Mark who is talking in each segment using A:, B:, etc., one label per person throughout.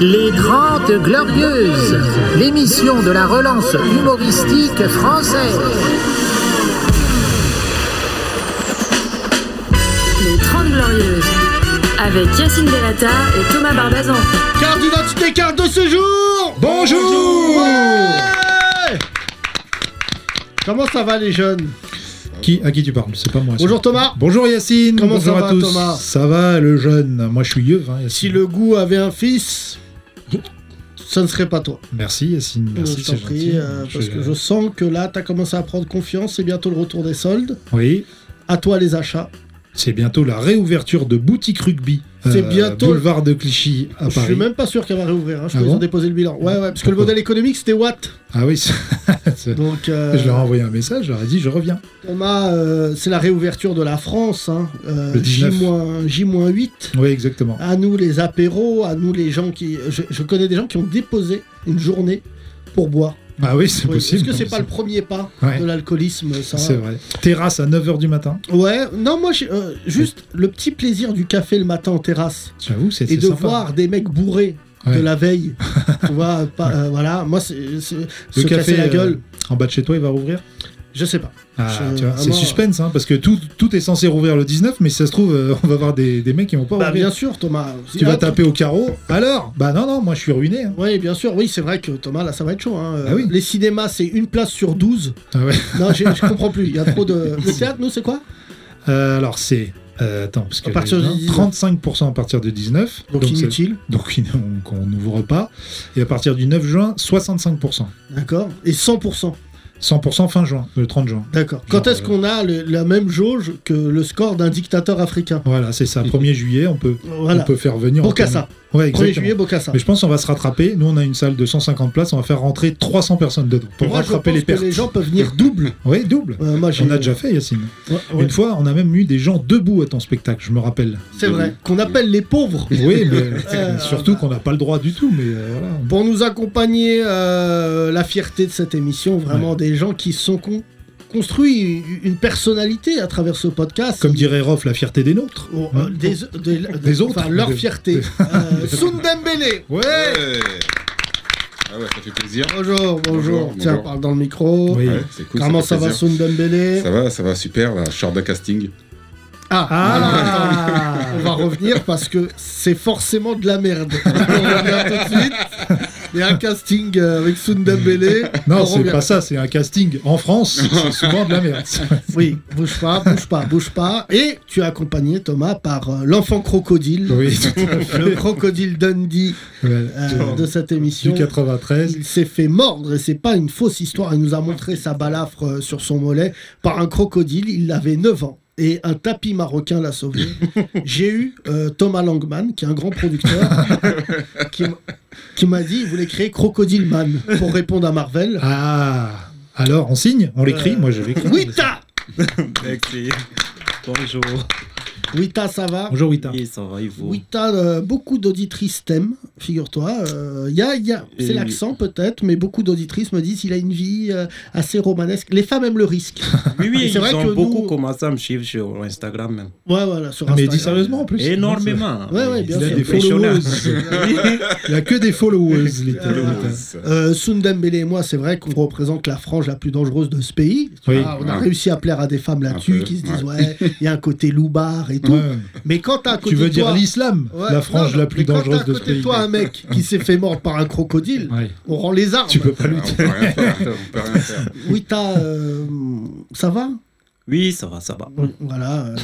A: Les Grandes Glorieuses, l'émission de la relance humoristique française.
B: Les 30 Glorieuses, avec Yacine Delata et Thomas Barbazan.
C: Carte d'identité, carte de séjour
D: Bonjour
C: Ouais Comment ça va les jeunes
D: Qui, à qui tu parles C'est pas moi. Bah, ça.
C: Bonjour Thomas
D: Bonjour Yacine.
C: Comment ça
D: Bonjour à
C: va,
D: tous.
C: Thomas
D: Ça va le jeune. Moi je suis vieux. hein, Yacine.
C: Si le goût avait un fils, ça ne serait pas toi.
D: Merci Yacine. Merci
C: je t'en
D: c'est
C: prie,
D: gentil.
C: euh,
D: Je-
C: parce que je sens que là, t'as commencé à prendre confiance, c'est bientôt le retour des soldes.
D: Oui.
C: À toi les achats.
D: C'est bientôt la réouverture de boutique rugby. euh,
C: C'est bientôt-
D: Boulevard de Clichy à
C: Je
D: Paris.
C: suis même pas sûr qu'elle va réouvrir, hein. je
D: Ah
C: crois qu'ils
D: bon
C: ont déposé le bilan. Ouais, ouais, parce que le
D: Pourquoi
C: modèle économique c'était Watt.
D: Ah oui. c'est- c'est-
C: Donc, euh,
D: Je leur ai envoyé un message. Je leur ai dit je reviens.
C: Thomas, euh, c'est la réouverture de la France, hein. Euh,
D: Le 19.
C: J-, J-8.
D: Oui exactement.
C: à nous les apéros, à nous les gens qui. Je, je connais des gens qui ont déposé une journée pour boire.
D: Ah oui c'est
C: Oui,
D: possible.
C: Est-ce que c'est pas le premier pas
D: Ouais.
C: de l'alcoolisme, ça
D: C'est vrai. Terrasse à 9h du matin.
C: Ouais, non, moi, j'ai, euh, juste le petit plaisir du café le matin en terrasse
D: J'avoue c'est
C: et
D: c'est
C: de
D: sympa.
C: voir des mecs bourrés de
D: Ouais.
C: la veille. tu vois, pas, euh, voilà, moi, c'est, c'est-
D: le
C: se
D: café
C: casser la
D: euh,
C: gueule,
D: en bas de chez toi il va rouvrir.
C: je sais pas.
D: Ah,
C: Je-
D: tu vois, c'est
C: vraiment,
D: suspense, hein, parce que tout, tout est censé rouvrir le 19, mais si ça se trouve, euh, on va avoir des, des mecs qui vont pas
C: Bah,
D: rouvrir.
C: bien sûr, Thomas.
D: tu vas
C: Ah,
D: taper au carreau, alors Bah non, non, moi je suis ruiné. hein.
C: Oui, bien sûr, oui, c'est vrai que Thomas, là, ça va être chaud. hein.
D: Ah oui.
C: Les cinémas, c'est une place sur 12.
D: Ah ouais.
C: Non, j'ai- je comprends plus, il y a trop de. Le théâtre, nous, c'est quoi
D: Euh, alors c'est... euh, attends, parce que...
C: À partir
D: j'ai-
C: du 19.
D: 35% à partir de 19.
C: Donc,
D: c'est-
C: inutile,
D: donc il- on- on n'ouvre pas. Et à partir du 9 juin, 65%.
C: d'accord Et 100%,
D: 100% fin juin, le 30 juin.
C: d'accord. Quand
D: Genre,
C: est-ce qu'on a le- la même jauge que le score d'un dictateur africain
D: Voilà, c'est ça. 1er juillet, on peut,
C: Voilà.
D: on peut faire venir...
C: Bokassa.
D: en- Ouais,
C: 1er
D: exactement.
C: juillet, Bokassa.
D: Mais je pense qu'on va se rattraper. Nous, on a une salle de 150 places, on va faire rentrer 300 personnes dedans pour
C: Moi, je pense
D: rattraper les pertes.
C: que les gens peuvent venir double.
D: Oui, double.
C: Euh, moi, j'ai-
D: On a déjà fait, Yacine.
C: Ouais, ouais.
D: Une fois, on a même eu des gens debout à ton spectacle, je me rappelle.
C: C'est vrai, qu'on appelle les pauvres.
D: Oui, mais
C: Euh,
D: surtout qu'on n'a pas le droit du tout, mais euh, voilà.
C: Pour nous accompagner, euh, la fierté de cette émission, vraiment des gens qui se sont con- construits une- une personnalité à travers ce podcast.
D: Comme dirait Roff, la fierté Hmm des nôtres.
C: Oh, euh, des, des-
D: Des autres.
C: enfin, leur
D: Des-
C: fierté. Euh, Sundembele.
D: Ouais
E: Ouais. Ah ouais, ça fait plaisir.
C: Bonjour, bonjour.
E: Bonjour,
C: Tiens,
E: bonjour.
C: parle dans le micro.
D: Oui.
E: Ouais, c'est cool.
C: Comment
E: fait
C: ça, va,
E: plaisir.
C: Sundembele
E: Ça va, ça va super là. Je sors d'un casting.
C: Ah,
D: Ah.
C: attends, on va revenir parce que c'est forcément de la merde. on revient tout de suite. Il y a un casting euh, avec Sundembele.
D: Non,
C: On
D: c'est
C: revient.
D: pas ça, c'est un casting en France, c'est souvent de la merde.
C: Oui, bouge pas, bouge pas, bouge pas. Et tu es accompagné, Thomas, par euh, l'enfant crocodile,
D: Oui, tout à fait.
C: le crocodile Dundee
D: Ouais,
C: euh, de cette
D: du
C: émission.
D: 93.
C: Il s'est fait mordre et c'est pas une fausse histoire. Il nous a montré sa balafre euh, sur son mollet par un crocodile. Il avait 9 ans et un tapis marocain l'a sauvé. J'ai eu euh, Thomas Langman, qui est un grand producteur, qui, m- qui m'a dit il voulait créer Crocodile Man pour répondre à Marvel.
D: Ah Alors, on signe On l'écrit Moi, je l'écris.
C: Wita
F: Merci. Bonjour.
C: Wita, ça va
D: Bonjour, Wita.
F: Oui, ça va, il faut.
C: Wita, euh, beaucoup d'auditrices t'aiment, figure-toi. Euh, y a, y a,
F: Et
C: c'est
F: oui.
C: l'accent peut-être, mais beaucoup d'auditrices me disent il a une vie euh, assez romanesque. Les femmes aiment le risque.
F: Oui,
C: Ah, Mais
F: oui,
C: c'est
F: ils
C: vrai
F: ont
C: que
F: beaucoup
C: nous-
F: commencé à me suivre sur Instagram même.
C: Ouais, voilà, sur
D: Ah, mais il dit
C: Instagram.
D: sérieusement en plus.
F: Énormément.
C: Ouais, ouais, bien
D: Il a
C: sûr.
D: des
F: Impressionnant.
D: followers. Il a que des followers, les
E: Le
D: Wita.
E: Mousse.
C: Euh, Sundembele et moi, c'est vrai qu'on représente la frange la plus dangereuse de ce pays.
D: Oui.
C: Ah, on a
E: Ouais.
C: réussi à plaire à des femmes
E: Un
C: là-dessus
E: peu,
C: qui se disent ouais, il y a un côté loupard et tout.
D: Ouais.
C: Mais quand t'as à côté
D: Tu veux
C: de toi,
D: dire l'islam,
C: Ouais,
D: la frange
C: non, non,
D: la plus
C: mais quand
D: dangereuse
C: t'as
D: de ce
C: à côté de
D: pays.
C: toi un mec qui s'est fait mordre par un crocodile,
D: Ouais.
C: on rend les armes.
D: Tu peux pas
E: Ah, on
D: lutter.
E: peut rien faire. On peut rien faire.
C: Oui, t'as. euh, ça va
F: Oui, ça va, ça va.
C: Voilà. euh.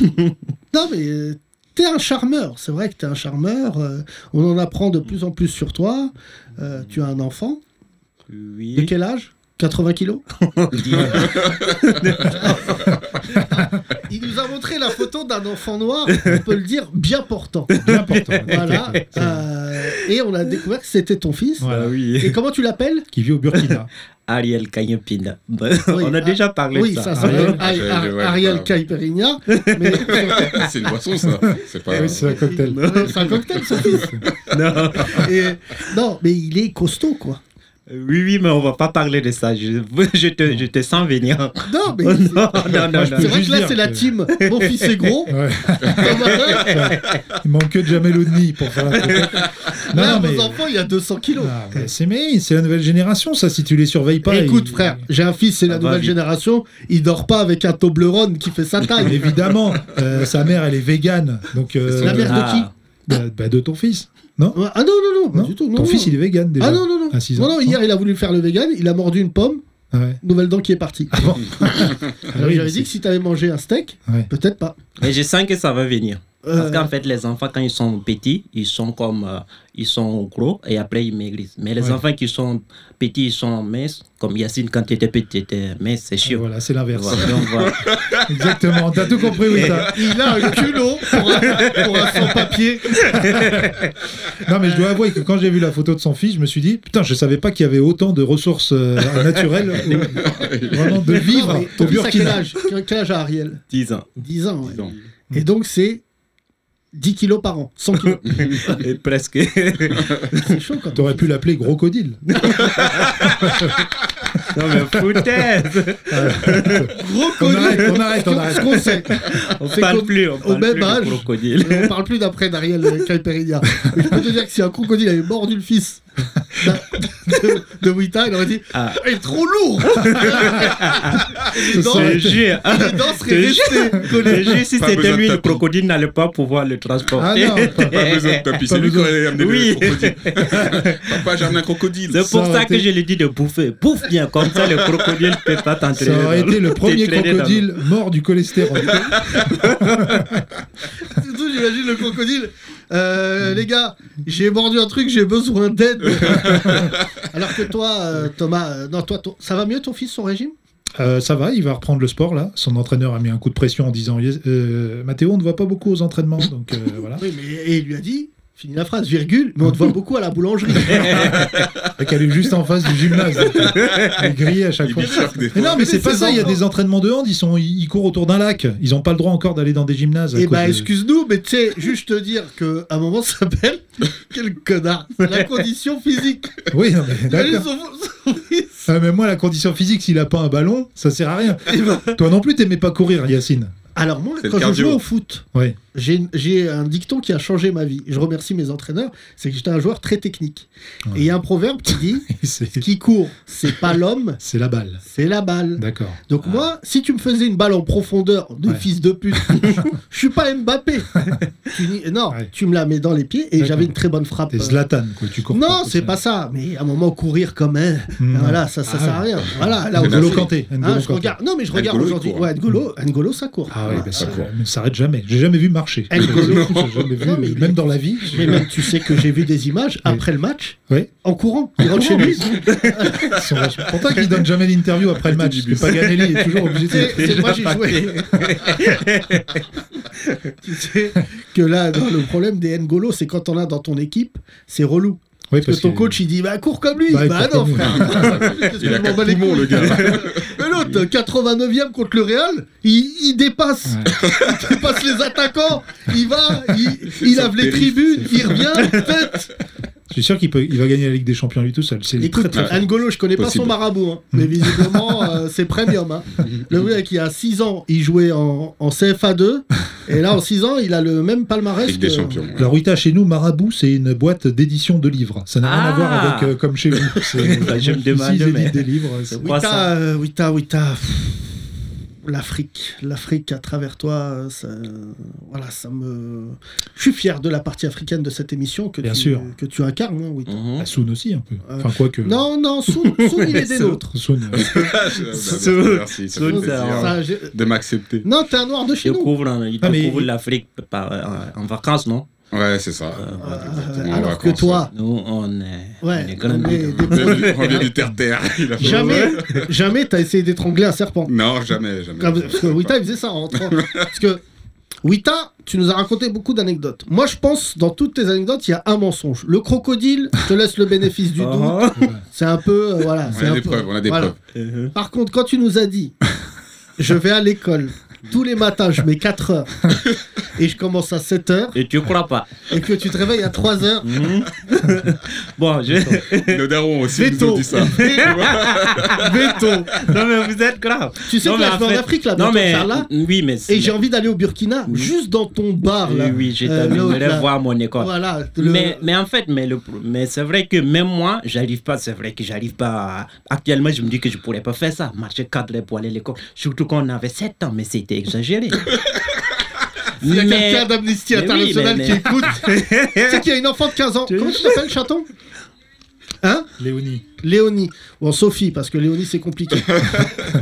C: non, mais euh, t'es un charmeur. C'est vrai que t'es un charmeur. euh, on en apprend de plus en plus sur toi. Euh, tu as un enfant. De
F: Oui.
C: quel âge 80 kilos Il nous a montré la photo d'un enfant noir, on peut le dire, bien portant.
D: Bien important.
C: Voilà. euh, et on a découvert que c'était ton fils.
D: Voilà.
C: Et
F: Ah oui.
C: comment tu l'appelles
D: Qui vit au Burkina.
F: Ariel Cagnopine. On a
C: ah,
F: déjà parlé
C: Oui,
F: de
C: ça
F: ça.
C: s'appelle Ari-
D: Ariel.
E: Ah, je- ouais,
C: Ar- Ariel
E: voilà.
C: Caipirinha. Mais
E: Ah, C'est une boisson ça. Ah C'est pas.
D: Oui, c'est un cocktail.
C: Ouais, C'est un cocktail, son fils.
F: Non.
C: Et- non, mais il est costaud, quoi.
F: Euh, Oui, oui, mais on va pas parler de ça. Je, je, te, je te sens venir.
C: Non, mais
F: Oh, non, non, non,
D: Je
C: c'est
F: non.
D: peux
C: vrai
D: juste
C: que là,
D: dire
C: c'est la
D: que-
C: team. Mon fils est gros.
D: Ouais.
C: Thomas,
D: Il manque que de Jamel Oudni pour faire la tête. Non,
C: là,
D: non, mais.
C: vos enfants, il y a 200 kilos.
D: Ah, mais c'est mais c'est la nouvelle génération, ça, si tu les surveilles pas.
C: Écoute,
D: ils-
C: frère, j'ai un fils, c'est la
D: bah,
F: Ça va
C: nouvelle
F: vite.
C: génération. Il dort pas avec un Toblerone qui fait sa
D: Ah,
C: taille.
D: Évidemment, euh, sa mère, elle est végane. Donc, euh,
C: La mère de qui
F: Ah.
D: bah, bah, de ton fils.
C: Ouais, Ah non, non, non, pas
D: Non,
C: du tout. non,
D: ton
C: non.
D: fils, il est végane déjà.
C: Ah non, non, non.
D: À six ans.
C: Non, non, hier, il a voulu faire le vegan, il a mordu une pomme,
D: Ah ouais.
C: nouvelle dent qui est partie.
D: Ah bon Ah
C: Alors,
D: oui,
C: J'avais
D: mais
C: dit que si t'avais mangé un steak,
D: Ouais.
C: peut-être pas.
F: Mais je sens que ça va venir.
C: Euh,
F: Parce qu'en fait, les enfants, quand ils sont petits, ils sont comme. euh, ils sont gros et après ils maigrissent. Mais les
D: Ouais.
F: enfants qui sont petits, ils sont minces. Comme Yacine, quand tu étais petit, tu étais mince, c'est
D: c'est-
F: chiant.
D: Voilà, c'est l'inverse.
F: Voilà, donc voilà.
D: Exactement, t'as tout compris, oui. t'as-
C: Il a un culot pour un, pour un sans-papier.
D: Non, mais je dois avouer que quand j'ai vu la photo de son fils, je me suis dit, putain, je savais pas qu'il y avait autant de ressources euh, naturelles, ou- vraiment de vivre
C: Ton
D: au
C: fils a quel
D: Burkina.
C: âge Quel quel âge a Ariel
F: 10 ans.
C: 10 ans, ouais.
E: Dis donc.
C: Et donc, c'est 10 kilos par an, 100 kilos.
F: Et presque.
C: C'est chaud quand
D: T'aurais pu l'appeler gros codile.
F: non, mais foutaise
C: Gros
D: On
C: connu
D: arrête, on arrête, on
C: Ce
D: arrête.
C: qu'on sait.
F: On
C: C'est
F: parle
C: comme
F: plus. On parle
C: même
F: plus de
C: âge.
F: crocodile.
C: Et on parle plus d'après d'Ariel euh, Calperinia. Je peux te dire que si un crocodile avait mordu le fils de, de Wita, il aurait dit
F: Ah.
C: Il est trop lourd
D: Ce
C: Non,
D: serait-
F: Je jure.
C: Les dents seraient
F: Je-
C: restées
F: Je jure, si
E: Pas
F: c'était
E: besoin de
F: lui, le
E: tapis.
F: crocodile n'allait pas pouvoir le
D: Ah
F: transporter.
D: non, pas-
E: Pas besoin de tapis, c'est lui qui
D: besoin.
E: aurait amené
F: Oui.
E: le crocodile. Papa, j'ai amené un crocodile.
F: C'est pour
D: Ça
F: ça,
D: aurait
F: que
D: été-
F: je lui dis de bouffer. Bouffe bien, comme ça le crocodile ne peut pas t'entraîner.
D: ça aurait
F: dans-
D: été le premier
F: t'entraîner dans-
D: crocodile mort du cholestérol.
C: Surtout, j'imagine le crocodile. Euh, Les gars, j'ai mordu un truc, j'ai besoin d'aide. Alors que toi, euh, Thomas, euh, non, toi, ton- ça va mieux ton fils, son régime
D: Euh, ça va, il va reprendre le sport là. Son entraîneur a mis un coup de pression en disant Yes- euh, Mathéo, on ne voit pas beaucoup aux entraînements. Donc euh, voilà.
C: Ah Oui, mais et il lui a dit Finis la phrase, virgule, mais on te voit beaucoup à la boulangerie.
D: Et qu'elle est juste en face du gymnase. donc, euh, Elle est grillée à chaque
E: Il
D: fois.
E: bifurque des
D: Mais
E: fois.
D: non, mais c'est
C: Mais
D: pas
C: ces
D: ça. Il y a
C: enfants-
D: des entraînements de hand, ils, sont, ils courent autour d'un lac. Ils n'ont pas le droit encore d'aller dans des gymnases. à
C: Eh
D: cause
C: bah,
D: de-
C: excuse-nous, mais tu sais, juste te dire qu'à un moment, ça s'appelle Quel connard C'est la condition physique.
D: Oui, non, mais
C: T'imagines
D: d'accord.
C: son- son fils
D: Ah, mais moi, la condition physique, s'il a pas un ballon, ça sert à rien.
C: Eh ben,
D: Toi non plus, t'aimais pas courir, Yacine.
C: Alors, moi,
E: C'est le
C: quand je
E: cardio.
C: jouais au foot,
D: Ouais.
C: j'ai j'ai un dicton qui a changé ma vie. Je remercie mes entraîneurs, c'est que j'étais un joueur très technique.
D: Ouais.
C: Et il y a un proverbe qui dit
D: C'est
C: Qui court, c'est pas l'homme,
D: c'est la balle.
C: c'est la balle.
D: D'accord.
C: Donc, moi, si tu me faisais une balle en profondeur de
D: Ouais.
C: fils de pute, je suis pas Mbappé. Tu dis- non,
D: Ouais.
C: tu me la mets dans les pieds et
D: D'accord.
C: j'avais une très bonne frappe.
D: T'es
C: euh,
D: Zlatan, quoi. Tu cours.
C: Non, c'est pas ça. Mais à un moment, courir comme même.
D: Mm.
C: Voilà, ça, ça
D: Ah
C: sert à
D: ouais.
C: rien. Voilà, là,
E: C'est
D: N'Golo
E: la-
C: aujourd'hui.
D: Kanté.
C: Hein,
D: N'Golo
C: je
D: Kanté.
C: regarde. Non, mais je regarde
E: N'Golo, il
C: aujourd'hui.
E: court,
C: Ouais, N'Golo, N'Golo, ça court.
D: Ah ouais,
C: Voilà.
D: bah, ça,
E: ça court.
D: ne s'arrête jamais. J'ai jamais vu marcher.
C: El Golo.
D: J'ai jamais vu,
C: Non, mais il-
D: même dans la vie. j'ai-
C: Mais même, tu sais que j'ai vu des images après le match,
D: Oui.
C: en courant. Il rentre chez lui.
D: Ils sont vachement- Pourtant, ils donnent jamais l'interview après le match.
E: du
D: parce que Paganelli est toujours obligé
C: C'est
D: de.
C: c'est moi, j'ai joué. tu sais que là, non, le problème des N'Golo, c'est quand on a dans ton équipe, c'est relou.
D: Oui,
C: Parce que ton coach, il dit, bah, cours comme lui.
D: Bah,
C: Bah,
D: il court
C: non,
D: comme lui.
C: frère. Qu'est-ce que
E: Il a
C: je m'en
E: quatre
C: bats les
E: poumons,
C: couilles.
E: le gars.
C: Mais l'autre, 89e contre le Real, il, il dépasse. Il dépasse les attaquants. Il va, il, il
E: Ça
C: lave les
E: périph,
C: tribunes, il revient, tête.
D: Je suis sûr qu'il peut... il va gagner la Ligue des Champions lui tout seul. C'est très
C: Écoute,
D: très.
C: N'Golo, je connais
E: Possible.
C: pas son marabout, hein, mais visiblement, euh, c'est premium. hein. Le mec, il y a 6 ans, il jouait en, en CFA2, et là, en 6 ans, il a le même palmarès
E: Ligue des
C: que-
E: champions. ouais.
D: La Ruita chez nous, Marabout, c'est une boîte d'édition de livres. Ça n'a rien à
F: Ah.
D: voir avec euh, comme chez vous. C'est-
F: Bah, je me
D: Ici,
F: demande,
D: ils éditent
F: mais-
D: des livres. c'est-
F: Quoi, ça
C: Wita, euh, Wita, Wita, pff, L'Afrique, l'Afrique à travers toi, euh, ça, voilà, ça me. Je suis fier de la partie africaine de cette émission que,
D: Bien
C: tu,
D: sûr.
C: que tu incarnes, hein, Wita.
F: Mhm.
D: La Ah, Soun aussi un peu.
C: Euh,
D: Enfin quoi
E: Mm.
D: que.
C: Non, non, Soun, Soun, il est des
F: Soun.
C: nôtres.
D: Soun,
E: Ah,
D: euh,
E: Merci, ça fait
F: Soun,
E: plaisir
C: Ça, j'ai-
E: de m'accepter.
C: Non, t'es un noir de
F: Il
C: chez nous.
F: couvre, hein, il
D: Ah, mais-
F: découvre l'Afrique par- euh, en vacances, non
E: Ouais, c'est ça.
F: Euh,
C: Euh,
E: Ah, exactement, en
C: alors que
E: vacances,
C: toi,
F: Nous, on est,
C: Ah. Ouais,
F: on est
C: on
F: grandi.
C: est des-
E: On vient du- on vient du terre-terre. Il a fait-
C: hein. jamais, jamais t'as essayé d'étrangler un serpent.
E: Non, jamais, jamais.
C: Comme- parce que Wita, il faisait ça en rentrant. Parce que Wita, tu nous as raconté beaucoup d'anecdotes. Moi, je pense, dans toutes tes anecdotes, il y a un mensonge. Le crocodile, je te laisse le bénéfice du doute.
F: Oh,
C: C'est un peu. euh, voilà.
E: On
C: c'est
E: a
C: un
E: des
C: peu-
E: preuves, on a des
C: voilà.
E: preuves.
F: euh,
C: Par contre, quand tu nous as dit, je vais à l'école, tous les matins, je mets 4 heures et je commence à 7 heures
F: Et tu crois pas.
C: et que tu te réveilles à 3 heures.
F: Mhm. bon, je.
E: Le daron aussi il nous a dit ça.
F: Béton. Non, mais vous êtes grave.
C: Tu sais
F: Non,
C: que
F: mais
C: là, je vais en
F: après-
C: Afrique, là,
F: Non,
C: bientôt,
F: mais.
C: ça, là.
F: Oui, mais. c'est-
C: Et j'ai envie d'aller au Burkina,
F: Oui.
C: juste dans ton bar, là.
F: Oui, oui, j'ai
C: Euh, l'autre, là.
F: voir mon école.
C: Voilà. le-
F: Mais, mais en fait, mais, le, pro- mais c'est vrai que même moi, j'arrive pas, c'est vrai que j'arrive pas. à- Actuellement, je me dis que je pourrais pas faire ça, marcher cadré pour aller à l'école. Surtout quand on avait 7 ans, mais c'était exagéré.
C: Il y a
F: Mais-
C: quelqu'un d'Amnesty
F: mais oui,
C: International
F: mais-
C: qui
F: mais-
C: écoute. tu sais qu'il y a une enfant de 15 ans. Comment tu t'appelles, chaton Hein
D: Léonie.
C: Léonie. Bon, Sophie, parce que Léonie, c'est compliqué.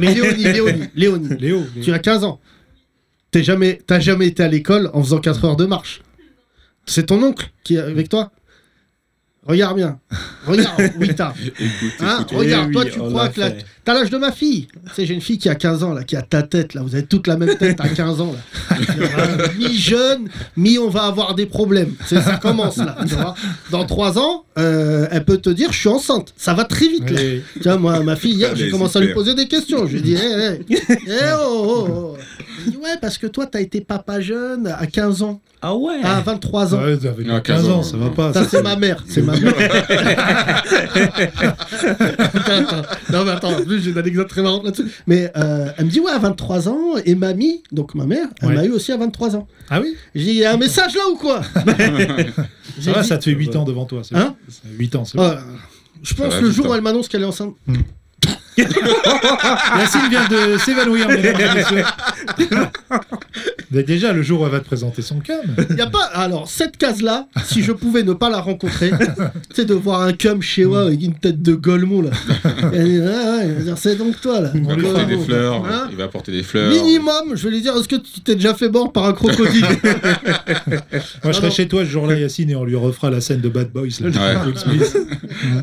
C: mais Léonie, Léonie, Léonie.
D: Léo.
C: Tu as 15 ans. T'es jamais, t'as jamais été à l'école en faisant 4 heures de marche. C'est ton oncle qui est avec toi. Regarde bien. Regarde, oui, t'as. Hein, regarde,
F: Eh
C: toi,
F: oui,
C: tu
F: on
C: crois
F: l'a
C: que la-
F: fait.
C: t'as l'âge de ma fille. Tu sais, j'ai une fille qui a 15 ans, là, qui a ta tête, là. Vous avez toutes la même tête à 15 ans, là. Tu vois, Mi-jeune, mi-on va avoir des problèmes. C'est ça commence, là. tu vois. Dans 3 ans, euh, elle peut te dire, je suis enceinte. Ça va très vite, là.
D: Oui.
C: Tu vois, moi, ma fille, hier, j'ai
E: Allez,
C: commencé à lui
E: super.
C: poser des questions. Je lui ai dit, hé, hé, hé, oh, oh, oh. Elle dit, ouais, parce que toi, t'as été papa jeune à 15 ans,
F: Ah ouais
C: à 23 ans.
D: Ouais, t'avais
E: Non,
D: 15 ans, ça va pas.
C: Ça,
D: Ah, ça.
C: c'est ma mère, c'est ma mère. Attends, attends. non, mais attends, en plus, j'ai une anecdote très marrante là-dessus. Mais euh, elle me dit, ouais, à 23 ans, et mamie, donc ma mère, elle
D: Ouais.
C: m'a eu aussi à 23 ans.
D: Ah oui
C: J'ai dit, il y a un message là ou quoi
D: Ça
C: J'ai
D: va,
C: dit-
D: ça te fait 8 ans devant toi. c'est
C: Hein
D: bon. Ça fait 8 ans, c'est bon.
C: Ah, Je pense
E: va
C: le
E: vite,
C: jour où
E: hein.
C: elle m'annonce qu'elle est enceinte.
D: Yacine vient de s'évanouir, mesdames et messieurs. Mais déjà, le jour où elle va te présenter son cam.
C: Il y a pas. Alors, cette case-là, si je pouvais ne pas la rencontrer, c'est de voir un cum chez moi avec une tête de Golemon, là. Et elle dit, Ah, ouais, je veux dire, c'est donc toi, là.
E: Il va
C: Golemon.
E: porter des fleurs.
C: Hein
E: Il va porter des fleurs.
C: Minimum, je vais lui dire, est-ce que tu t'es déjà fait mort par un crocodile
D: Moi, je
C: Ah non.
D: serai chez toi ce jour-là, Yacine, et on lui refera la scène de Bad Boys. là.
E: Ouais.
D: Will Smith.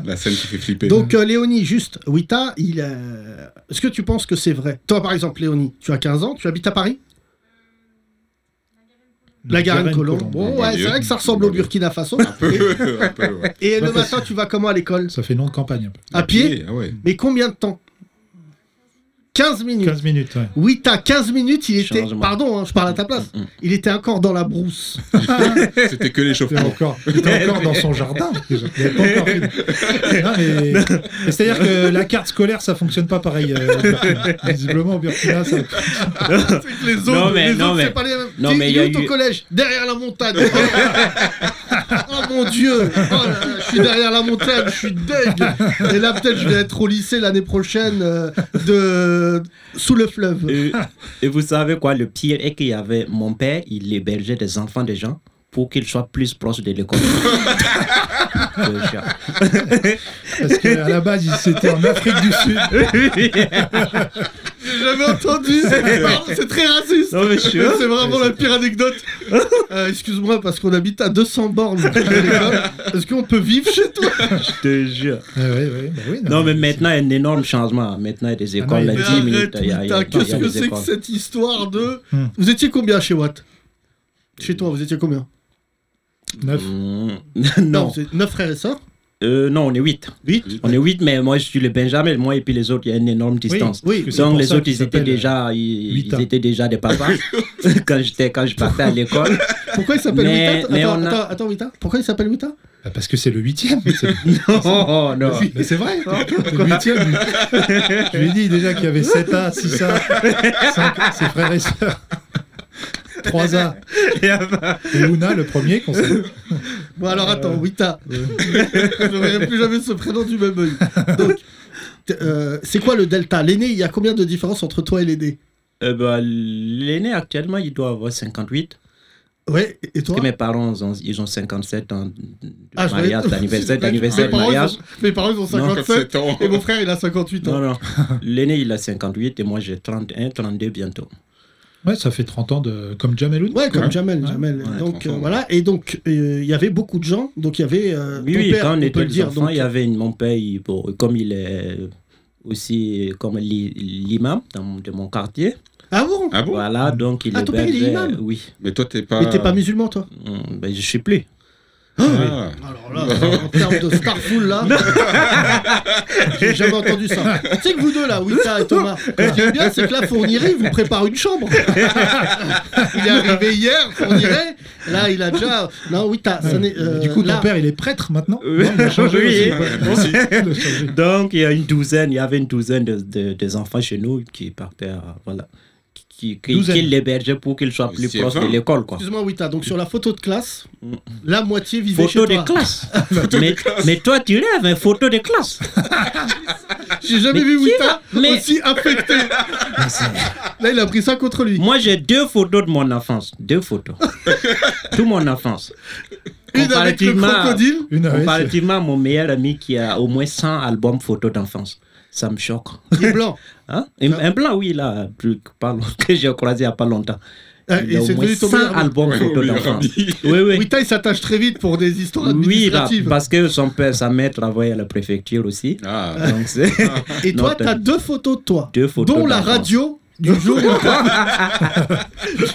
E: La scène qui fait flipper.
C: Donc, euh, Léonie, juste, Wita, il. euh, Est-ce que tu penses que c'est vrai Toi, par exemple, Léonie, tu as 15 ans, tu habites à Paris La Garenne Colombe. Bon,
E: Bon
C: ouais, c'est
E: Dieu.
C: vrai que ça ressemble au
E: Bon Dieu.
C: Burkina Faso.
E: Un peu, un peu, ouais.
C: Et le
D: Pas
C: matin, tu vas comment à l'école
D: Ça fait nom de campagne. un peu.
C: À pied
E: Ah ouais.
C: Mais combien de temps 15 minutes.
D: 15 minutes, ouais.
C: Oui, t'as 15 minutes, il était.
F: Changement.
C: Pardon, hein, je parle à ta place. Il était encore dans la brousse.
E: C'était que
D: T'es
E: l'échauffement.
D: encore, t'es encore dans son jardin. déjà. Il avait pas encore fini. Non, mais- mais C'est-à-dire que la carte scolaire, ça fonctionne pas pareil. euh, au Burkina. Visiblement, au Burkina, ça.
C: bah, Les autres,
F: Non, mais-
C: les
F: non,
C: autres,
F: mais-
C: c'est pas les mêmes.
F: non,
C: Tu-
F: mais
C: il
F: il y a
C: est où ton
F: eu-
C: collège Derrière la montagne. oh mon dieu Oh là là, Je suis derrière la montagne, je suis deg Et là, peut-être, je vais être au lycée l'année prochaine euh, de. Sous le fleuve.
F: et, euh, et vous savez quoi, le pire est qu'il y avait mon père, il hébergeait des enfants des gens pour qu'ils soient plus proches de l'école. Le chat.
D: Parce qu'à la base, il- c'était en Afrique du Sud.
C: J'ai jamais entendu Pardon, C'est très raciste
F: Non, mais je suis-
C: C'est vraiment la pire anecdote. Euh, Excuse-moi, parce qu'on habite à 200 bornes de l'école. Est-ce qu'on peut vivre chez toi
F: je te jure.
D: Ah ouais, ouais, bah oui,
F: Non, mais maintenant, il y a un énorme changement. Maintenant, il y a des
D: Ah non,
F: écoles,
D: il y a
F: à
C: Mais
F: 10 minutes.
C: arrête,
F: il y a- il y a-
C: putain,
F: il y
C: qu'est-ce
F: a
C: que
F: des
C: c'est que
F: écoles.
C: cette histoire de.
D: Hmm.
C: Vous étiez combien chez Watt Chez toi, vous étiez combien
D: Neuf.
F: Mmh. Non,
C: c'est 9 frères et sœurs
F: Euh, non, on est 8.
C: 8
F: On est 8, mais moi, je suis le Benjamin. Moi et puis les autres, il y a une énorme distance.
C: Oui,
D: C'est
F: Donc
D: pour
F: les
D: ça
F: autres,
D: qu'il
F: ils étaient,
D: s'appelle,
F: déjà, ils,
D: Huita.
F: ils étaient déjà des papas quand, j'étais, quand je partais à l'école.
C: pourquoi il s'appelle
F: Mais-
C: Wita
F: mais
C: attends,
F: on a-
C: attends, attends, Wita Pourquoi il s'appelle Wita
D: Bah, parce que c'est le huitième. c'est-
F: non, oh, non.
D: Mais c'est vrai.
F: ah.
D: Le huitième. lui. Je lui ai dit déjà qu'il y avait 7A, 6A, 5 ses frères et sœurs. 3A. Et Ouna, le premier qu'on sait.
C: Bon, alors attends, Wita. Je ne verrai plus jamais ce prénom du même œil. Donc, t- euh, c'est quoi le delta L'aîné, il y a combien de différence entre toi et l'aîné
F: Euh, bah, l'aîné, actuellement, il doit avoir 58.
C: Ouais, et- et toi
F: Parce que mes parents, ils ont, ils ont 57 ans de
C: Ah, je voyais-
F: mariage, d'anniversaire,
C: Mes
F: d'anniversaire, de
C: parents, ils ont-
F: mariage.
C: Mes parents, ils ont 57
E: 57 ans.
C: et mon frère, il a 58 ans.
F: Non, non. L'aîné, il a 58 et moi, j'ai 31, 32 bientôt.
D: Ouais, ça fait 30 ans de... comme Jameloun.
C: Ouais, comme
E: Ouais.
C: Jamel.
D: Ouais.
C: Jamel.
F: Ouais,
C: donc euh,
E: ensemble.
C: voilà. Et donc euh, il y avait beaucoup de gens. Donc il y avait. euh,
F: Oui,
C: ton
F: oui,
C: père,
F: quand on
C: peut
F: était
C: le dire.
F: enfants,
C: donc,
F: il y avait une- mon père, il- bon, comme il est aussi euh, comme l'i- l'imam dans mon- de mon quartier.
C: Ah bon
E: Ah bon
F: Voilà, donc il
C: Ah, ton père, il est
F: hébergeait-
C: imam
F: Oui,
E: Mais toi, t'es pas.
C: Mais t'es pas musulman toi
F: Hum, ben, je ne suis plus.
E: Ah.
C: Alors là, euh, en termes de Starful, là, j'ai jamais entendu ça. Tu sais que vous deux, là, Wita et Thomas, ce qui est bien, c'est que là, Fourniret vous prépare une chambre. il est arrivé hier, Fourniret. Là, il a déjà. Non, Wita, ça n'est. euh,
D: du coup, ton
C: là,
D: père, il est prêtre maintenant
F: Oui.
D: Non, il a changé
F: Oui.
D: aussi.
E: Ouais, bah, si.
D: Il a changé.
F: Donc, il y a une douzaine, il y avait une douzaine de, de- des enfants chez nous qui partaient, euh, voilà, qui, qui, qui
D: Douzaine.
F: qui l'hébergeaient pour qu'ils soient plus
E: C'est
F: proches de
E: vingt.
F: l'école, quoi.
C: Excuse-moi, Wita, donc sur la photo de classe, la moitié vivait
F: Photo
C: chez
F: de
C: toi.
F: classe. mais, mais toi, tu rêves, hein, photo de classe.
C: J'ai jamais
F: Mais
C: vu
F: qui
C: Wita
F: va- mais-
C: aussi affecté. Là, il a pris ça contre lui.
F: Moi, j'ai deux photos de mon enfance. Deux photos. Tout mon enfance.
C: Une avec le
F: Comparativement-
C: crocodile.
D: Une avec-
F: Comparativement à mon meilleur ami qui a au moins 100 albums photos d'enfance. Ça me choque.
C: Il est blanc.
F: Hein? Un, un blanc, oui, là, plus que pas long- que j'ai croisé il n'y a pas longtemps.
C: Ah,
F: Il
C: et
F: a au
C: c'est
F: moins
C: devenu ton
F: 100
C: meilleur ami.
F: albums
E: Ouais,
F: photos
E: mon meilleur
F: d'enfance.
E: ami.
F: Oui, oui.
C: Wita, il s'attache très vite pour des histoires
F: Oui, bah, là,
C: administratives.
F: parce que son père, sa mère travaillait à la préfecture aussi.
C: Euh,
E: Ah.
F: Donc, c'est
C: Et
F: Non,
C: toi,
F: t'as-
C: t'as deux photos de toi,
F: deux photos.
C: dont la
F: d'enfance.
C: radio du jour où,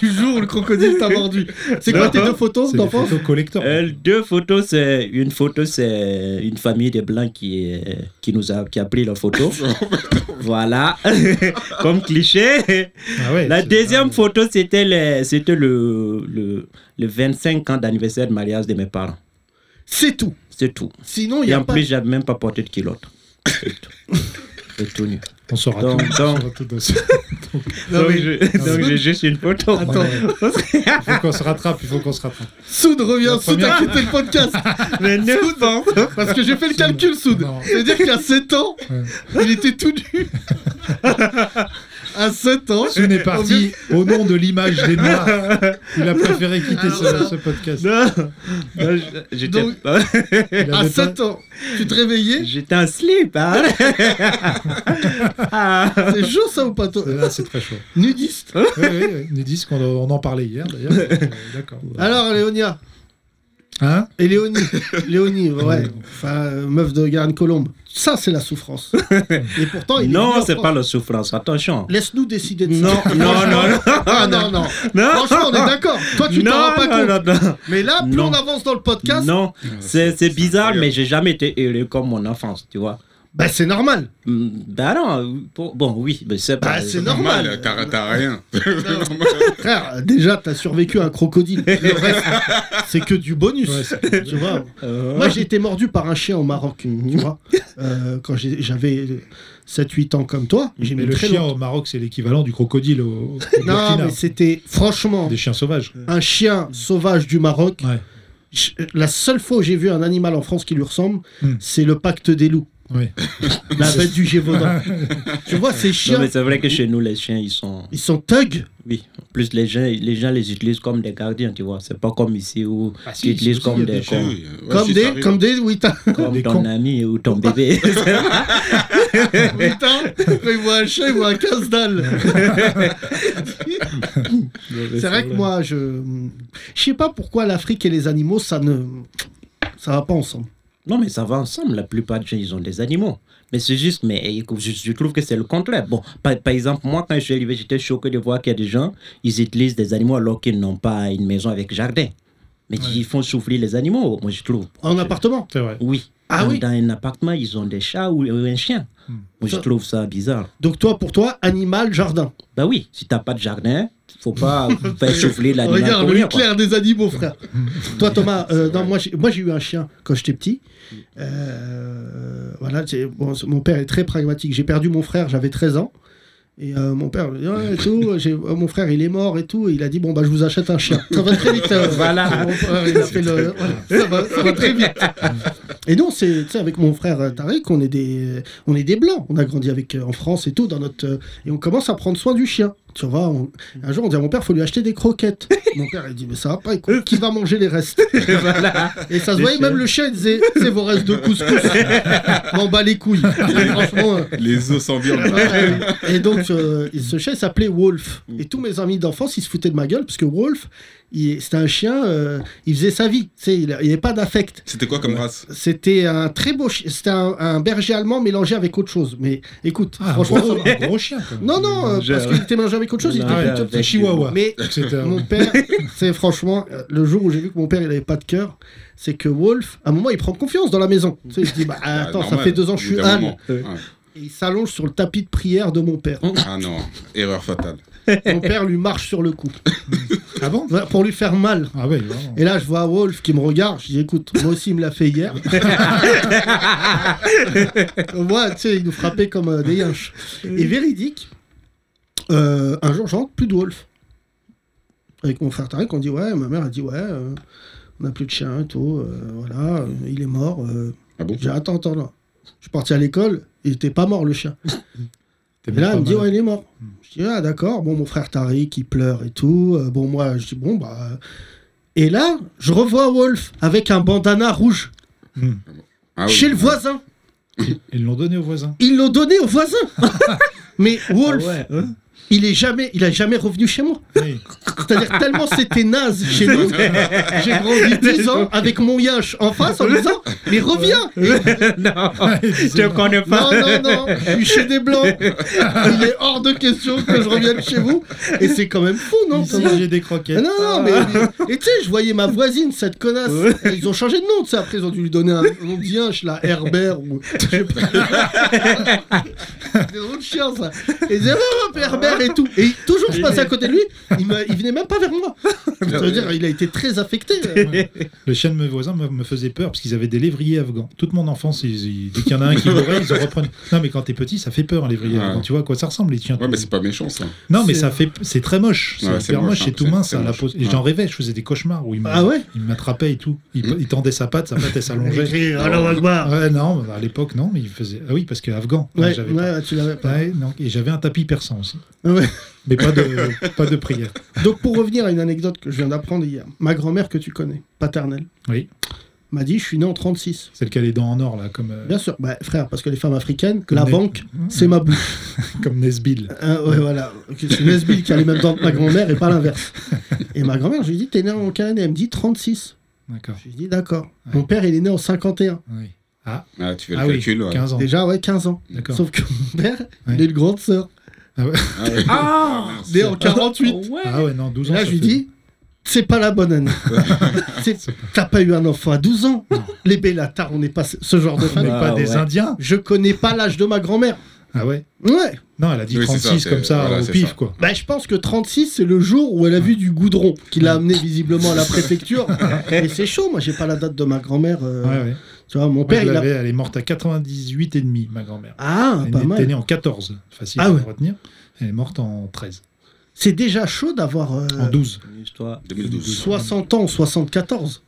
C: du jour où le crocodile t'a mordu. C'est quoi
F: Non.
C: tes deux photos
D: C'est des
C: d'enfance
D: photos collector.
F: Euh, deux photos, c'est une photo, c'est une famille de blancs qui, est- qui nous a, qui a pris la photo. voilà, comme cliché.
D: Ah ouais,
F: La
D: c'est-
F: deuxième
D: ah,
F: photo, c'était le, c'était le, le, le 25 ans d'anniversaire de mariage de mes parents.
C: C'est tout.
F: C'est tout.
C: Sinon, il n'y
F: Et
C: a
F: en
C: pas.
F: plus, j'avais même pas porté de culotte. C'est tout. C'est tout nu.
D: On saura
F: Donc,
D: tout.
F: donc-
D: On saura tout de suite.
C: Non, mais-
F: donc j'ai juste une photo.
C: Ah Attends,
D: Il faut qu'on se rattrape, il faut qu'on se rattrape.
C: Soud revient,
D: La
C: Soud a
D: première-
C: quitté le podcast.
F: Mais neuf ans.
C: Parce que j'ai fait le calcul, Soud.
D: Non.
C: C'est-à-dire qu'à 7 ans,
D: Ouais.
C: il était tout nu. à 7 ans,
D: Soun est parti au nom de l'image des Noirs. Il a préféré quitter
C: Alors
D: ce,
C: là-
D: ce podcast.
F: Non, non, j- j'étais,
C: Donc-
D: Il
C: à
D: avait pas-
C: 7 ans, tu te réveillais.
F: j'étais en slip. hein. Ah.
C: C'est chaud ça ou pas toi
D: Là, Ah, c'est très chaud.
C: Nudiste.
D: Oui, oui, ils nous disent qu'on on en parlait hier, d'ailleurs. Euh, D'accord.
C: Alors, Léonia.
D: Hein
C: Et Léonie, Léonie, ouais, enfin, euh, meuf de Garde Colombe. Ça, c'est la souffrance. Et pourtant,
D: Oh,
C: il est venu
F: Non,
C: en
F: c'est
C: France.
F: pas la souffrance. Attention.
C: Laisse-nous décider de
F: Non,
C: ça.
F: non, non, non.
C: Ah, non, non.
F: Non,
C: Franchement, on est d'accord. Toi, tu t'en rends
F: non,
C: pas
F: non,
C: compte.
F: non, non.
C: Mais là, plus
F: Non.
C: on avance dans le podcast,
F: Non, Ah, c'est c'est bizarre,
E: incroyable.
F: mais j'ai jamais été heureux comme mon enfance, tu vois.
C: bah, c'est normal.
F: Hmm, Bah non, pour- bon, oui, mais c'est
C: Bah,
F: pas.
C: c'est normal.
E: Normal, t'as t'as rien.
C: Frère, euh, déjà, t'as survécu à un crocodile. Le reste, c'est que du bonus.
D: Ouais,
C: tu vois
F: Euh,
C: Moi, j'ai été mordu par un chien au Maroc, tu vois. Euh, quand j'ai- j'avais 7-8 ans comme toi, j'ai
D: Mais
C: mis
D: le
C: très
D: chien
C: longtemps.
D: au Maroc, c'est l'équivalent du crocodile au, au
C: Non,
D: Burkina.
C: mais c'était franchement
D: Des chiens sauvages.
C: un chien sauvage du Maroc.
D: Ouais.
C: Je- La seule fois où j'ai vu un animal en France qui lui ressemble,
D: Hmm.
C: c'est le pacte des loups,
D: Oui.
C: la bête du Gévaudan. tu vois, ces
F: non,
C: chiens,
F: mais c'est vrai que chez nous, les chiens, ils sont.
C: ils sont thugs.
F: Oui, en plus les gens, les gens les utilisent comme des gardiens, tu vois. C'est pas comme ici où
D: Ah,
F: tu
D: si,
F: utilises
D: si,
F: comme
D: il y a
F: des,
D: des
F: comme,
C: comme, des, comme des Ouïtas.
F: comme
D: Des
F: ton
D: cons.
F: ami ou ton bébé.
C: Ouïtas, quand ils voient un chien, ils voient un casse-dalle. C'est vrai que moi, je. Je sais pas pourquoi l'Afrique et les animaux, ça ne. Ça va pas ensemble.
F: Non, mais ça va ensemble. La plupart des gens, ils ont des animaux. Mais c'est juste, mais eh, écoute, je, je trouve que c'est le contraire. Bon, par, par exemple, moi, quand je suis arrivé, j'étais choqué de voir qu'il y a des gens, ils utilisent des animaux alors qu'ils n'ont pas une maison avec jardin. Mais ils font souffrir les animaux, moi, je trouve.
C: En appartement.
D: C'est vrai.
F: Oui.
C: Ah
F: dans,
C: oui. Hmm.
F: dans un appartement, ils ont des chats ou, ou un chien. Moi, je
C: Ça-
F: trouve ça bizarre.
C: Donc, toi, pour toi, animal, jardin.
F: Bah oui, si t'as pas de jardin, faut pas faire souffler l'animal.
C: Regarde
F: pour
C: le
F: rien, quoi.
C: clair des animaux, frère. Toi, Thomas, euh,
E: C'est
C: non,
E: vrai.
C: moi, j'ai, moi, j'ai eu un chien quand j'étais petit. Euh, voilà, c'est- bon, c'est- mon père est très pragmatique. J'ai perdu mon frère, j'avais 13 ans. Et euh, mon père, il dit, Ouais, et tout, j'ai- euh, mon frère, il est mort et tout. Et il a dit, bon, bah, je vous achète un chien. Ça va très vite. euh,
F: Voilà.
C: mon frère, il a fait le- voilà, ça, va, ça va très vite. Et non, c'est, tu sais, avec mon frère euh, Tariq, on est des, on est des blancs. On a grandi avec, euh, en France et tout, dans notre, euh, et on commence à prendre soin du chien. Tu vois, on- un jour, on dit à mon père, faut lui acheter des croquettes. mon père, il dit, mais ça va pas, écoute, qui va manger les restes
F: Voilà.
C: Et ça se
F: Les
C: voyait,
F: chiens.
C: même le chien, il disait, c'est vos restes de couscous. M'en bas les couilles. Franchement. euh,
E: Les os sans viande.
C: ouais.
F: Mm.
C: Et donc, euh, ce chien il s'appelait Wolf. Et tous mes amis d'enfance, ils se foutaient de ma gueule, parce que Wolf, il- C'était un chien, euh, il faisait sa vie, tu sais, il n'y avait pas d'affect.
E: C'était quoi comme race
C: C'était un très beau chien, c'était un, un berger allemand mélangé avec autre chose. Mais écoute,
D: Ah, un
C: franchement,
D: gros,
C: ça-
D: un gros chien. quand même.
C: non, non, euh,
D: Berger,
C: parce
D: ouais.
C: qu'il était mélangé avec autre chose, il
F: Non,
C: était
D: Ah
F: ouais,
C: plutôt
D: ouais,
F: avec
D: petit chihuahua.
C: mais
D: C'était un-
C: mon père, c'est franchement, euh, le jour où j'ai vu que mon père il avait pas de cœur, c'est que Wolf, à un moment, il prend confiance dans la maison. Tu sais, il se dit, bah, attends, ça fait deux ans que je suis âne.
E: âne.
C: Et il s'allonge sur le tapis de prière de mon père.
E: Ah non, erreur fatale.
C: mon père lui marche sur le cou,
D: Ah bon
C: Voilà, pour lui faire mal.
D: Ah ouais, vraiment.
C: Et là, je vois Wolf qui me regarde. Je dis, écoute, moi aussi, il me l'a fait hier. moi, tu sais, il nous frappait comme euh, des yinches. Et véridique, euh, un jour, j'entre, plus de Wolf. Avec mon frère Tarek, on dit, ouais, ma mère a dit, ouais, euh, on n'a plus de chien et tout. euh, voilà, euh, il est mort. euh.
E: Ah bon
C: J'ai dit, attends, attends, attends. Je suis parti à l'école, il était pas mort, le chien.
D: T'es
C: Et là,
D: pas
C: il me dit,
D: mal.
C: ouais, il est mort. Je dis, ah, d'accord. Bon, mon frère Tariq, il pleure et tout. Euh, bon, moi, je dis, bon, bah. euh. Et là, je revois Wolf avec un bandana rouge
E: Ah oui.
C: chez le voisin.
D: Ils l'ont donné au voisin.
C: Ils l'ont donné au voisin. Mais Wolf,
F: hein
C: il est jamais, il a jamais revenu chez moi.
D: Oui.
C: C'est-à-dire tellement c'était naze chez nous, j'ai grandi 10 ans avec mon yinche en face en me disant, mais reviens,
F: Non,
D: Il disait,
F: je connais
C: Non,
F: pas.
C: non, non, je suis chez des Blancs. Il est hors de question que je revienne chez vous. Et c'est quand même fou, non
D: Ils sont mangés des croquettes.
C: Non, non, mais. Et tu sais, je voyais ma voisine, cette connasse. Ah, Ils ont changé de nom, tu sais. Après, ils ont dû lui donner un nom de chien, je la Herbert ou. Je sais pas. Des noms de chiens, ça. Et ils disaient, oh, hop, Herbert et tout. Et toujours, je passais à côté de lui, il, me- il venait même pas vers moi. Ça veut dire, il a été très affecté. euh.
D: Le chien de mes voisins me, me faisait peur parce qu'ils avaient des lévriers afghans. Toute mon enfance, ils, ils- dès qu'il y en a un qui mourait, ils en reprenaient. Non, mais quand t'es petit, ça fait peur, un lévrier
E: Ouais.
D: afghan. Tu vois à quoi ça ressemble, les chiens.
E: Ouais, mais c'est pas méchant ça.
D: Non, mais
C: C'est-
D: ça fait, c'est très moche. C'est
E: Ouais, c'est
D: hyper
E: moche,
D: moche,
E: hein.
D: c'est tout
E: C'est-
D: mince.
E: c'est
D: à la
E: moche.
D: pose. Et
E: Ouais. Mm.
D: j'en rêvais, je faisais des cauchemars où il m'a-
C: Ah ouais
D: il m'attrapait et tout. Il, il tendait sa patte, sa patte, elle s'allongeait.
C: J'ai Allah Akbar.
D: Ouais, non, bah, à l'époque, non, mais il faisait. Ah oui, parce que afghan. Ouais,
C: Ouais,
D: j'avais pas-
C: ouais, tu l'avais pas.
D: Ouais, non, et j'avais un tapis persan aussi.
C: Ouais.
D: Mais pas de, pas de prière.
C: Donc pour revenir à une anecdote que je viens d'apprendre hier, ma grand-mère que tu connais, paternelle,
D: Oui.
C: m'a dit je suis né en 36.
D: Celle qui a les dents en or, là, comme, euh,
C: Bien sûr, bah, frère, parce que les femmes africaines, la
D: Né-
C: banque, c'est ma bouche.
D: comme Nesbill.
C: Hein, ouais, voilà. Ok, C'est Nesbill qui a les mêmes dents que ma grand-mère et pas l'inverse. Et ma grand-mère, je lui dis t'es né en quelle année Elle me dit 36.
D: D'accord.
C: Je lui dis d'accord. Mon père, il est né en 51.
D: Oui.
E: Ah, tu fais le
D: Ah oui,
E: calcul. ouais.
D: 15 ans.
C: Déjà, ouais, 15 ans.
D: D'accord.
C: Sauf que mon père, il
D: Ouais.
C: est une grande sœur.
E: Ah, ouais.
F: Ah
E: mince.
C: Né en 48.
F: Ouais.
D: Ah ouais, non,
C: Et
D: 12 ans.
C: là,
D: ça
C: je lui
D: fait-
C: dis, c'est pas la bonne année. C'est- T'as pas eu un enfant à 12 ans. Les Bellatards, on n'est pas ce- ce genre de
D: On n'est
C: famille.
D: pas
F: Ah
D: des
F: ouais.
D: Indiens.
C: Je connais pas l'âge de ma grand-mère.
D: Ah ouais
C: Ouais.
D: Non, elle a dit
E: Oui, c'est
D: 36
E: ça,
D: comme ça,
E: c'est- voilà,
D: au
E: c'est
D: pif,
E: ça.
D: quoi.
C: Bah, je pense que 36, c'est le jour où elle a vu du goudron, qui l'a amené visiblement à la préfecture. Et c'est chaud, moi, j'ai pas la date de ma grand-mère. euh,
D: Ouais, ouais.
C: Tu vois, mon
D: Moi,
C: père,
D: je
C: il a.
D: l'avais, elle est morte à 98 et demi, ma grand-mère.
C: Ah,
D: elle
C: pas
D: était
C: mal.
D: née en 14, facile
C: Ah
D: à
C: ouais.
D: retenir. Elle est morte en 13,
C: C'est déjà chaud d'avoir euh,
D: en 12.
F: Une histoire.
E: 2012.
C: 60 ans, 74.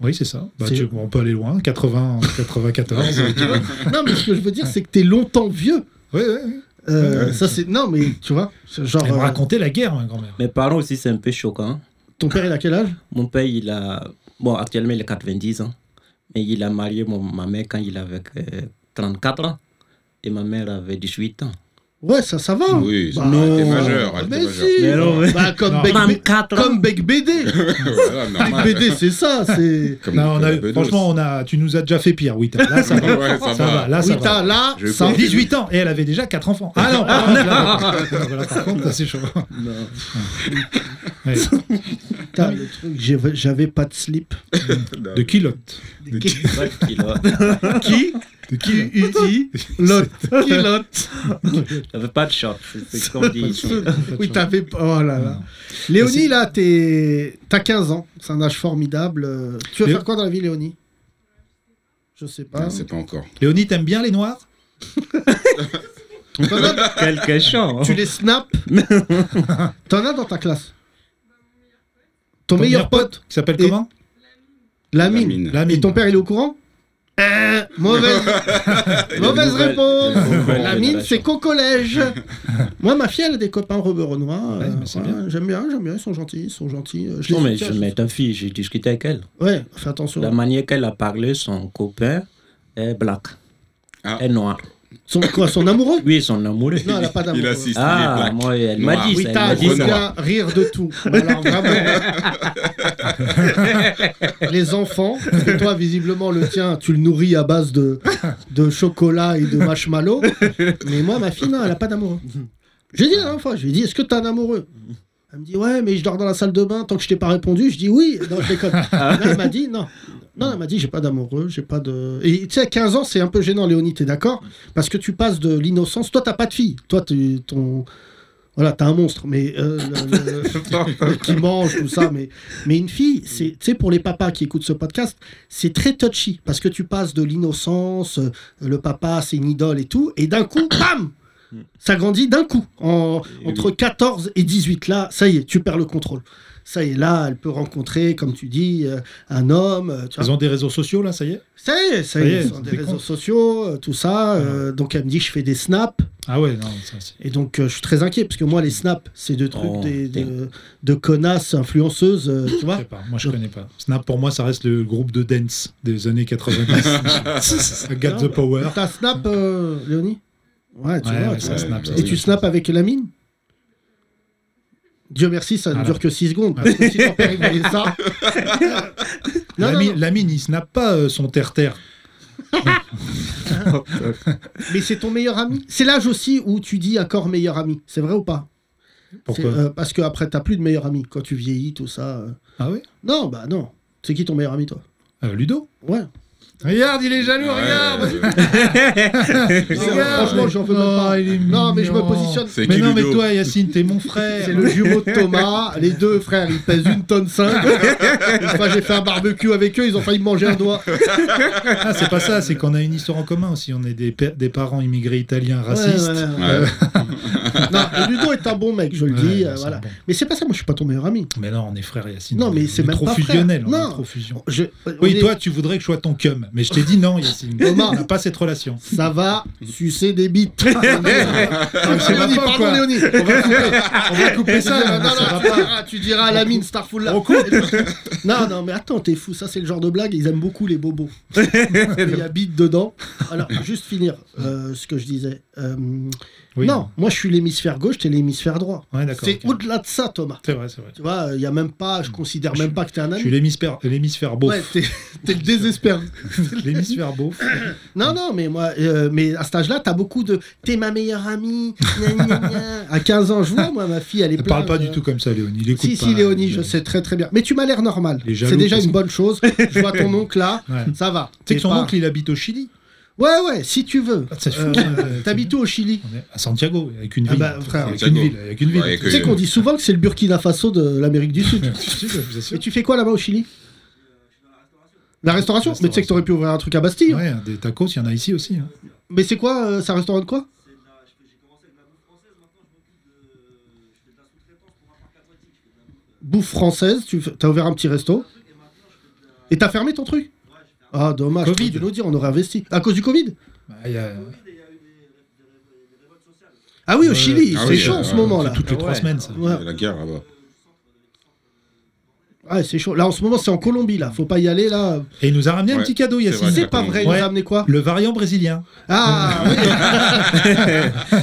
D: Oui, c'est ça. Bah,
C: C'est-
D: tu- on peut aller loin, 80, 94. tu vois.
C: Non, mais ce que je veux dire, c'est que t'es longtemps vieux.
D: Ouais, ouais, ouais.
C: Euh, Ça, c'est. Non, mais tu vois, c'est
E: Ah,
C: genre.
D: Elle me
C: euh,
D: racontait la guerre, ma grand-mère.
F: Mes parents aussi, c'est un peu choquant.
C: Ton père, il a quel âge
F: Mon père, il a. Bon, actuellement, il a 90 ans. Mais il a marié mon- ma mère quand il avait euh, 34 ans. Et ma mère avait 18 ans.
C: Ouais, ça, ça va.
E: Oui,
C: Bah,
E: elle était
C: non.
E: majeure.
D: Ah,
E: Elle était
C: Mais
E: majeure.
C: si
F: Mais non, mais-
C: Bah, comme,
D: Non.
C: Bec, B-
F: 34 ans
C: comme Bec BD
E: Voilà,
C: Bec
E: normal.
C: BD, c'est ça, c'est...
E: Comme
D: Non, on a-
E: Nicolas Bedos.
D: franchement, on a, tu nous as déjà fait pire, Wita. Là, ça va.
E: Ouais, ça
D: Ça
E: va.
D: va, là, Ah, ça
C: Oui,
D: va.
C: t'as là,
E: Je
C: ça...
E: pense.
D: 118 ans et elle avait déjà 4 enfants. Ah non, par contre, là, voilà, par contre, là, c'est chaud. Ouais.
C: Putain, le truc, j'ai- j'avais pas de slip.
D: De kilote.
F: Ouais, il a-
C: Qui
D: De kilote.
C: Il dit... Lot. Qui lot
F: il avait pas de short. C'est c'est comme dit. ici.
C: Oui, t'avais pas... Oh là là. Léonie, là, t'es... T'as 15 ans, c'est un âge formidable. euh, Tu veux
D: Léo-
C: faire quoi dans la vie, Léonie Je sais pas.
E: Non, C'est pas encore.
D: Léonie, t'aimes bien les noirs
C: T'en as-
F: Quelque chose.
C: Tu les snaps T'en as dans ta classe Ton,
D: Ton
C: meilleur
D: meilleur
C: pote,
D: Qui s'appelle
C: Et-
D: comment
C: la mine.
E: Lamine.
D: La
C: Et Ah, ton père, il est au courant Euh, Mauvaise, mauvaise
F: nouvelle-
C: réponse.
F: il y a une nouvelle
C: La mine,
F: génération.
C: c'est qu'au collège. Moi, ma fille, elle a des copains Robert Renoir.
D: Ouais,
C: euh,
D: mais c'est
C: voilà, J'aime bien, j'aime bien. Ils sont gentils, ils sont gentils. euh, Je les
F: Non, mais,
C: soutiens,
F: je-
C: je-
F: mais ta fille, j'ai discuté avec elle.
C: Ouais, fais attention.
F: La manière qu'elle a parlé, son copain est black.
E: Ah.
F: Est noir.
C: Son, quoi, son amoureux
F: Oui, son amoureux.
C: Non, elle n'a pas d'amoureux.
E: Il assiste.
F: Ah, moi, elle m'a
E: Noir.
F: dit
C: Oui,
F: ça. Elle
C: t'as
F: m'a dit
E: Rita,
F: ça.
C: Rita, rire de tout. Mais alors, vraiment. les enfants, parce que toi, visiblement, le tien, tu le nourris à base de, de chocolat et de marshmallow. Mais moi, ma fille, non, elle n'a pas d'amoureux. J'ai dit la dernière fois, je lui ai dit, est-ce que t'as un amoureux Elle me dit, ouais, mais je dors dans la salle de bain, tant que je t'ai pas répondu, je dis oui. Non, je déconne. Là, elle m'a dit, non. Non, elle m'a dit, j'ai pas d'amoureux, j'ai pas de. Et tu sais, à 15 ans, c'est un peu gênant, Léonie, t'es d'accord Parce que tu passes de l'innocence. Toi, t'as pas de fille. Toi, tu, ton. Voilà, t'as un monstre, mais. euh, le- le- le- euh, qui mange, tout ça. Mais, mais une fille, c'est. Tu sais, pour les papas qui écoutent ce podcast, c'est très touchy. Parce que tu passes de l'innocence, euh, le papa, c'est une idole et tout. Et d'un coup, bam Ça grandit d'un coup. En- entre 14 et 18, là, ça y est, tu perds le contrôle. Ça y est, là, elle peut rencontrer, comme tu dis, euh, un homme. euh, tu vois.
D: Ils ont des réseaux sociaux, là, ça y est
C: Ça y est, ça y
D: Ça y
C: est,
D: est,
C: sur
D: on
C: des
D: décompte.
C: réseaux sociaux, euh, tout ça. euh, donc elle me dit je fais des snaps
D: Ah ouais, non, ça, c'est-
C: et donc euh, je suis très inquiet parce que moi les snaps c'est deux trucs
F: Oh,
C: des-
F: t'es-
C: de, de connasses influenceuses, euh, tu
D: je
C: vois.
D: sais pas. Moi, je connais pas. Snap, pour moi, ça reste le groupe de dance des années 90. Got
C: Non,
D: the Power.
C: T'as snap, euh, Léonie Ouais, tu
D: Ouais,
C: vois.
D: ouais,
C: tu
D: ça
C: vois.
D: snap. ça,
C: Et
E: oui.
C: tu snaps avec la mine Dieu merci, ça ne
D: Ah,
C: dure
D: là.
C: que 6 secondes.
D: Ah.
C: parce que si ton père, il voyait ça. non,
D: la,
C: non,
D: mi-
C: non.
D: la mine, il snap pas euh, son terre-terre.
C: Mais c'est ton meilleur ami. C'est l'âge aussi où tu dis encore meilleur ami. C'est vrai ou pas
D: Pourquoi
C: C'est, euh, Parce que après, t'as plus de meilleur ami quand tu vieillis, tout ça. euh.
D: Ah ouais
C: Non, bah non. C'est qui ton meilleur ami, toi
D: Euh, Ludo
C: Ouais.
D: Regarde, il est jaloux, regarde
C: Non, franchement, j'en veux même
D: Oh,
C: pas.
D: il est
C: Ah, Non, mais je me
D: mignon.
C: positionne.
E: C'est
D: Mais
E: qui
D: non, mais
E: Ludo
D: toi, Yacine, t'es mon frère.
C: C'est le jumeau de Thomas. Les deux frères, ils pèsent une tonne cinq. Une fois, j'ai fait un barbecue avec eux, ils ont failli me manger un doigt.
D: Ah, c'est pas ça, c'est qu'on a une histoire en commun aussi. On est des, pa- des parents immigrés italiens racistes.
C: Ouais, ouais, ouais.
E: Ouais.
C: Non, et Ludo est un bon mec, je le
D: Ouais,
C: dis. euh,
D: c'est
C: voilà.
D: bon.
C: Mais c'est pas ça. Moi, je suis pas ton meilleur ami.
D: Mais non, on est frères, Yacine.
C: Non,
D: On
C: mais
D: est-
C: c'est
D: on est
C: même
D: trop
C: pas frère.
D: fusionnel. on est
C: Non.
D: trop fusion.
C: Je- euh, on
D: Oui,
C: est-
D: toi, tu voudrais que je sois ton cum, mais je t'ai dit non, Yacine.
C: Thomas.
D: on n'a pas cette relation.
C: Ça va sucer des bites. euh,
D: Ça va
C: Léonie,
D: pas,
C: pardon
D: quoi.
C: Léonie, on va couper, on va couper ça.
D: Ça
C: Non, non,
D: va
C: tu, diras, tu diras à la mine Starfall là.
D: On coupe.
C: Non, non, mais attends, t'es fou, ça c'est le genre de blague, ils aiment beaucoup les bobos. ils habitent dedans. Alors, juste finir euh, ce que je disais. Euh,
D: Oui.
C: Non, moi je suis l'hémisphère gauche, t'es l'hémisphère droit.
D: Ouais, d'accord.
C: c'est
D: ok.
C: au-delà de ça, Thomas.
D: C'est vrai, c'est vrai.
C: Tu vois, il y a même pas, je considère
D: Je
C: même
D: suis-
C: pas que t'es un
D: Je suis
C: ami.
D: l'hémisphère, l'hémisphère beauf.
C: Ouais, t'es t'es le désespéré.
D: L'hémisphère beauf.
C: Non, non, mais moi, euh, mais à cet âge-là, t'as beaucoup de t'es ma meilleure amie. gna, gna, gna. à 15 ans, je vois, moi, ma fille, elle est
D: Ne parle
C: pleine,
D: pas du
C: euh,
D: tout comme ça, Léonie. Il écoute
C: Si,
D: pas,
C: si, Léonie, je
D: euh,
C: sais très très bien. Mais tu m'as l'air normal.
D: Il est jaloux
C: C'est déjà
D: parce
C: une
D: que-
C: bonne chose. Je vois ton oncle là,
D: Ouais.
C: ça va.
D: Tu sais que
C: T'es
D: son
C: pas-
D: oncle, il habite au Chili.
C: Ouais, ouais, si tu veux.
D: Ah, c'est fou,
C: Euh,
D: euh,
C: T'habites où au Chili
D: On est à Santiago, avec une
C: Ah
D: ville.
C: bah, frère,
D: avec une
E: Santiago.
D: ville. Avec une ville.
E: Ouais,
C: Tu sais qu'on dit souvent que c'est le Burkina Faso de l'Amérique du Sud.
D: Tu sais, bien sûr.
C: Et tu fais quoi là-bas au Chili la restauration,
D: La
C: Mais tu sais que t'aurais pu ouvrir un truc à Bastille.
D: Ouais, des tacos, il y en a ici aussi. hein.
C: Mais c'est quoi euh, Ça restaurant de quoi Bouffe française, tu fais- t'as ouvert un petit resto et t'as fermé ton truc Ah dommage,
D: Covid.
C: t'aurais dû nous dire, on aurait investi. À cause du Covid
D: Bah, il y a-
C: Ah oui, au
D: Ouais.
C: Chili,
E: Ah
C: c'est
E: oui,
C: chaud
E: euh,
C: en ce moment là.
D: C'est toutes les
F: Ah
D: trois
F: ouais.
D: semaines, ça.
C: Ouais.
E: La guerre là-bas.
C: Ouais, Ah, c'est chaud. Là en ce moment c'est en Colombie là, faut pas y aller là.
D: Et il nous a ramené un
E: Ouais.
D: petit cadeau,
E: C'est
D: Yacine.
E: vrai,
C: C'est pas vrai, il
D: Ouais.
C: nous a amené quoi
D: Le variant brésilien.
C: Ah oui.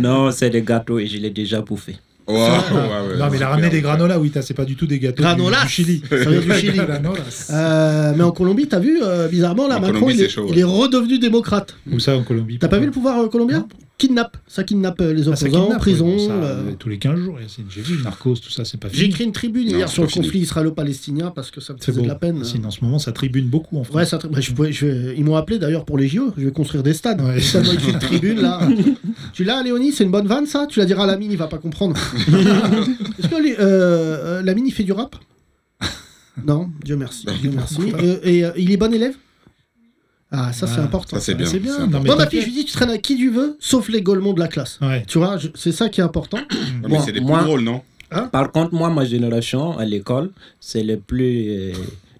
F: Non, c'est des gâteaux et je l'ai déjà bouffé.
E: Oh,
D: Ah,
E: ouais, ouais,
D: non, mais il a ramené des granolas, oui, t'as- c'est pas du tout des gâteaux. du-
C: Granolas.
D: Du Chili.
C: Ça vient du Chili.
D: Granolas.
C: Euh, mais en Colombie, t'as vu, euh, bizarrement, là,
E: En
C: Macron,
E: Colombie,
C: il, est,
E: c'est chaud,
C: il
E: ouais.
C: est redevenu démocrate.
D: Ou ça en Colombie.
C: T'as pas vu le pouvoir euh, colombien Kidnappe. Ça kidnappe euh, les
D: Ah, ça
C: opposants,
D: kidnappe,
C: prison.
D: ouais, ça,
C: euh,
D: euh, Tous les 15 jours, Yacine. J'ai vu Narcos, tout ça, c'est pas
C: J'ai
D: fini.
C: écrit une tribune
E: Non,
C: hier
E: c'est
C: sur le
E: pas fini.
C: conflit israélo-palestinien parce que ça me
D: C'est
C: faisait
D: beau.
C: de la peine.
D: Yacine, en ce moment, ça tribune beaucoup en France.
C: Ouais, ça, bah, je pouvais- je vais- ils m'ont appelé d'ailleurs pour les JO. Je vais construire des stades.
D: Ouais.
C: Ça doit être une tribune là. tu l'as, Léonie C'est une bonne vanne ça Tu la diras à Lamine, il va pas comprendre. Est-ce que les- euh, euh, Lamine il fait du rap Non, Dieu
D: Bah,
C: merci. Dieu merci. Euh, et euh, il est bon élève Ah, ça c'est
D: Ah,
C: important.
E: ça, c'est bien.
D: C'est
E: C'est
D: bien.
E: important.
D: Non, mais
C: Moi, ma
D: t'as-
C: fille, je lui dis tu traînes avec qui tu veux, sauf les golemons de la classe.
D: Ouais.
C: Tu vois, je- c'est ça qui est important.
E: Ah, mais c'est les plus
F: Moi-
E: drôles, non
F: Par contre, moi, ma génération à l'école, c'est les plus euh,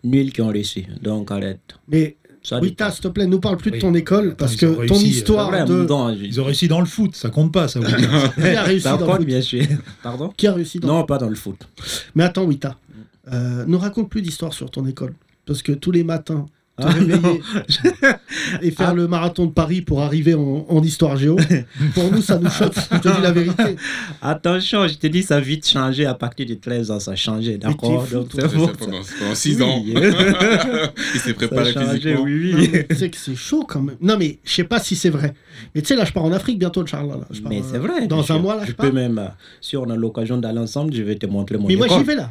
F: nuls qui ont réussi. Donc arrête.
C: Mais
F: Ça
C: Wita, s'il te plaît, nous parle plus de
D: Oui.
C: ton école
D: Attends,
C: parce
D: ils ont
C: que ton
D: réussi, euh,
C: histoire
F: Problème,
C: de
F: non, je-
D: Ils ont réussi dans le foot, ça compte pas, ça. oui.
C: qui a réussi
F: Ça
C: dans le
F: compte,
C: foot
F: bien sûr. Pardon
C: Qui a réussi dans
F: Non, pas dans le foot.
C: Mais attends, Wita, euh, nous raconte plus d'histoires sur ton école. Parce que tous les matins, te
F: Ah,
C: réveiller
F: non.
C: et faire le marathon de Paris pour arriver en, en histoire géo, pour nous, ça nous choque, je te dis la vérité.
F: Attention, je te dis, ça a vite changé. À partir de 13 ans, ça a changé, d'accord
C: t'es fou,
F: Donc,
C: toi.
F: c'est bon,
E: ça pendant 6
F: Oui.
E: ans. il s'est
F: ça a
E: préparé
F: changé,
E: physiquement.
F: oui,
C: Non,
F: oui.
C: mais Tu sais que c'est chaud quand même. Non, mais je sais pas si c'est vrai. Mais tu sais, là, je pars en Afrique bientôt, Charles. Là, Je pars,
F: Mais
C: euh,
F: c'est vrai.
C: Dans
F: je-
C: un mois, là, je
F: je
C: pars.
F: peux même, euh, si on a l'occasion d'aller ensemble, je vais te montrer mon
C: Mais moi,
F: école.
C: j'y vais là.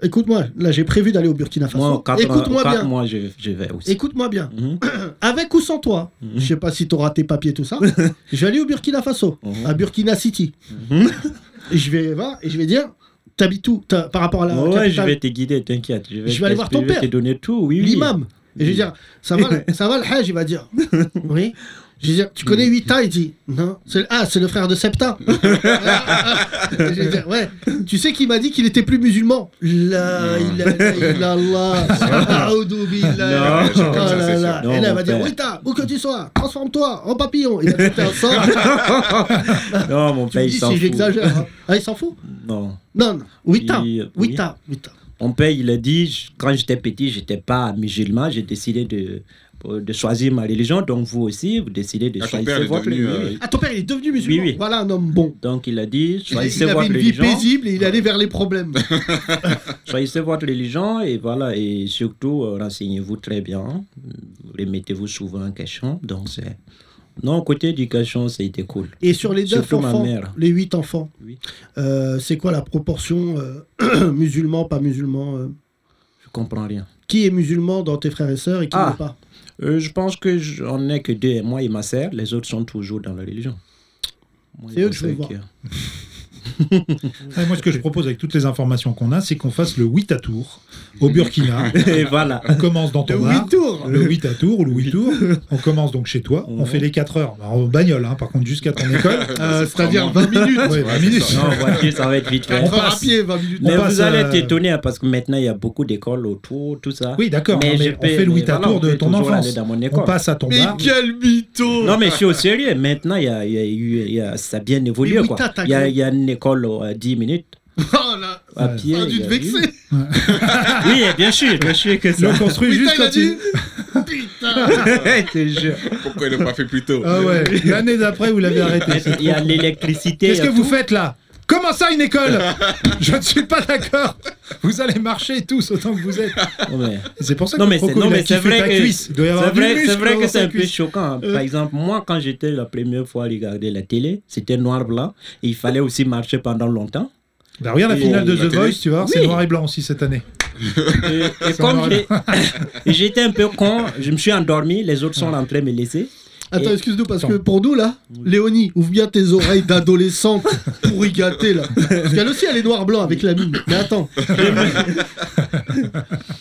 C: Écoute-moi, là, j'ai prévu d'aller au Burkina Faso.
F: Moi, en quatre-
C: Écoute-moi
F: en quatre
C: bien.
F: mois, je, je vais aussi.
C: Écoute-moi bien.
F: Mhm.
C: Avec ou sans toi, je sais pas si t'auras tes papiers, tout ça. je vais aller au Burkina Faso,
F: Mhm.
C: à Burkina City.
F: Mhm.
C: Et je vais voir et je vais dire t'habites où t'as- par rapport à la
F: Ouais,
C: capitale,
F: je vais te guider, t'inquiète. Je vais,
C: Je vais aller voir ton
F: t'expliquer,
C: père.
F: Je vais te donner tout, oui. oui.
C: l'imam. Et je vais dire ça va, le- ça va le Hajj, il va dire oui. Je vais dire, tu connais Huita Il dit, non. C'est le- ah, c'est le frère de Septa. Ah, ah, ah. Et Je vais dire, ouais. Tu sais qu'il m'a dit qu'il était plus musulman. La ilaha illallah. A'udhu billah.
E: Ouais, genre comme
C: Oh
E: ça,
C: là
E: c'est
C: là.
E: sûr.
F: Non,
C: et là, elle
F: mon
C: va dire
F: père.
C: Wita, où que tu sois, transforme-toi en papillon. Il va péter un sang.
F: Non, mon
C: Tu me
F: père, il
C: dis
F: s'en
C: si
F: fout.
C: j'exagère. hein. Ah, il s'en fout
F: Non.
C: Non, non. Wita,
F: Oui, oui.
C: Wita, Wita.
F: Mon père, il a dit, je- quand j'étais petit, j'étais pas musulman, j'ai décidé de, de choisir ma religion, donc vous aussi, vous décidez de
E: Ah, ton
F: choisir
E: père est
F: votre
E: devenu,
F: religion.
E: euh,
C: Ah, ton père, il est devenu musulman.
F: Oui, oui.
C: Voilà un homme bon.
F: Donc il a dit,
C: Il, il
F: choisissez
C: avait
F: votre
C: une vie
F: religion,
C: paisible et il allait vers les problèmes.
F: choisissez votre religion, et voilà, et surtout, euh, renseignez-vous très bien, remettez-vous souvent en question, donc c'est... Non, côté éducation, ça a été cool.
C: Et sur les neuf
F: Surtout ma
C: enfants,
F: mère.
C: les huit enfants,
F: Oui.
C: euh, c'est quoi la proportion euh, musulman, pas musulman euh,
F: Je comprends rien.
C: Qui est musulman dans tes frères et sœurs et qui
F: Ah.
C: n'est pas
F: Euh, je pense que j'en ai que deux, moi et ma sœur. Les autres sont toujours dans la religion. Moi,
C: C'est
F: et
C: eux
F: ma
C: que je veux
F: sœur
C: voir.
F: qui-
D: Ah, moi, ce que je propose avec toutes les informations qu'on a, c'est qu'on fasse le 8 à tour au Burkina.
F: Et voilà.
D: On commence dans ton bar.
C: tours
D: Le 8 à tour ou le 8 tour. On commence donc chez toi. On
F: Ouais.
D: fait les 4 heures. Alors, en bagnole, hein, par contre, jusqu'à ton école.
E: Euh,
C: C'est-à-dire
E: Vraiment.
C: 20 minutes.
D: Ouais, 20
E: c'est
D: minutes.
E: ça.
F: Non, en voiture, ça va être vite fait.
D: On
C: On part à
D: passe.
C: pied 20 minutes.
F: Mais
D: On passe
F: vous allez
D: à-
F: être étonné hein, parce que maintenant, il y a beaucoup d'écoles autour, tout ça.
D: Oui, d'accord.
F: Mais
D: non,
F: je
D: mais on
F: peux-
D: fait le
F: mais
D: 8 à
F: voilà,
D: tour
F: on
D: de
F: peut
D: ton
F: toujours
D: enfance.
F: aller dans mon
D: On
F: école.
D: passe à ton
E: Mais
D: bar.
E: quel mytho
F: Non, mais je suis au sérieux. Maintenant, il y a, il y a eu- il y a- ça a bien évolué.
C: Mais oui,
F: quoi.
C: t'as- t'as
F: Il y, a-
C: cru.
F: il y a une école euh, à 10 minutes.
C: Oh là
F: À
D: Ouais.
F: pied.
C: Ah,
F: il
C: tu
F: y
C: te
F: a
C: vexer
F: eu. Oui, bien sûr, bien sûr que ça.
D: Le construit
C: Putain,
D: juste
C: il a
D: quand tu-
F: Je te jure.
E: euh, Pourquoi ils l'ont pas fait plus tôt
D: Ah ouais, l'année d'après, vous l'avez arrêté.
F: Il y a l'électricité. il
D: Qu'est-ce
F: y a
D: que vous
F: tout.
D: faites là Comment ça une école Je ne suis pas d'accord. Vous allez marcher tous autant que vous êtes.
F: Non, mais-
D: C'est pour ça que
F: Non,
D: le
F: mais c'est-
D: croco,
F: non,
D: il a
F: mais c'est
D: kiffé
F: vrai
D: ta
F: que-
D: cuisse. Il doit y avoir
F: C'est
D: du
F: vrai,
D: muscle
F: c'est vrai
D: dans
F: que
D: ta
F: c'est un peu
D: cuisse.
F: choquant.
E: Euh.
F: Par exemple, moi, quand j'étais la première fois à regarder la télé, c'était noir-blanc. Et il fallait aussi marcher pendant longtemps.
D: Bah, regarde la
F: Et-
D: finale de
E: La
D: The
E: télé.
D: Voice, tu vois, c'est
F: Oui.
D: noir et blanc aussi cette année.
F: Et,
E: Euh,
F: et comme j'ai- et j'étais un peu con, je me suis endormi, les autres
E: Ah.
F: sont rentrés me laisser.
C: Attends,
F: Et-
C: excuse-nous, parce
D: Attends.
C: que pour nous, là, Léonie, ouvre bien tes oreilles d'adolescente pour y gâter, là. Parce qu'elle aussi, elle est noir-blanc avec la mine. Mais attends.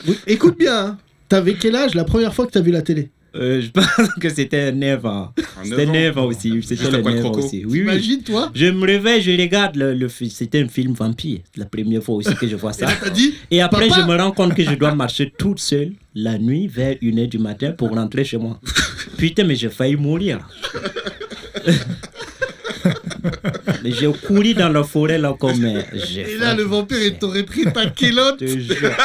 C: Oui, écoute bien, hein. T'avais quel âge la première fois que t'as vu la télé
F: Euh, je pense que c'était 9 ans.
E: Un
F: C'était
E: neuf ans.
F: 9 ans aussi.
E: Juste
F: C'était le
E: après le
F: 9 ans
E: croco.
F: aussi. Oui, oui.
C: Imagine, toi
F: Je me réveille, je regarde le, le fi- C'était un film vampire, la première fois aussi que je vois ça.
C: T'as dit
F: Et après,
C: Papa
F: je me rends compte que je dois marcher toute seule la nuit vers 1h du matin pour rentrer chez moi. Putain, mais j'ai failli mourir. mais j'ai couru dans la forêt là comme. euh, j'ai
C: Et là,
F: failli-
C: le vampire, il t'aurait pris ta kélote.
F: Je te jure.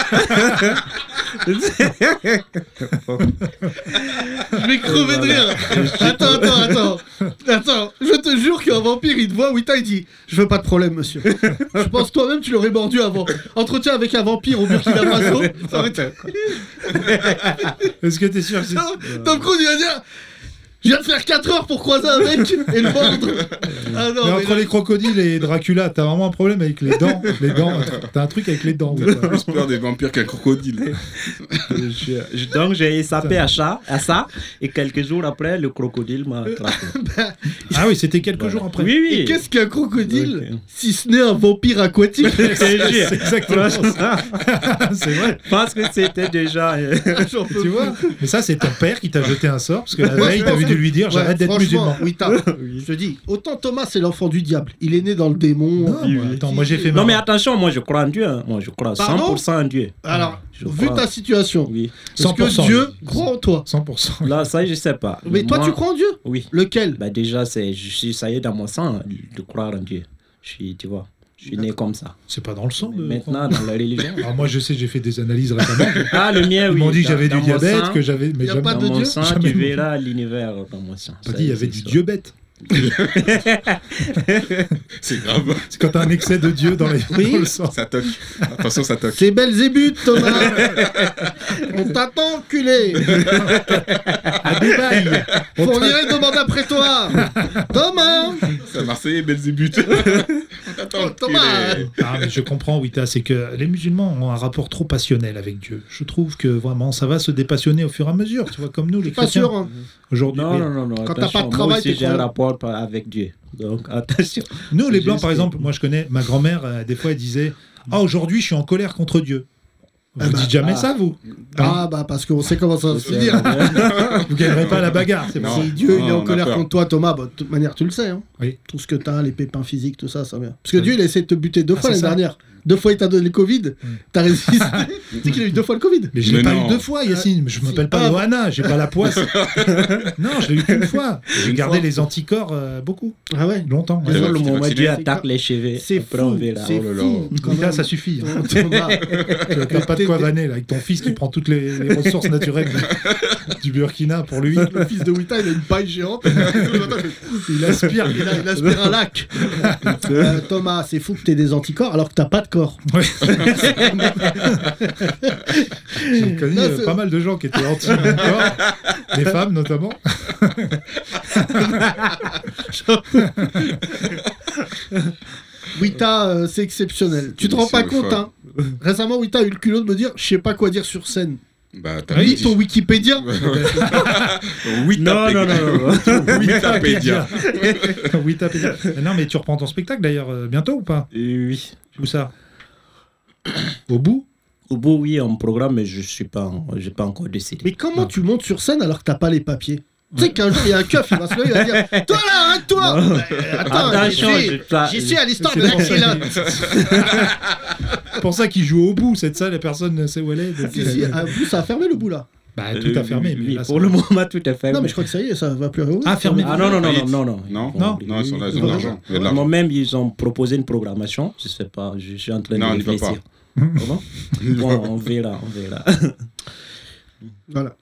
C: Je vais crever de rire. Attends, attends, attends. Attends, je te jure qu'un vampire, il te voit, Wita, il dit Je veux pas de problème, monsieur. Je pense toi-même, tu l'aurais mordu avant. Entretien avec un vampire au Burkina Faso, ça aurait été.
D: Est-ce que t'es sûr que c'est-
C: Tom Cruise, il va dire Je viens de faire 4 heures pour croiser un mec et le mordre. Ah non,
D: Mais
C: mais
D: entre
C: là-
D: les crocodiles et Dracula, t'as vraiment un problème avec les dents. Les dents, t'as un truc avec les dents. ou
E: T'as
D: quoi
E: plus peur des vampires qu'un crocodile.
F: Je- Donc j'ai échappé à ça, à ça, et quelques jours après, le crocodile m'a
C: Euh,
F: attrapé.
D: Ah oui, c'était quelques jours après.
F: Oui, oui.
C: Et qu'est-ce qu'un crocodile
F: Ok.
C: si ce n'est un vampire aquatique
F: Je te jure.
D: C'est exactement ça. C'est vrai.
F: Parce que c'était déjà. euh,
C: J'en peux
D: Tu vois Mais ça, c'est ton père qui t'a jeté un sort parce que la veille, t'avais dû lui dire
C: Ouais,
D: j'arrête d'être
C: franchement,
D: musulman.
C: Wita, je te dis, autant Thomas c'est l'enfant du diable. Il est né dans le démon.
D: Non, moi, attends, moi j'ai fait
F: Non,
D: ma-
F: mais attention, moi je crois en Dieu. hein. Moi je crois
C: Pardon
F: 100% en Dieu.
C: Alors,
F: Je
C: vu
F: crois.
C: ta situation,
F: Oui.
C: est-ce
D: 100%,
C: que Dieu
D: oui.
C: croit en toi
D: 100%.
F: Là, ça, je sais pas.
C: Mais toi,
F: Moi-
C: tu crois en Dieu
F: Oui.
C: Lequel
F: hein, Bah déjà, c'est, je suis- ça y est dans mon sang de croire en Dieu. Je suis, tu vois, je Je suis né comme ça.
D: C'est pas dans le sang
F: Mais
D: de.
F: maintenant, dans la religion.
D: Alors moi, je sais, j'ai fait des analyses récemment.
F: Ah, le mien,
D: Ils
F: oui.
D: m'ont dit que
F: Dans-
D: j'avais
F: dans
D: du
F: mon
D: diabète,
F: sein,
D: que j'avais. Mais
C: Y a
D: jamais-
C: pas
F: Dans
C: de
F: mon
C: Dieu
F: sein,
D: Jamais.
F: tu verras l'univers dans mon sein.
D: T'as
F: Ça,
D: dit, il y avait
F: c'est
D: du
F: sûr.
D: dieu bête.
E: C'est grave.
D: C'est quand t'as un excès de dieu dans, les... dans le sang.
E: Ça toque. Attention, ça toque.
C: C'est Belzébuth, Thomas On t'attend, culé
D: À Dubaï. On
C: Faut
D: t'a-
C: virer demande après toi Thomas
E: C'est Marseille, Belzébuth.
C: Oh,
E: Attends,
C: Thomas.
D: Ah, mais je comprends, oui, t'as- c'est que les musulmans ont un rapport trop passionnel avec Dieu. Je trouve que vraiment, ça va se dépassionner au fur et à mesure, tu vois, comme nous, les
C: Pas
D: chrétiens.
C: sûr, hein.
D: Aujourd'hui,
F: Non,
D: mais
F: non, non, non.
C: Quand t'as pas de
F: attention,
C: travail,
F: moi
C: t'es
F: aussi, j'ai un
C: croyant.
F: rapport par- avec Dieu. Donc, attention.
D: nous, les blancs,
F: Juste-
D: par exemple, moi, je connais ma grand-mère, euh, des fois, elle disait Ah, aujourd'hui, je suis en colère contre Dieu. Vous
C: Ah bah,
D: dites jamais
F: ah.
D: ça, vous
C: Ah bah parce qu'on sait comment ça va se finir
D: Vous gagnerez pas la bagarre, c'est
E: Non.
D: bon.
C: Si Dieu il est
E: Non,
C: en
E: on a
C: colère
E: peur.
C: contre toi, Thomas, bah, de toute manière tu le sais. Hein.
D: Oui.
C: Tout ce que t'as, les pépins physiques, tout ça, ça vient. Parce que Dieu il a essayé de te buter deux
D: Ah,
C: fois
D: c'est
C: l'année
D: ça.
C: dernière. Deux fois il t'a donné le Covid, t'as résisté. tu sais qu'il a eu deux fois le Covid.
D: Mais je l'ai
E: Mais
D: pas
E: non.
D: eu deux fois, Yacine. Je m'appelle pas
C: Ah.
D: Johanna, j'ai pas la poisse. non, je l'ai eu qu'une fois. J'ai
F: Une
D: gardé
F: fois.
D: les anticorps euh, beaucoup,
C: Ah ouais.
D: longtemps.
F: Le
E: Ouais, ouais,
F: jour, le
E: tu t'es
F: moment où
E: vacciné.
F: Dieu attaque les cheveux,
C: C'est
F: après,
C: fou.
F: on verra.
C: C'est
E: oh là là.
C: fou. quand
D: Donc là,
C: même.
D: ça suffit. hein.
C: Thomas,
D: T'as pas de quoi vanner là, avec ton fils qui prend toutes les, les ressources naturelles du- du Burkina pour lui.
C: le fils de Wita, il a une paille géante. il aspire, il, a- il aspire un lac. Euh, Thomas, c'est fou que t'aies des anticorps alors que t'as pas de corps.
D: Ouais. J'ai connu
C: Non,
D: euh,
C: c'est-
D: pas mal de gens qui étaient anti corps, des femmes notamment.
C: Wita, euh, c'est exceptionnel. Tu te rends
E: C'est
C: pas
E: le
C: compte, hein
E: choix.
C: Récemment, Wita a eu le culot de me dire, je sais pas quoi dire sur scène.
E: Bah, t'as
C: Lis
E: dit-
C: ton Wikipédia.
E: Oui,
F: Non, non, non, non.
E: Wikipédia.
D: oui, t'as pédia. Non, mais tu reprends ton spectacle d'ailleurs euh, bientôt ou pas
F: Oui.
D: Où ça Au bout
F: Au bout, oui, on programme, mais je suis pas, en- j'ai pas encore décidé.
C: Mais comment tu montes sur scène alors que t'as pas les papiers Tu sais qu'un jour, il y a un keuf, il va se lever, il va dire Toi là, arrête-toi
F: Non.
C: Euh,
D: Ah,
C: Attends, j'y
F: Attention,
C: suis,
F: je- ça-
C: j'y suis à l'histoire
D: C'est
C: de
D: pour ça
C: l'Axila.
D: qu'il- pour ça qu'ils jouent au bout, cette salle, et personne ne sait où elle est. donc,
C: Si, si, ah.
D: euh,
C: à bout, ça a fermé le bout là.
D: Bah,
F: Euh,
D: tout a
F: oui,
D: fermé.
F: oui,
D: mais
F: oui,
D: là,
F: pour
D: ça-
F: le moment, tout a fermé.
C: Non, mais je crois que ça y est, ça va plus réouvrir.
D: Ah, fermé.
F: Ah non, non, non, non, non, non.
E: Non,
D: Non.
E: non, ils sont là, ils ont de l'argent. Il y a de l'argent.
F: Moi-même, ils ont proposé une programmation. Je sais pas, je suis en train
E: Non, on
F: de
E: y va
F: réfléchir. Comment Bon, on verra, on verra.
C: Voilà.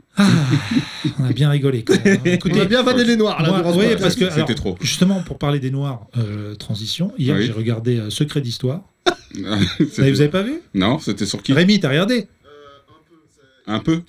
D: On a bien rigolé. quand même, hein.
C: On a
D: Écoutez,
C: bien vanné les noirs là.
D: Moi,
C: durant ce
D: oui,
C: podcast.
D: parce que
E: C'était
D: alors,
E: trop.
D: justement pour parler des noirs, euh, transition. Hier,
E: Oui.
D: j'ai regardé euh, Secret d'histoire. Vous
E: C'était-
D: avez pas vu
E: Non, c'était sur qui
D: Rémi, t'as regardé
E: Un peu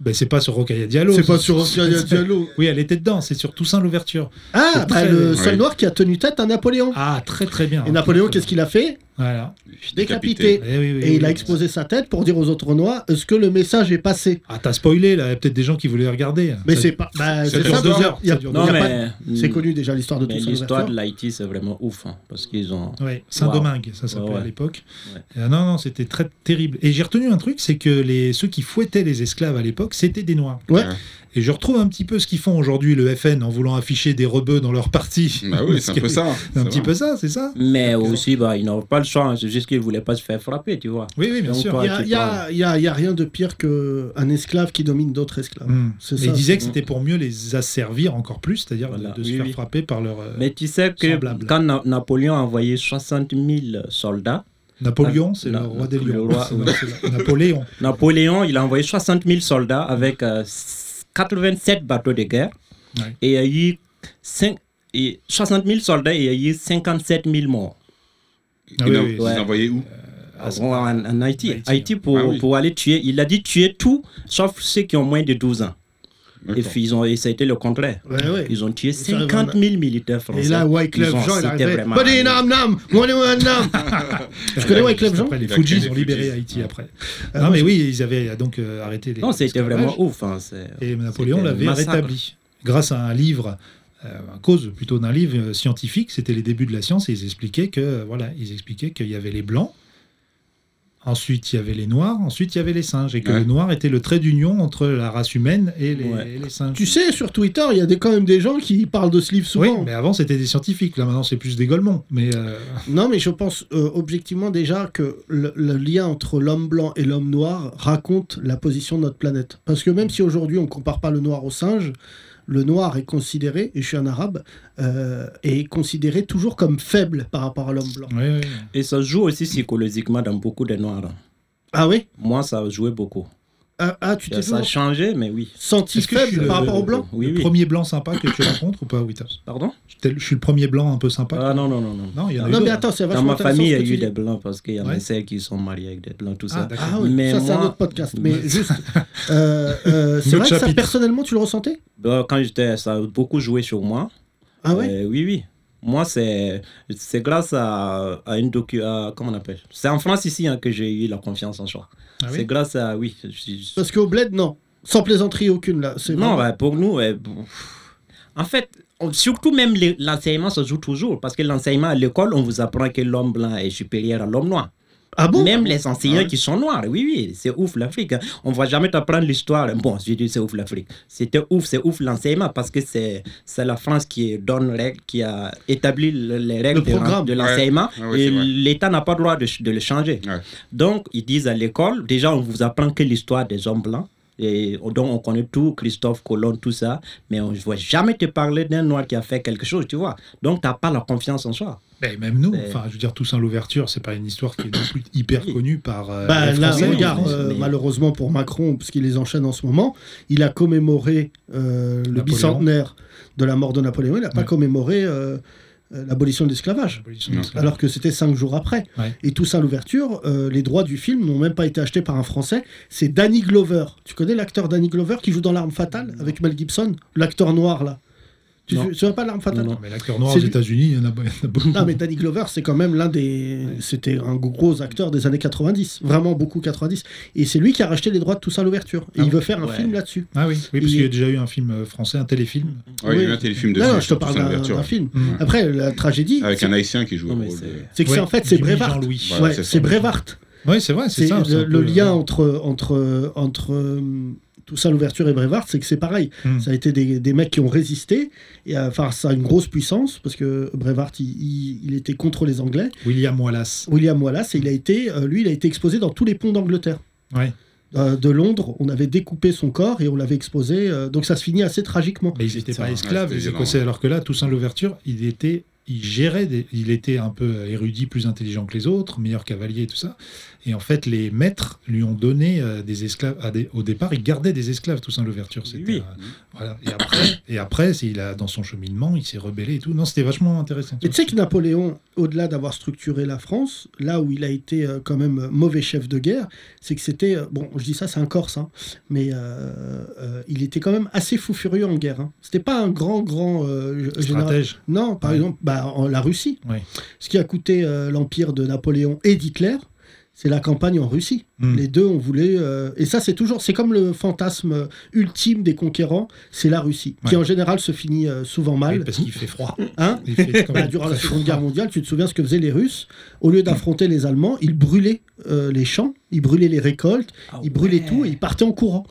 D: ben, c'est pas sur Rokhaya Diallo.
C: C'est pas sur Oscar Diallo.
D: Oui, elle était dedans. C'est sur Toussaint l'ouverture.
C: Ah,
D: C'est
C: bah,
D: très-
C: le seul
E: Oui.
C: noir qui a tenu tête à Napoléon.
D: Ah, très très bien.
C: Et Napoléon, qu'est-ce qu'il a fait
D: Voilà.
C: Décapité.
D: Eh oui, oui,
C: Et
D: oui,
C: il a
D: oui.
C: exposé sa tête pour dire aux autres noirs est-ce que le message est passé
D: Ah, t'as spoilé là. Il y a peut-être des gens qui voulaient regarder.
C: Mais
D: Ça-
C: c'est pas. Bah,
E: Ça
C: c'est
E: dure
C: simple,
E: deux
C: il y a-
D: heures,
C: il y a-
D: ça dure
C: il y a
F: Non,
C: pas-
F: mais. hmm,
C: C'est connu déjà l'histoire de
F: Mais
C: tout ça.
F: l'histoire de l'Haïti, c'est vraiment ouf. hein, parce qu'ils ont.
D: Ouais, Saint-Domingue, ça s'appelait
F: Ouais, ouais.
D: à l'époque.
F: Ouais.
D: Euh, non, non, c'était très terrible. Et j'ai retenu un truc, c'est que les, ceux qui fouettaient les esclaves à l'époque, c'était des Noirs.
C: Ouais.
D: Et je retrouve un petit peu ce qu'ils font aujourd'hui, le FN, en voulant afficher des rebeux dans leur parti.
E: Bah oui, c'est un peu ça.
D: C'est un
E: c'est
D: petit
E: vrai.
D: peu ça, c'est ça
F: Mais aussi, bah, ils n'avaient pas le choix. hein, C'est juste qu'ils ne voulaient pas se faire frapper, tu vois.
D: Oui, oui, bien
F: Donc,
D: sûr.
F: pas-
C: Il y a-
F: tu
C: il y, a-
F: parles.
C: il y a- il y a rien de pire qu'un esclave qui domine d'autres esclaves.
D: Mm.
C: C'est
D: Mais
C: ça.
D: ils disaient que c'était pour mieux les asservir encore plus, c'est-à-dire de-
F: Voilà.
D: de, se
F: Oui,
D: faire
F: oui.
D: frapper par leur. euh,
F: Mais tu sais que
D: semblable.
F: quand Na- Napoléon a envoyé 60 000 soldats,
D: Napoléon, c'est
F: Na-
D: le roi des
F: le
D: lions.
F: roi-
D: Non, c'est la- Napoléon.
F: Napoléon, il a envoyé 60 000 soldats avec euh, 87 bateaux de guerre.
D: Ouais.
F: Et il y a eu cinq- et 60 000 soldats et il y a eu 57 000 morts.
D: Ah
E: Ils
D: oui,
E: l'ont-
D: oui,
E: ils
F: ouais.
E: l'ont envoyé où
D: Ah, c'est-
F: en, en- en Haïti.
D: Haïti,
F: Haïti, pour,
E: Ah oui.
F: pour aller tuer. Il a dit tuer tout, sauf ceux qui ont moins de 12 ans. Et,
E: D'accord.
F: puis, ils ont, et ça a été le contraire.
C: Ouais, ouais.
F: Ils ont tué
C: Ça,
F: 50 000 militaires français.
C: Et là, Wyclef
F: Ils ont
C: Jean, il
F: cité
C: arrivait.
F: vraiment-
C: Buddy, nam, nam, money, one, nam. Tu connais Wyclef
D: Juste
C: Jean
D: Après, les
E: Il a créé
D: Fujis
E: les
D: ont libéré
E: Fujis.
D: Haïti après.
C: Ah,
D: non,
C: moi,
D: mais
C: je-
D: oui, ils avaient donc euh, arrêté les.
F: Non, c'était
D: l'esclavage.
F: vraiment ouf. hein, c'est-
D: Et Napoléon
F: C'était
D: l'avait
F: un massacre.
D: rétabli grâce à un livre, euh, à cause plutôt d'un livre euh, scientifique. C'était les débuts de la science et ils expliquaient que euh, voilà, ils expliquaient qu'il y avait les blancs. Ensuite, il y avait les noirs, ensuite, il y avait les singes, et que
E: Ouais.
D: le noir était le trait d'union entre la race humaine et les,
F: Ouais.
D: et les singes.
C: Tu sais, sur Twitter, il y a des, quand même des gens qui parlent de ce livre
D: oui,
C: souvent.
D: mais avant, c'était des scientifiques, là, maintenant, c'est plus des golemons. Mais euh,
C: Non, mais je pense euh, objectivement déjà que le, le lien entre l'homme blanc et l'homme noir raconte la position de notre planète. Parce que même si aujourd'hui on compare pas le noir au singe, le noir est considéré, et je suis un arabe, euh, est considéré toujours comme faible par rapport à l'homme blanc.
D: Oui, oui.
F: Et ça se joue aussi psychologiquement dans beaucoup de noirs. hein.
C: Ah oui
F: Moi, ça a joué beaucoup.
C: ah, ah, tu t'es
F: Ça a
C: toujours
F: changé, mais oui.
C: senti
D: Est-ce que je suis
C: faible
D: le-
C: par rapport au blanc
F: Oui,
D: le
F: oui.
D: premier blanc sympa que tu rencontres ou pas, Witas
F: Pardon
D: Je suis le premier blanc un peu sympa.
F: Ah non, non, non, non.
D: Non, il y en a eu
C: Non mais
D: d'autres.
C: attends, c'est
F: Dans
C: vachement
F: ma
C: intéressant
F: famille, il y
C: ce
F: a
C: que tu
F: eu
C: dis.
F: des blancs parce qu'il y en
D: Ouais.
F: a celles qui sont mariées avec des blancs, tout
D: Ah,
F: ça.
D: d'accord.
C: Ah oui,
F: Mais
C: ça c'est un
F: moi-
C: autre podcast. Mais
F: Ouais.
C: juste, euh, euh, c'est vrai
D: Notre
C: que ça
D: chapitre.
C: personnellement tu le ressentais
F: Bah, Quand j'étais, ça a beaucoup joué sur moi.
C: Ah ouais
F: Euh, Oui, oui. Moi, c'est c'est grâce à, à une docu. à- comment on appelle C'est en France ici hein, que j'ai eu la confiance en soi.
D: Ah oui
F: c'est grâce à. Oui. je suis-
C: Parce qu'au bled, non. Sans plaisanterie aucune là. C'est vraiment-
F: Non, bah, pour nous, ouais, pff. en fait, on- surtout même les- l'enseignement se joue toujours. Parce que l'enseignement à l'école, on vous apprend que l'homme blanc est supérieur à l'homme noir.
C: Ah bon
F: Même les enseignants
E: Ah ouais.
F: qui sont noirs, oui, oui, c'est ouf l'Afrique. hein. On va jamais t'apprendre l'histoire. Bon, je dis c'est ouf l'Afrique. C'était ouf, c'est ouf l'enseignement parce que c'est c'est la France qui donne règles, qui a établi le- les règles
C: Le programme.
F: de, de l'enseignement
E: Ouais. Ah ouais,
F: et
E: c'est vrai.
F: l'État n'a pas le droit de, ch- de le changer.
E: Ouais.
F: Donc, ils disent à l'école, déjà, on vous apprend que l'histoire des hommes blancs. Et on- donc on connaît tout, Christophe Colomb, tout ça, mais on ne va jamais te parler d'un noir qui a fait quelque chose, tu vois. Donc tu n'as pas la confiance en soi.
D: Ben, même nous,
F: C'est-
D: enfin, je veux dire, Toussaint l'ouverture, c'est pas une histoire qui est non plus hyper
F: Oui.
D: connue par. euh,
C: Bah,
D: les
C: là,
D: Français,
C: regarde,
D: mais-
C: euh,
F: mais-
C: malheureusement pour Macron, parce qu'il les enchaîne en ce moment, il a commémoré euh, le
D: Napoléon.
C: bicentenaire de la mort de Napoléon, il n'a pas
D: Ouais.
C: commémoré euh, euh, l'abolition de l'esclavage.
D: L'abolition
E: Non.
D: de l'esclavage.
C: Alors que c'était cinq jours après.
D: Ouais.
C: Et tout ça, l'ouverture, euh, les droits du film n'ont même pas été achetés par un Français. C'est Danny Glover. Tu connais l'acteur Danny Glover qui joue dans L'Arme Fatale avec Mel Gibson L'acteur noir, là. Tu
F: Non.
C: tu vois pas L'Arme Fatale
F: Non,
D: Non, mais l'acteur noir aux
C: C'est lui-
D: États-Unis, il y en a il y en a beaucoup.
C: Non, mais Danny Glover, c'est quand même l'un des. C'était un gros acteur des années 90, vraiment beaucoup 90. Et c'est lui qui a racheté les droits de Toussaint l'ouverture. Et
D: Ah
C: il
D: oui.
C: veut faire un
F: Ouais.
C: film là-dessus.
D: Ah oui, oui, parce
C: Il-
D: qu'il y a déjà eu un film euh, français, un téléfilm.
E: Ouais, il y a eu
C: Oui.
E: un téléfilm de
C: Non, non,
E: ça,
C: je te
E: sur
C: parle
E: Toussaint
C: d'un
E: l'ouverture.
C: d'un film.
D: Mm.
C: Après, la tragédie,
E: Avec
C: c'est
E: un haïtien qui joue
F: Non,
E: le
F: mais
C: Oh,
E: rôle
F: c'est-
E: de-
C: c'est que c'est
D: Ouais,
C: en fait, c'est
D: Jimmy
C: Brevard.
D: Jean-Louis.
E: Voilà,
C: ouais,
E: c'est ça.
C: c'est Brevard.
D: Oui, c'est vrai, c'est
C: C'est
D: ça. c'est
C: le,
D: un
C: le
D: peu- euh,
C: lien entre entre entre euh, tout ça, l'ouverture et Brevard, c'est que c'est pareil.
D: Mm.
C: Ça a été des, des mecs qui ont résisté. Et, euh, enfin, ça a une grosse puissance parce que Brevard, il, il- il était contre les Anglais.
D: William Wallace.
C: William Wallace, et il a été, euh, lui, il a été exposé dans tous les ponts d'Angleterre.
D: Ouais.
C: Euh, de Londres, on avait découpé son corps et on l'avait exposé. euh, donc ça se finit assez tragiquement.
D: Mais ils n'étaient pas
F: Putain,
D: esclaves,
E: ouais,
D: les
E: c'était violent,
D: Écossais. Alors que là, Toussaint l'ouverture, il était, il gérait, des- il était un peu érudit, plus intelligent que les autres, meilleur cavalier et tout ça. Et en fait, les maîtres lui ont donné euh, des esclaves. à des- au départ, il gardait des esclaves, Toussaint l'ouverture. C'était,
F: Oui.
D: euh, voilà. Et après, et après, c'est- il a dans son cheminement, il s'est rebellé et tout. Non, c'était vachement intéressant.
C: Mais tu sais que Napoléon, au-delà d'avoir structuré la France, là où il a été euh, quand même euh, mauvais chef de guerre, c'est que c'était. euh, bon, je dis ça, c'est un Corse, hein, mais euh, euh, il était quand même assez fou furieux en guerre. hein. C'était pas un grand, grand euh, g- général.
D: Stratège.
C: Non, par
D: Ouais.
C: exemple, bah, en, la Russie.
D: Ouais.
C: Ce qui a coûté euh, l'empire de Napoléon et d'Hitler, c'est la campagne en Russie.
D: Mm.
C: Les deux, on voulait. euh, et ça, c'est toujours. C'est comme le fantasme euh, ultime des conquérants, c'est la Russie, qui
D: Ouais.
C: en général se finit euh, souvent
D: Oui, bah,
C: mal.
D: parce qu'il fait froid.
C: Hein
D: Il fait quand
C: Bah,
D: même
C: durant la
D: très
C: Seconde
D: froid.
C: Guerre mondiale, tu te souviens ce que faisaient les Russes Au lieu d'affronter les Allemands, ils brûlaient euh, les champs, ils brûlaient les récoltes,
D: Oh,
F: Ah
C: ils brûlaient tout et ils partaient en courant.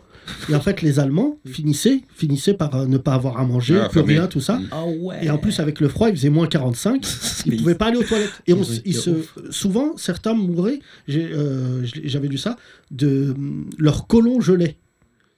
C: Et en fait, les Allemands finissaient, finissaient par euh, ne pas avoir à manger,
E: Ah,
C: plus
E: famille.
C: rien, tout ça.
F: Ah ouais.
C: Et en plus, avec le froid, il faisait moins 45. Ils pouvaient pas aller aux toilettes. Et on s- ils se, souvent, certains mouraient, j'ai, euh, je l'ai- j'avais lu ça, de hum, leurs colons gelés.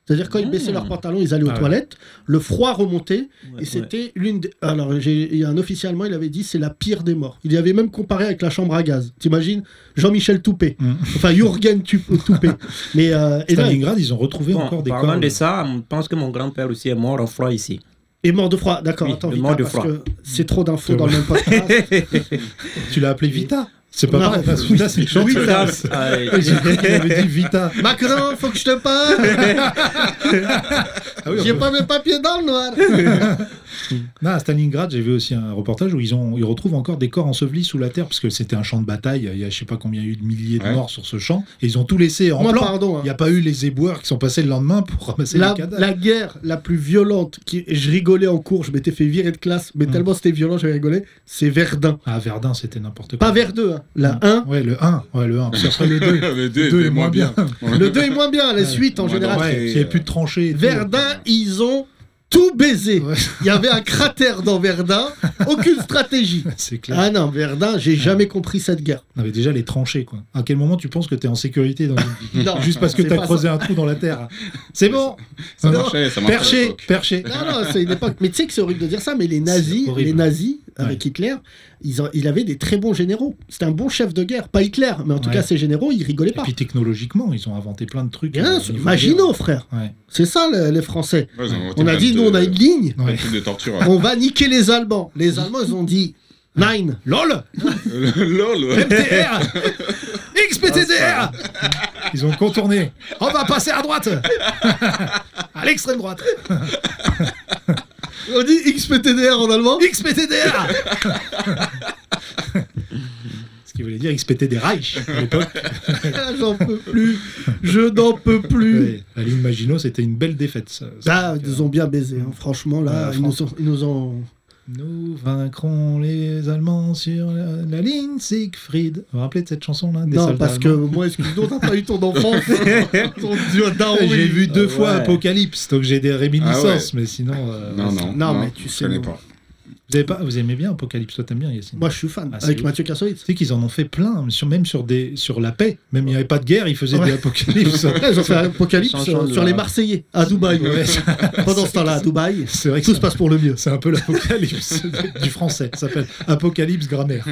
C: C'est-à-dire quand ils
F: Mmh.
C: baissaient leurs pantalons, ils allaient aux
D: Ah ouais.
C: toilettes, le froid remontait,
F: Ouais,
C: et
F: ouais.
C: c'était l'une des... Alors, j'ai- il y a un officier allemand, il avait dit, c'est la pire des morts. Il y avait même comparé avec la chambre à gaz. T'imagines Jean-Michel Toupé.
F: Hum.
D: Mmh.
C: Enfin, Jürgen Tu- Toupé. Mais, euh, et là,
D: Stalingrad, ils ont retrouvé
F: Bon,
D: encore des
F: parlant
D: corps.
F: de ça, je pense que mon grand-père aussi est mort en froid ici.
C: et mort de froid. D'accord,
F: Oui,
C: attends,
F: le
C: Vita,
F: mort de
C: parce
F: froid.
C: que c'est trop d'infos dans le même podcast.
D: Tu l'as appelé Vita. C'est pas
C: Non.
D: pareil. parce que Vita, c'est une chanteuse.
F: ça, euh,
D: J'ai cru qu'il avait dit Vita.
C: Macron, faut que je te parle
D: Ah oui, on
C: J'ai
D: peut-
C: pas mes papiers dans le noir
D: Non, à Stalingrad, j'ai vu aussi un reportage où ils, ont, ils retrouvent encore des corps ensevelis sous la terre, parce que c'était un champ de bataille. Il y a je sais pas combien il y a eu de milliers de
E: Ouais.
D: morts sur ce champ. Et ils ont tout laissé en
C: Moi,
D: plan.
C: pardon, hein.
D: Il n'y a pas eu les éboueurs qui sont passés le lendemain pour ramasser
C: la,
D: les cadavres.
C: la guerre la plus violente, qui, je rigolais en cours, je m'étais fait virer de classe, mais
D: Mm.
C: tellement c'était violent, j'avais rigolé, c'est Verdun.
D: Ah, Verdun, c'était n'importe quoi.
C: Pas Verdun, hein.
D: Mm.
C: la 1.
D: Ouais, le 1. Ouais, le 1. Puis après le 2.
E: Le deux
D: deux
E: était moins bien.
C: Le 2 est moins bien, la suite en
E: Moins
C: général.
E: dangereux.
D: Ouais,
E: c'est-
D: il n'y avait plus de tranchées. et tout.
C: Verdun, ils ont tout baisé.
D: Ouais.
C: Il y avait un cratère dans Verdun, aucune stratégie.
D: C'est clair.
C: Ah non, Verdun, j'ai jamais compris cette guerre.
D: On avait déjà les tranchées, quoi. À quel moment tu penses que t'es en sécurité dans une-
C: Non,
D: Mm. Juste parce que
C: c'est
D: t'as
C: pas
D: creusé un trou dans la terre. C'est bon
E: Ça
D: Non.
E: marchait, ça marchait. à
D: Perché,
E: l'époque.
D: perché.
C: Non, non, c'est une époque. Mais tu sais que c'est horrible de dire ça, mais les nazis,
D: C'est horrible.
C: les nazis avec
D: Ouais.
C: Hitler, ils ont- il avait des très bons généraux. C'était un bon chef de guerre. Pas Hitler, mais en tout
D: Ouais.
C: cas, ses généraux, ils rigolaient
D: Et
C: pas.
D: puis technologiquement, ils ont inventé plein de trucs.
C: Bien
D: euh,
C: sûr,
D: au niveau
C: Maginot, frère.
D: guerre. Ouais.
C: C'est ça, le- les Français.
E: Ouais, ils ont inventé
C: On a
E: plein
C: dit,
E: de-
C: nous, on a une ligne.
E: plein
D: Ouais.
E: de trucs de torture.
C: On va niquer les Allemands. Les Allemands, ils ont dit Nine.
D: LOL
E: LOL
D: MTR XPTDR Ah, Ils ont contourné. On va passer à droite À l'extrême droite
C: On dit XPTDR en allemand.
D: XPTDR Ce qui voulait dire XPT des Reich à l'époque.
C: J'en peux plus. Je n'en peux plus.
D: Ouais, La ligne Maginot, c'était une belle défaite. ça.
C: Là, ils nous ont bien baisé, hein. franchement. Là,
D: Ouais,
C: ils, nous ont, ils nous ont-
D: Nous vaincrons les Allemands sur la, la ligne Siegfried. Vous vous rappelez de cette chanson là des
C: Non,
D: soldats
C: parce que
D: allemands
C: moi, excuse-nous, t'as pas eu ton enfant. Ton dieu
E: Ah
C: daron, il
D: j'ai
C: est
D: vu deux
F: Ouais.
D: fois Apocalypse, donc j'ai des réminiscences, mais sinon. euh,
E: Non, non.
C: Non, mais tu
E: je
C: sais,
E: connais
C: moi.
E: pas.
D: Vous, avez pas, vous aimez bien Apocalypse, toi t'aimes bien Yacine
C: Moi, je suis fan.
D: Ah, c'est
C: avec
D: ouf.
C: Mathieu Kassovitz.
D: Tu sais qu'ils en ont fait plein, sur, même sur, des, sur la paix. Même il n'y avait pas de guerre, ils faisaient
C: Ouais.
D: des apocalypses.
C: Ouais, Ils ont fait un apocalypse
F: Sans
C: sur,
F: chance,
C: sur
F: là.
C: les Marseillais à Dubaï.
D: Ouais,
C: Pendant ce temps-là, à Dubaï,
D: C'est vrai que
C: tout
D: ça-
C: se passe pour le mieux.
D: C'est un peu l'apocalypse du français. Ça s'appelle Apocalypse grammaire.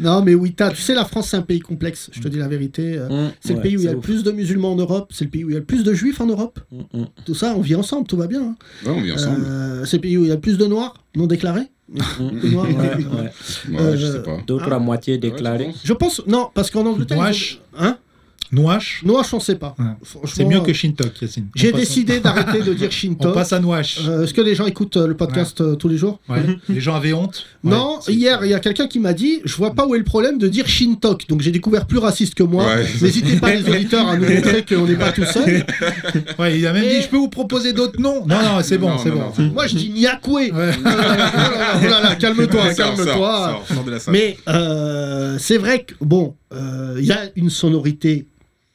C: Non, mais oui, t'as- tu sais, la France, c'est un pays complexe. Je te dis la vérité. euh,
F: Mmh,
C: C'est le
F: ouais,
C: pays où il y a
F: c'est
C: le
F: ouf.
C: plus de musulmans en Europe, c'est le pays où il y a le plus de juifs en Europe.
F: Mmh, mmh.
C: Tout ça, on vit ensemble, tout va bien. hein.
E: Ouais, on vit ensemble.
C: Euh, c'est le pays où il y a le plus de noirs non déclarés. Les Noirs,
F: Ouais,
C: ils-
F: mm, ouais.
E: Ouais,
C: euh,
E: je sais pas.
F: D'autres à moitié
E: Ah. Ouais,
F: déclarés.
E: tu penses
C: Je pense, non, parce qu'en Angleterre. ils ont-
D: Noache.
C: Hein
D: Nouache,
C: Noache, on sait pas.
D: Ouais.
C: Franchement,
D: c'est mieux
C: euh,
D: que Shintok, Yacine. On
C: J'ai
D: passe-
C: décidé d'arrêter de dire
D: On
C: Shinto.
D: passe à Nouache.
C: Euh, Est-ce que les gens écoutent euh, le podcast euh, tous les jours
D: Ouais. Les gens avaient honte. Ouais,
C: Non,
D: c'est-
C: hier, il y a quelqu'un qui m'a dit Je vois pas où est le problème de dire Shintok. Donc j'ai découvert plus raciste que moi.
E: Ouais.
C: N'hésitez pas, les auditeurs, à nous montrer qu'on n'est pas tout seul.
D: Ouais, il a même
C: Et-
D: dit je peux vous proposer d'autres noms. Non, non, c'est bon,
E: Non,
D: c'est
E: non,
D: bon.
C: Moi, je dis Nyakwe.
D: Ouais.
C: Oh là là, oh là là, calme-toi,
E: Sors, sors,
C: calme-toi.
E: sors, sors de la salle.
C: Mais euh, c'est vrai que, bon, euh, il y a une sonorité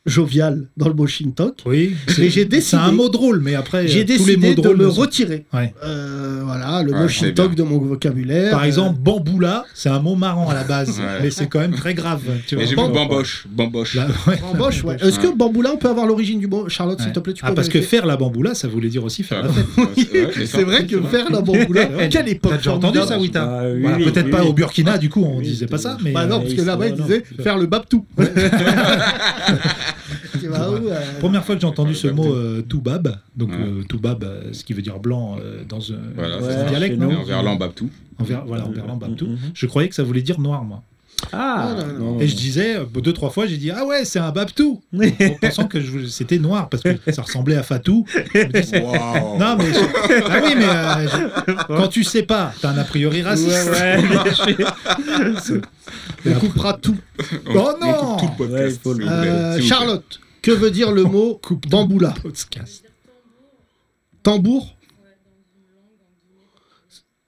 C: joviale dans le mot Shintok.
D: Oui,
C: Mais
D: c'est
C: j'ai
D: c'est
C: décidé,
D: un mot drôle, mais après,
C: j'ai
D: euh, tous les mots
C: décidé de
D: drôles.
C: me
D: ne sont-
C: retirer.
D: Ouais.
C: Euh, voilà, le
E: Ouais,
C: mot
E: c'est
C: Shintok de
E: bien.
C: mon vocabulaire.
D: Par
C: Euh,
D: exemple, bamboula, c'est un mot marrant à la base,
E: Ouais.
D: mais c'est quand même très grave. Tu
E: Mais
D: vois.
E: j'ai vu
D: Bam-
E: bamboche. Bamboche.
D: La- ouais.
C: Bamboche, ouais. Est-ce que
E: Ouais.
C: Bamboula, on peut avoir l'origine du mot Charlotte, s'il
D: Ouais.
C: te plaît, tu peux
D: Ah, parce que
C: vérifier
D: faire la bamboula, ça voulait dire aussi faire la fête.
C: C'est vrai que faire la Bamboula, quelle époque
D: T'as déjà entendu ça,
C: formidable.
D: Wita
E: Bah,
F: Ah, oui,
D: Voilà,
F: oui,
D: Peut-être
F: oui,
D: pas
F: oui.
D: au Burkina, du coup, on
F: Oui,
D: disait pas
F: oui.
D: ça, mais.
C: Bah non,
D: euh,
C: parce
F: ils
C: que
F: sont-
C: là-bas, ils
F: non,
C: disaient
F: non.
C: faire le Babtou. Tu vois,
D: Voilà.
C: ouais.
D: Première fois que j'ai entendu ce
E: Ouais,
D: mot
E: ouais.
D: euh, toubab, donc
E: Bah, Ouais.
D: euh, toubab, euh, ce qui veut dire blanc euh, dans un
E: Voilà,
D: dans
E: c'est
D: un
E: ça.
D: dialecte,
F: Chez
D: non
F: nous.
E: En verlan, Babtou.
D: En ver- Voilà, en verlan, bah, tout.
F: Mhm.
D: Je croyais que ça voulait dire noir, moi.
F: Ah,
C: Non, non,
F: non.
D: Et je disais, euh, deux, trois fois, j'ai dit, ah ouais, c'est un babtou En pensant que je- c'était noir, parce que ça ressemblait à Fatou.
C: Oh.
E: Waouh.
D: Non, mais. je- Ah oui, mais. euh, je- Quand tu sais pas, t'as un a priori raciste.
C: On coupera tout.
D: Oh
E: On coupe
D: non
E: tout le
F: Ouais,
E: podcast.
F: il faut le-
E: s'il vous plaît, s'il vous
C: Euh,
E: plaît.
C: Charlotte, que veut dire le mot Bamboula
D: Podcast.
C: Tambour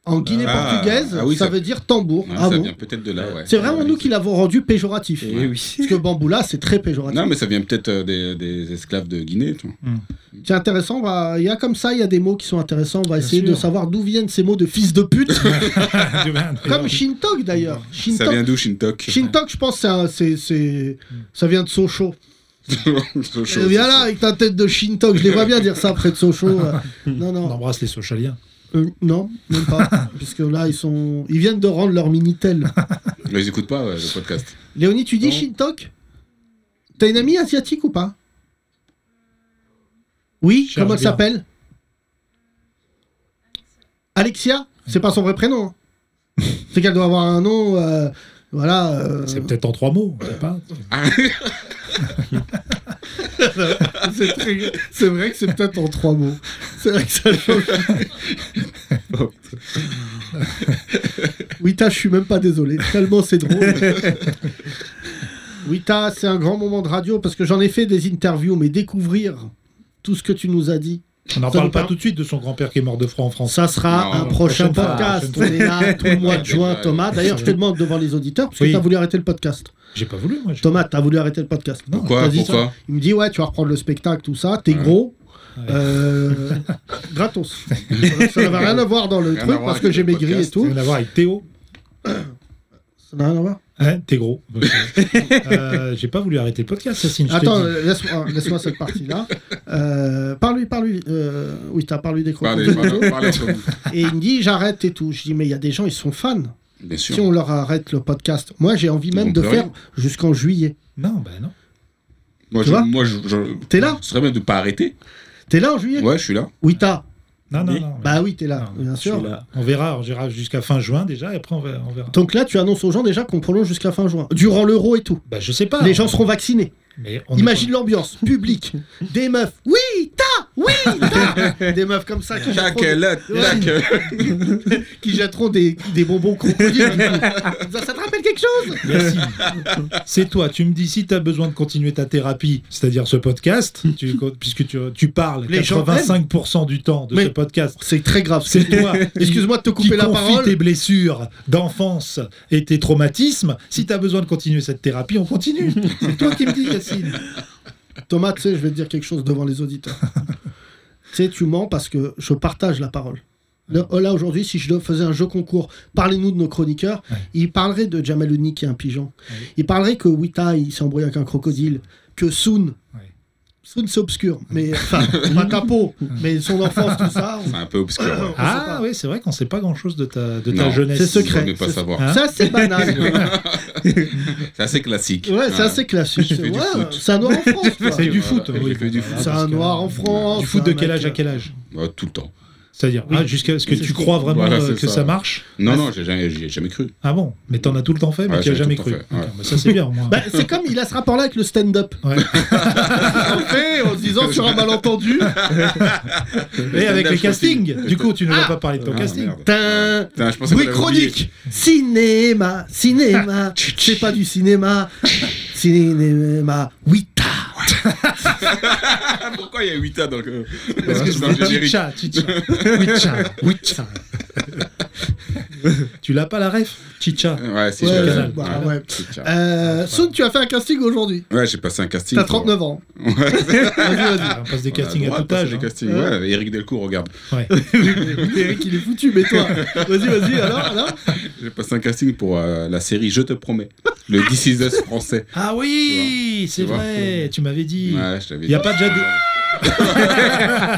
C: En Guinée
E: Ah,
C: portugaise,
E: ah oui,
C: ça,
E: ça-
C: veut dire tambour.
E: Ouais,
C: ah
E: ça
C: bon
E: vient Ah, peut-être de là, ouais.
C: C'est vraiment nous qui l'avons rendu péjoratif.
F: Eh oui.
C: Parce que Bamboula, c'est très péjoratif.
E: Non, mais ça vient peut-être euh, des, des esclaves de Guinée, tu vois.
C: C'est intéressant, on va- il y a comme ça, il y a des mots qui sont intéressants. On va essayer
D: sûr.
C: de savoir d'où viennent ces mots de fils de pute. comme Shintok d'ailleurs.
E: Ça
C: Shintok,
E: vient d'où, Shintok
C: Shintok, je pense, c'est un- c'est- c'est- ça vient de Sochaux.
E: C'est chaud,
C: Euh, viens
E: c'est
C: là avec ta tête de Shintok, je les vois bien dire ça près de Sochaux. euh. Non,
D: On
C: non,
D: embrasse les Sochaliens.
C: Euh, non, même pas. puisque là, ils, sont... ils viennent de rendre leur Minitel.
E: chaud. Mais Bah, ils écoutent pas ouais, le podcast.
C: Léonie, tu dis
E: Non.
C: Shintok T'as une amie asiatique ou pas Oui,
D: Cherche
C: comment elle
D: bien.
C: s'appelle Alexia C'est pas son vrai prénom. hein. C'est qu'elle doit avoir un nom. euh, voilà. euh,
D: C'est peut-être en trois mots, on sait pas.
C: Ah, c'est très- c'est vrai que c'est peut-être en trois mots. C'est vrai que ça change. Wita, je suis même pas désolé. Tellement c'est drôle. Wita, c'est un grand moment de radio parce que j'en ai fait des interviews, mais découvrir tout ce que tu nous as dit,
D: On n'en
C: Ça
D: parle
C: nous
D: pas
C: parle.
D: tout de suite de son grand-père qui est mort de froid en France.
C: Ça sera
E: Non,
C: un prochain
D: prochaine fois,
C: podcast. On
D: prochaine
C: est là tout le mois de juin,
E: Ouais.
C: Thomas. D'ailleurs, je te demande devant les auditeurs, parce que
D: Oui.
C: t'as voulu arrêter le podcast.
D: J'ai pas voulu, moi. j'ai-
C: Thomas, t'as voulu arrêter le podcast.
D: Non,
E: Pourquoi
C: t'as dit ça.
E: Pourquoi
C: Il me dit, ouais, tu vas reprendre le spectacle, tout ça. T'es gros. Euh, gratos. ça n'avait rien à voir dans le
E: Rien à
C: truc
E: voir
C: parce
E: avec
C: que
E: le
C: j'ai maigri et
E: podcast.
D: Ça
C: tout.
D: n'a rien à voir avec Théo.
C: Ça n'a rien à voir.
D: Hein, t'es gros. Euh, j'ai pas voulu arrêter le podcast, Sassine. je t'ai
C: Attends,
D: dit.
C: euh, laisse-moi laisse-moi cette partie-là. Euh, parle-lui, parle-lui. Euh, oui, t'as parlé des croquettes.
E: Parlez, parlez, parlez entre vous.
C: Et il me dit, j'arrête et tout. Je dis, mais il y a des gens, ils sont fans.
E: Bien
C: Si
E: sûr.
C: on leur arrête le podcast, moi j'ai envie même
E: vont
C: de
E: pleurer.
C: faire jusqu'en juillet.
D: Non, bah non.
E: Moi,
C: tu
E: je,
C: vois
E: moi, je, je-
C: T'es là
E: ce serait bien de pas arrêter.
C: T'es là en juillet
E: Ouais, je suis là.
C: Oui, t'as.
D: Non, non,
F: Oui.
D: non.
C: Bah oui, t'es là,
D: Non,
C: bien
F: Je
C: sûr.
F: suis là.
D: On verra, on verra jusqu'à fin juin déjà, et après on verra. on verra.
C: Donc là, tu annonces aux gens déjà qu'on prolonge jusqu'à fin juin, durant l'euro et tout.
D: Bah je sais pas.
C: Les gens seront vaccinés.
D: Mais on est
C: Imagine l'ambiance, public, des meufs. Oui, t'as Oui, t'as Des meufs comme ça qui
E: Tac,
C: jetteront, des,
E: là,
C: Ouais.
E: tac.
C: qui jetteront des, des bonbons crocodiles. ça, ça te rappelle quelque chose
D: pas- Merci. C'est toi, tu me dis si tu as besoin de continuer ta thérapie, c'est-à-dire ce podcast, tu- puisque tu, tu parles
C: Les gens
D: 85% du temps de
C: Mais-
D: ce podcast.
C: C'est très grave.
D: C'est toi.
C: Excuse-moi de te
D: qui
C: couper la
D: confie
C: parole.
D: tes blessures d'enfance et tes traumatismes, si tu as besoin de continuer cette thérapie, on continue. C'est toi qui me dis, Yacine.
C: Thomas, tu sais, je vais te dire quelque chose devant les auditeurs. tu sais, tu mens parce que je partage la parole. Là, là, aujourd'hui, si je faisais un jeu concours, parlez-nous de nos chroniqueurs,
D: Ouais.
C: il parlerait de Jamal Ouni qui est un pigeon. Il parlerait que Wita, il s'est embrouillé avec un crocodile, que Soon.
D: Ouais.
C: Soon, c'est obscur, mais enfin, pas ta peau, mais son enfance, tout ça.
E: C'est un peu obscur. ouais.
C: sait
D: Ah
C: pas.
D: oui, c'est vrai qu'on sait pas grand-chose de ta, de ta
E: Non.
D: jeunesse.
C: C'est
E: Il
C: secret.
E: vaut mieux pas
C: C'est-
E: savoir.
D: Hein
C: Ça, c'est banal.
E: C'est assez classique.
C: ouais, c'est
E: Hein.
C: assez classique.
E: Je fais du
C: Ouais,
E: foot.
C: c'est un noir en France. quoi.
D: C'est du
E: Voilà,
D: foot.
E: j'ai
D: oui,
E: fait du foot.
D: voilà,
C: C'est
D: parce
C: un
D: que-
C: noir en France.
D: Du foot
C: c'est
D: de
C: un
D: quel
C: mec, euh,
D: âge à quel âge
E: Ouais, Bah, tout le temps.
D: C'est-à-dire,
C: Oui.
D: ah, jusqu'à ce que
C: C'est
D: tu
C: ce
D: crois vraiment
E: Voilà,
D: euh,
E: c'est
D: que ça.
E: ça.
D: marche
E: Non, non, j'ai jamais, j'y ai jamais cru.
D: Ah bon Mais t'en as tout le temps fait, mais
E: Ouais,
D: tu as
E: j'ai
D: jamais
E: tout
D: cru.
E: le temps fait, ouais.
D: D'accord, bah ça c'est bien au moins.
C: euh, bah, c'est comme il a ce rapport-là avec le stand-up.
D: Ouais.
C: On fait en se disant sur un malentendu.
D: Et avec
E: stand-up
D: les castings, du coup tu ne vas pas parler de ton
E: Ah,
D: casting.
E: merde.
C: Tin.
E: Putain, je pensais
C: Bruit
E: qu'on l'avait oublié.
C: chronique Cinéma Cinéma C'est pas du cinéma Cinéma Oui ta.
E: Ah, pourquoi il y a 8 A dans le.
D: Parce que je
E: dans le
D: voulais
E: générique
D: Chicha, Chicha. Chicha, Chicha. Tu l'as pas la ref Chicha.
E: Ouais, si,
C: Ouais,
E: je
D: canal.
E: l'avais.
C: bah,
E: Ouais.
C: ouais.
E: Chicha.
C: Euh, Soun, tu as fait un casting aujourd'hui.
E: Ouais, j'ai passé un casting.
C: T'as
E: pour- euh,
C: 39 ans.
D: On passe des
E: On a le
D: castings
E: droit
D: à tout
E: de passer
D: âge.
E: Des
D: hein.
E: castings. Ouais, Eric Delcourt, regarde.
D: Ouais.
C: Eric, il est foutu, mais toi. Vas-y, vas-y, alors, alors.
E: J'ai passé un casting pour euh, la série Je te promets, le This Is Us français.
D: Ah oui, c'est
E: Tu vois.
D: vrai, tu m'avais dit.
E: Ouais, je t'avais
D: Il y a pas déjà des-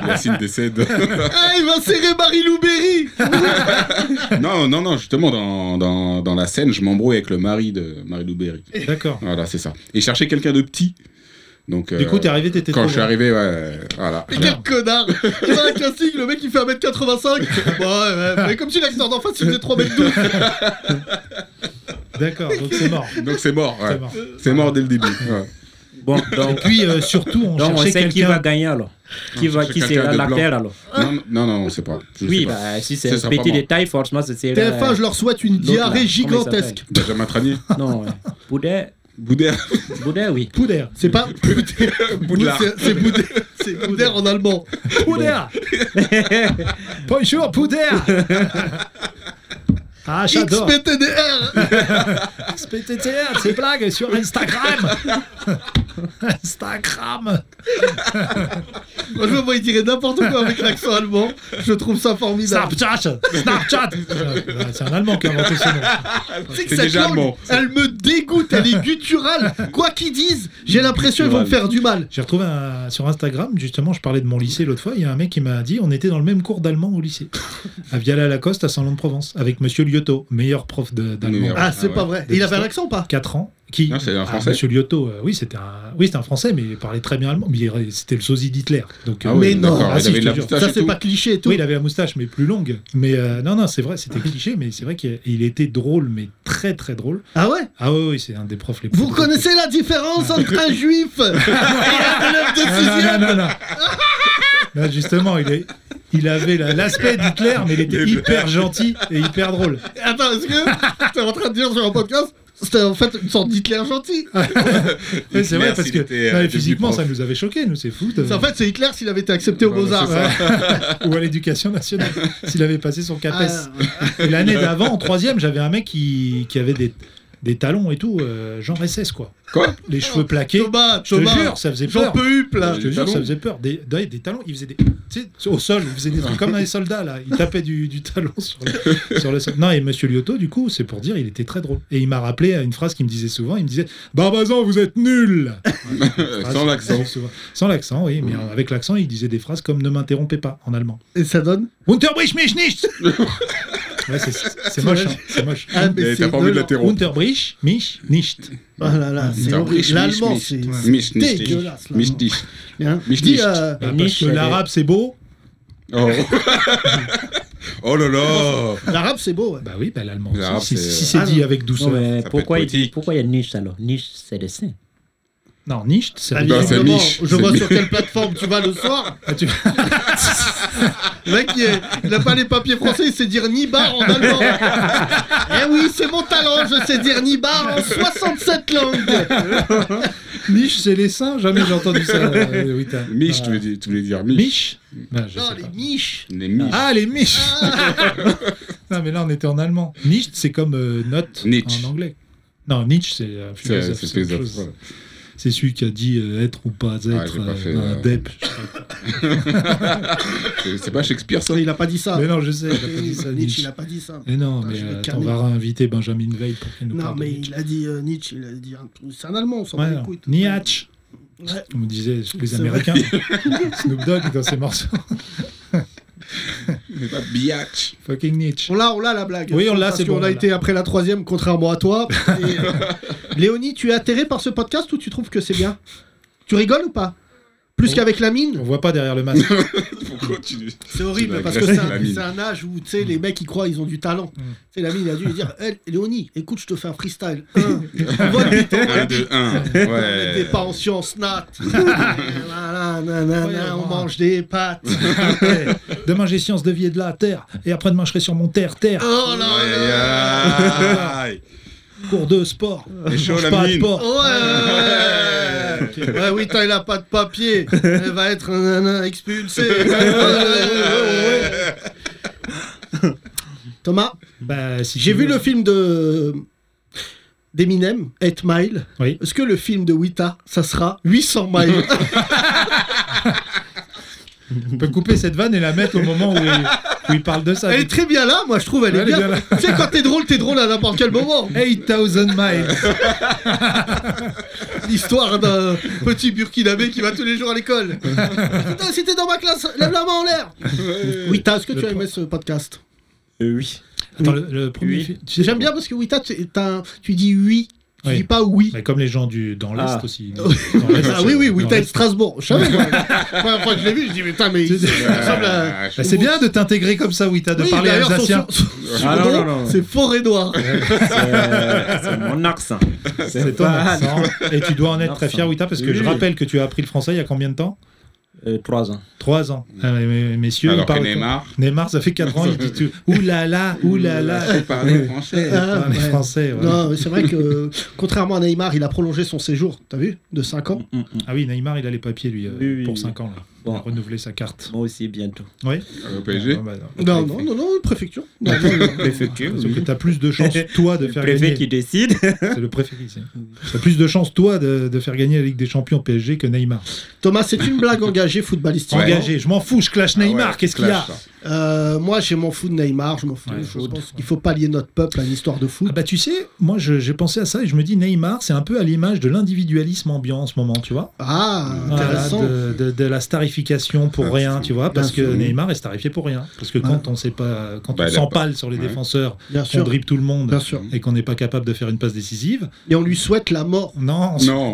E: Yacine décède.
C: Ah, il va serrer Marie-Lou Berry
E: non, non, non, justement, dans, dans, dans la scène, je m'embrouille avec le mari de Marie-Lou Berry.
D: D'accord.
E: Voilà, c'est ça. Et chercher quelqu'un de petit. Donc,
D: Du
E: euh,
D: coup, t'es arrivé, t'étais
E: quand
D: trop
E: je suis
D: grand.
E: arrivé, ouais, euh, voilà.
C: Mais quel connard Tu vois un casting, le mec il fait 1m85 Bon, ouais, ouais, mais comme si l'acteur d'en face il faisait 3m12
D: D'accord, donc c'est mort.
E: Donc c'est mort, ouais.
D: C'est mort.
E: C'est mort dès le début. ouais.
F: Bon, donc,
D: Puis euh, surtout, on
F: donc on
D: cherchait
F: sait qui va
D: quelqu'un.
F: gagner alors. Qui,
E: On
F: va,
E: cherche
F: qui
E: quelqu'un
F: sera
E: de
F: l'acteur alors
E: Non, non, non, non, on sait pas. Je sais
F: Oui,
E: pas.
F: bah, si
E: Ce
F: c'est un
E: sera pas
F: petit
E: moi.
F: détail, forcément, c'est. c'est la-
C: TF1, je leur souhaite une
F: L'autre, là, comment
C: diarrhée
F: il
C: gigantesque
E: Benjamin Tranier,
F: euh, Non, ouais. Boudet,
E: Boudère,
F: Boudet, oui.
D: Pouder.
C: C'est pas
E: Boudlard.
C: C'est- C'est Boudère. C'est Boudère en allemand.
D: Pouder Bonjour, Pouder Ah, j'adore
C: XPTDR
D: XPTTR, ces blagues sur Instagram Instagram
C: Moi, je me vois, il dirait n'importe quoi avec l'accent allemand. Je trouve ça formidable.
D: Snapchat Snapchat Euh, C'est un Allemand qui a inventé ce nom.
C: C'est que
E: C'est
C: cette
E: déjà
C: langue,
E: allemand.
C: Elle me dégoûte, elle est gutturale. Quoi qu'ils disent, j'ai l'impression qu'ils vont me faire du mal.
D: J'ai retrouvé un- sur Instagram, justement, je parlais de mon lycée l'autre fois, il y a un mec qui m'a dit on était dans le même cours d'allemand au lycée, à Viala-la-Coste, à Saint-Lô-de-Provence, avec monsieur Liotto, meilleur prof de- d'allemand.
E: Meilleur.
C: Ah, c'est
E: Ah ouais.
C: pas vrai. Et il avait un accent ou pas
D: 4 ans. Qui,
E: Non, c'est un
D: Ah,
E: Français.
D: Monsieur Liotto, euh, oui, c'était un, oui, c'était un Français, mais il parlait très bien allemand. Mais il- c'était le sosie d'Hitler. Donc,
E: Ah
D: euh,
E: oui,
C: Mais non.
E: d'accord,
D: Ah,
E: il
D: si, je
E: avait de
D: te
E: la
D: jure.
E: moustache
C: Ça,
E: et
C: c'est
E: tout.
C: pas cliché et tout.
D: oui, il avait la moustache, mais plus longue. Mais euh, non, non, c'est vrai, c'était cliché, mais c'est vrai qu'il il était drôle, mais très, très drôle.
C: Ah ouais
D: Ah oui, oui, c'est un des profs les plus.
C: Vous
D: drôles.
C: connaissez la différence entre un juif et un élève de
D: Ah,
C: 6
D: Non, non, non, non, non. Là, justement, il, est, il avait la- l'aspect
E: bah.
D: d'Hitler, mais il était hyper gentil et hyper drôle.
C: Attends, est-ce que t'es en train de dire sur un podcast C'était en fait une sorte d'Hitler gentil.
D: Ah, Ouais, c'est vrai, parce
E: s'il
D: que
E: était, euh,
D: non, mais
E: devenu
D: physiquement,
E: prof.
D: ça nous avait choqué, nous, c'est fou.
C: C'est- En fait, c'est Hitler s'il avait été accepté aux
E: Ouais,
C: Beaux-Arts.
D: Ou à l'éducation nationale, s'il avait passé son
C: Ah,
D: CAPES. Et l'année d'avant, en troisième, j'avais un mec qui, qui avait des, des talons et tout, euh, genre SS, quoi.
E: Quoi
D: Les cheveux plaqués.
C: Thomas,
D: Je te
C: Thomas,
D: jure, ça faisait
C: j'en
D: peur.
C: peux plus là.
D: Je te
E: Des
D: jure, ça
E: talons.
D: faisait peur. Des, des, des talons, il faisait des. Tu sais, au sol, il faisait des trucs comme un soldat, là. Il tapait du, du talon sur le, sur le sol. Non, et Monsieur Lyoto, du coup, c'est pour dire, il était très drôle. Et il m'a rappelé à une phrase qu'il me disait souvent il me disait Barbazan, vous êtes nul
E: Euh, Sans l'accent.
D: Sans l'accent, oui, mais euh, avec l'accent, il disait des phrases comme Ne m'interrompez pas en allemand.
C: Et ça donne
D: Unterbrich mich nicht Ouais, c'est- c'est c'est moche, hein, c'est moche.
C: Ah, mais
E: Mais
C: c'est
E: T'as pas envie de
C: violent.
E: l'interrompre.
D: Unterbrich mich nicht.
C: Ah là là, c'est horrible. L'allemand, c'est c'est
E: Mich, nicht, nicht.
C: dégueulasse. l'allemand.
E: Mich, nicht.
C: Hein.
E: Mich
C: Dis,
E: nicht.
C: euh,
D: Bah, parce
F: Mich,
D: que
F: elle est-
D: l'arabe, c'est beau.
E: Oh. oh là là
C: L'arabe, c'est beau. ouais.
D: Bah oui, bah, l'allemand.
E: L'arabe,
D: aussi. Si
E: c'est- euh,
D: si c'est
C: Ah,
D: dit
C: non.
D: avec douceur.
F: Non, mais
E: peut
F: pourquoi
E: être
F: il,
E: poétique.
F: pourquoi il y a niche alors Niche, c'est des seins.
D: Non, nicht, c'est
C: Ah,
D: rigolo.
E: Bah, c'est
C: visiblement,
E: Mich,
C: je
E: c'est
C: vois
E: Mich.
C: sur quelle plateforme tu vas le soir.
D: Ah, tu-
C: Le mec, il est- il a pas les papiers français, il sait dire ni bar en allemand. eh oui, c'est mon talent, je sais dire ni bar en 67 langues.
D: Mich, c'est les seins Jamais j'ai entendu ça. euh, oui, t'as-
E: Mich,
D: Ah.
E: tu voulais dire, tu voulais dire Mich.
D: Mich Bah, je
C: Non,
D: sais
C: les
D: pas.
C: miches.
E: Les Mich.
D: Ah, les Mich Non, mais là, on était en allemand. Nicht, c'est comme euh, note
E: Nietzsche.
D: en anglais. Non, Nietzsche, c'est un
E: C'est
D: philosophe. C'est
E: c'est
D: autre
E: philosophe,
D: chose.
E: voilà.
D: C'est celui qui a dit euh, être ou pas
E: j'ai
D: être
E: pas
D: euh,
E: fait,
D: un
E: euh,
D: dep. je sais pas.
E: C'est- C'est pas Shakespeare, ça
C: Il a pas dit ça.
D: Mais non, je sais, il a pas dit
C: Nietzsche,
D: ça,
C: il
D: Nietzsche.
C: a pas dit ça.
D: Mais non,
C: Putain,
D: mais
C: je vais
D: euh, attends, on
C: carner.
D: va réinviter Benjamin Veil pour qu'il nous
C: Non,
D: parle de
C: mais
D: Nietzsche.
C: il a dit euh, Nietzsche, il a dit un truc. C'est un allemand, on s'en
D: Ouais,
C: bat les
D: non.
C: couilles. tout le monde.
D: Niatch,
C: Ouais.
D: comme disaient les
C: C'est
D: Américains. Snoop Dogg dans ses morceaux.
E: C'est pas Biatch.
D: Fucking Nietzsche.
C: On l'a, on l'a la blague.
D: Oui, on l'a,
C: Parce
D: c'est
C: qu'on
D: bon,
C: a
D: on
C: été après la troisième, contrairement à toi. Et, euh, Léonie, tu es atterré par ce podcast ou tu trouves que c'est bien Tu rigoles ou pas Plus
D: Oh.
C: qu'avec la mine
D: On voit pas derrière le masque.
E: Pourquoi tu.
C: C'est horrible
E: l'as
C: parce que c'est
E: agressé,
C: un,
E: la mine.
C: c'est un âge où tu sais, les mecs ils croient ils ont du talent.
D: Mm.
C: Tu sais, la mine il a dû lui dire Hey, Léonie, écoute, je te fais un freestyle. Un, on voit que t'es
E: 1, 2, 1.
C: des
E: Ouais.
C: pas en sciences nat. Voilà, nanana,
D: Incroyable.
C: on mange des pâtes.
D: Demain, j'ai science de vie et de la terre. Et après-demain, je serai sur mon terre-terre.
C: Oh là
E: Aïe,
C: là
E: aïe, aïe.
D: Cours de sport.
E: Et chaud,
D: Mange
E: la
D: pas de
E: mine.
D: porc.
C: Ouais, ouais, ouais, oui, tant il a pas de papier, elle va être un, un- un expulsé. Ouais, ouais, ouais, ouais. Thomas,
D: Bah, si
C: j'ai
D: tu
C: vu
D: veux.
C: le film de d'Eminem, 8 Mile.
D: Oui.
C: Est-ce que le film de Wita, ça sera 800 miles
D: On peut couper cette vanne et la mettre au moment où il, où il parle de ça.
C: Elle est très bien là, moi je trouve, elle est
D: Elle est
C: bien.
D: bien là.
C: Tu sais, quand t'es drôle, t'es drôle à n'importe quel moment.
D: 8000 miles.
C: L'histoire d'un petit burkinabé qui va tous les jours à l'école. Putain, c'était dans ma classe, lève la main en l'air. Wita, est-ce que
D: Le
C: tu as
D: pro-
C: aimé ce podcast
E: Euh,
F: oui.
D: Attends, le, le premier
F: Oui.
D: film. tu sais-
C: J'aime bien parce que Wita, tu, t'as un- tu dis oui, tu
D: Oui.
C: dis pas oui.
D: Mais comme les gens du, dans l'Est
F: Ah.
D: aussi. Dans l'Est,
C: Ah oui, oui,
D: dans
C: Wita est de
D: l'Est.
C: Strasbourg. Je savais, moi. La première fois que je l'ai vu, je dis, mais putain, mais il ressemble à.
E: Ah,
D: Bah, c'est bien de t'intégrer comme ça, Wita, de
C: Oui, bah,
D: parler
C: d'ailleurs, son-
D: alsacien.
C: son- son
F: Ah,
C: nom,
F: non, non, non.
C: C'est Forêt Noire.
F: C'est c'est mon accent.
D: C'est ton
F: pas-
D: accent. Et tu dois en être
F: Non,
D: très
F: ça.
D: fier, Wita, parce que je
F: Oui.
D: rappelle que tu as appris le français il y a combien de temps
F: Euh, Trois ans.
D: Trois ans. Ah, mais- mais- messieurs, il
E: Alors que
D: parle.
E: Neymar.
D: Neymar, ça fait quatre ans, il dit tout. Ouh là là, ouh là là.
E: Tu parles français.
C: Ah,
D: Les
C: ouais.
D: Français. ouais.
C: Non, mais c'est vrai que contrairement à Neymar, il a prolongé son séjour, t'as vu, de 5 ans.
F: Mm, mm, mm.
D: Ah oui, Neymar, il a les papiers, lui, euh,
F: Oui, oui,
D: pour
F: oui.
D: 5 ans. Là. Il a
F: Bon,
D: renouvelé sa carte.
F: moi aussi bientôt.
D: Oui.
E: Euh, Au PSG.
D: Ah, bah, non.
C: Non, non, non, non, préfecture. Non, non, non.
F: Préfecture.
D: Sauf que t'as plus de chances, toi, de
F: Le
D: faire
F: préfet
D: gagner.
F: qui décide.
D: C'est le préfet qui décide. T'as plus de chances, toi, de, de faire gagner la Ligue des Champions PSG que Neymar.
C: Thomas, c'est une blague engagée footballistique.
E: Ouais.
D: Engagé, je m'en fous, je clash Neymar,
E: Ah ouais,
D: qu'est-ce qu'il y a
E: clash, ça.
C: Euh, moi, je m'en fous de Neymar, je m'en fous.
D: Ouais,
C: je
D: foot.
C: pense qu'il faut pas lier notre peuple à une histoire de foot.
D: Ah bah tu sais, moi je- j'ai pensé à ça et je me dis Neymar, c'est un peu à l'image de l'individualisme ambiant en ce moment, tu vois.
C: Ah, intéressant.
D: bah, euh, Voilà, de, de- de la starification pour
E: Ah,
D: rien,
E: putain.
D: tu vois, parce que
C: Bien sûr.
D: Neymar est starifié pour rien. Parce que quand on sait pas, quand
E: Bah,
D: on
E: il a pas-
D: s'empale sur les
E: Ouais.
D: défenseurs,
C: Bien
D: qu'on
C: sûr.
D: dribble tout le monde
C: Bien sûr.
D: et qu'on n'est pas capable de faire une passe décisive,
C: Et on lui souhaite la mort.
D: non, on se-
E: Non.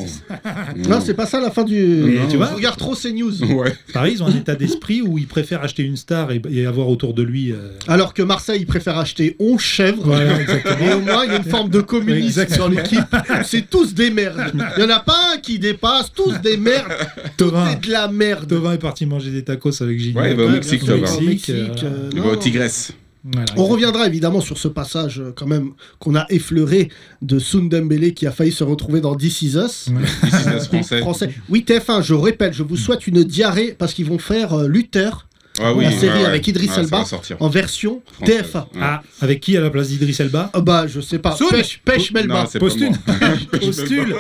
C: Non, c'est pas ça la fin du.
D: Mm. Mais
E: Non,
D: tu vois,
C: Je regarde trop ces news.
E: Ouais.
D: Paris, ils ont un état d'esprit où ils préfèrent acheter une star et, et avoir autour de lui. euh,
C: Alors que Marseille il préfère acheter 11 chèvres.
D: Voilà, exactement.
C: Et au moins, il y a une forme de communisme
D: Exactement.
C: dans l'équipe. C'est tous des merdes. Il n'y en a pas un qui dépasse, tous des merdes. Tout
D: Thauvin.
C: est de la merde.
D: Thauvin est parti manger des tacos avec Gilles.
C: bah,
E: Ouais, il va au
D: Ouais,
E: Mexique,
D: bien sûr,
E: Thauvin.
D: Mexique, euh,
C: euh,
E: Il
C: non,
E: va au
C: non.
E: Tigresse.
D: Voilà,
C: On reviendra évidemment sur ce passage euh, quand même qu'on a effleuré de Sundembele qui a failli se retrouver dans This Is Us.
E: Ici, c'est français.
C: Français. Oui, TF1, je répète, je vous souhaite une diarrhée parce qu'ils vont faire euh, Luther
E: Ah oui,
C: la
E: ouais,
C: série
E: ouais.
C: avec Idriss
E: Ah, ça
C: Elba
E: va sortir.
C: en version
E: Française.
C: TF1.
E: Ouais.
D: Ah, avec qui à la place d'Idriss Elba
C: Ah bah, je sais pas.
D: Soun
C: Pêche, pêche Melba.
E: Non, c'est pas
D: Postune
E: moi.
D: Postule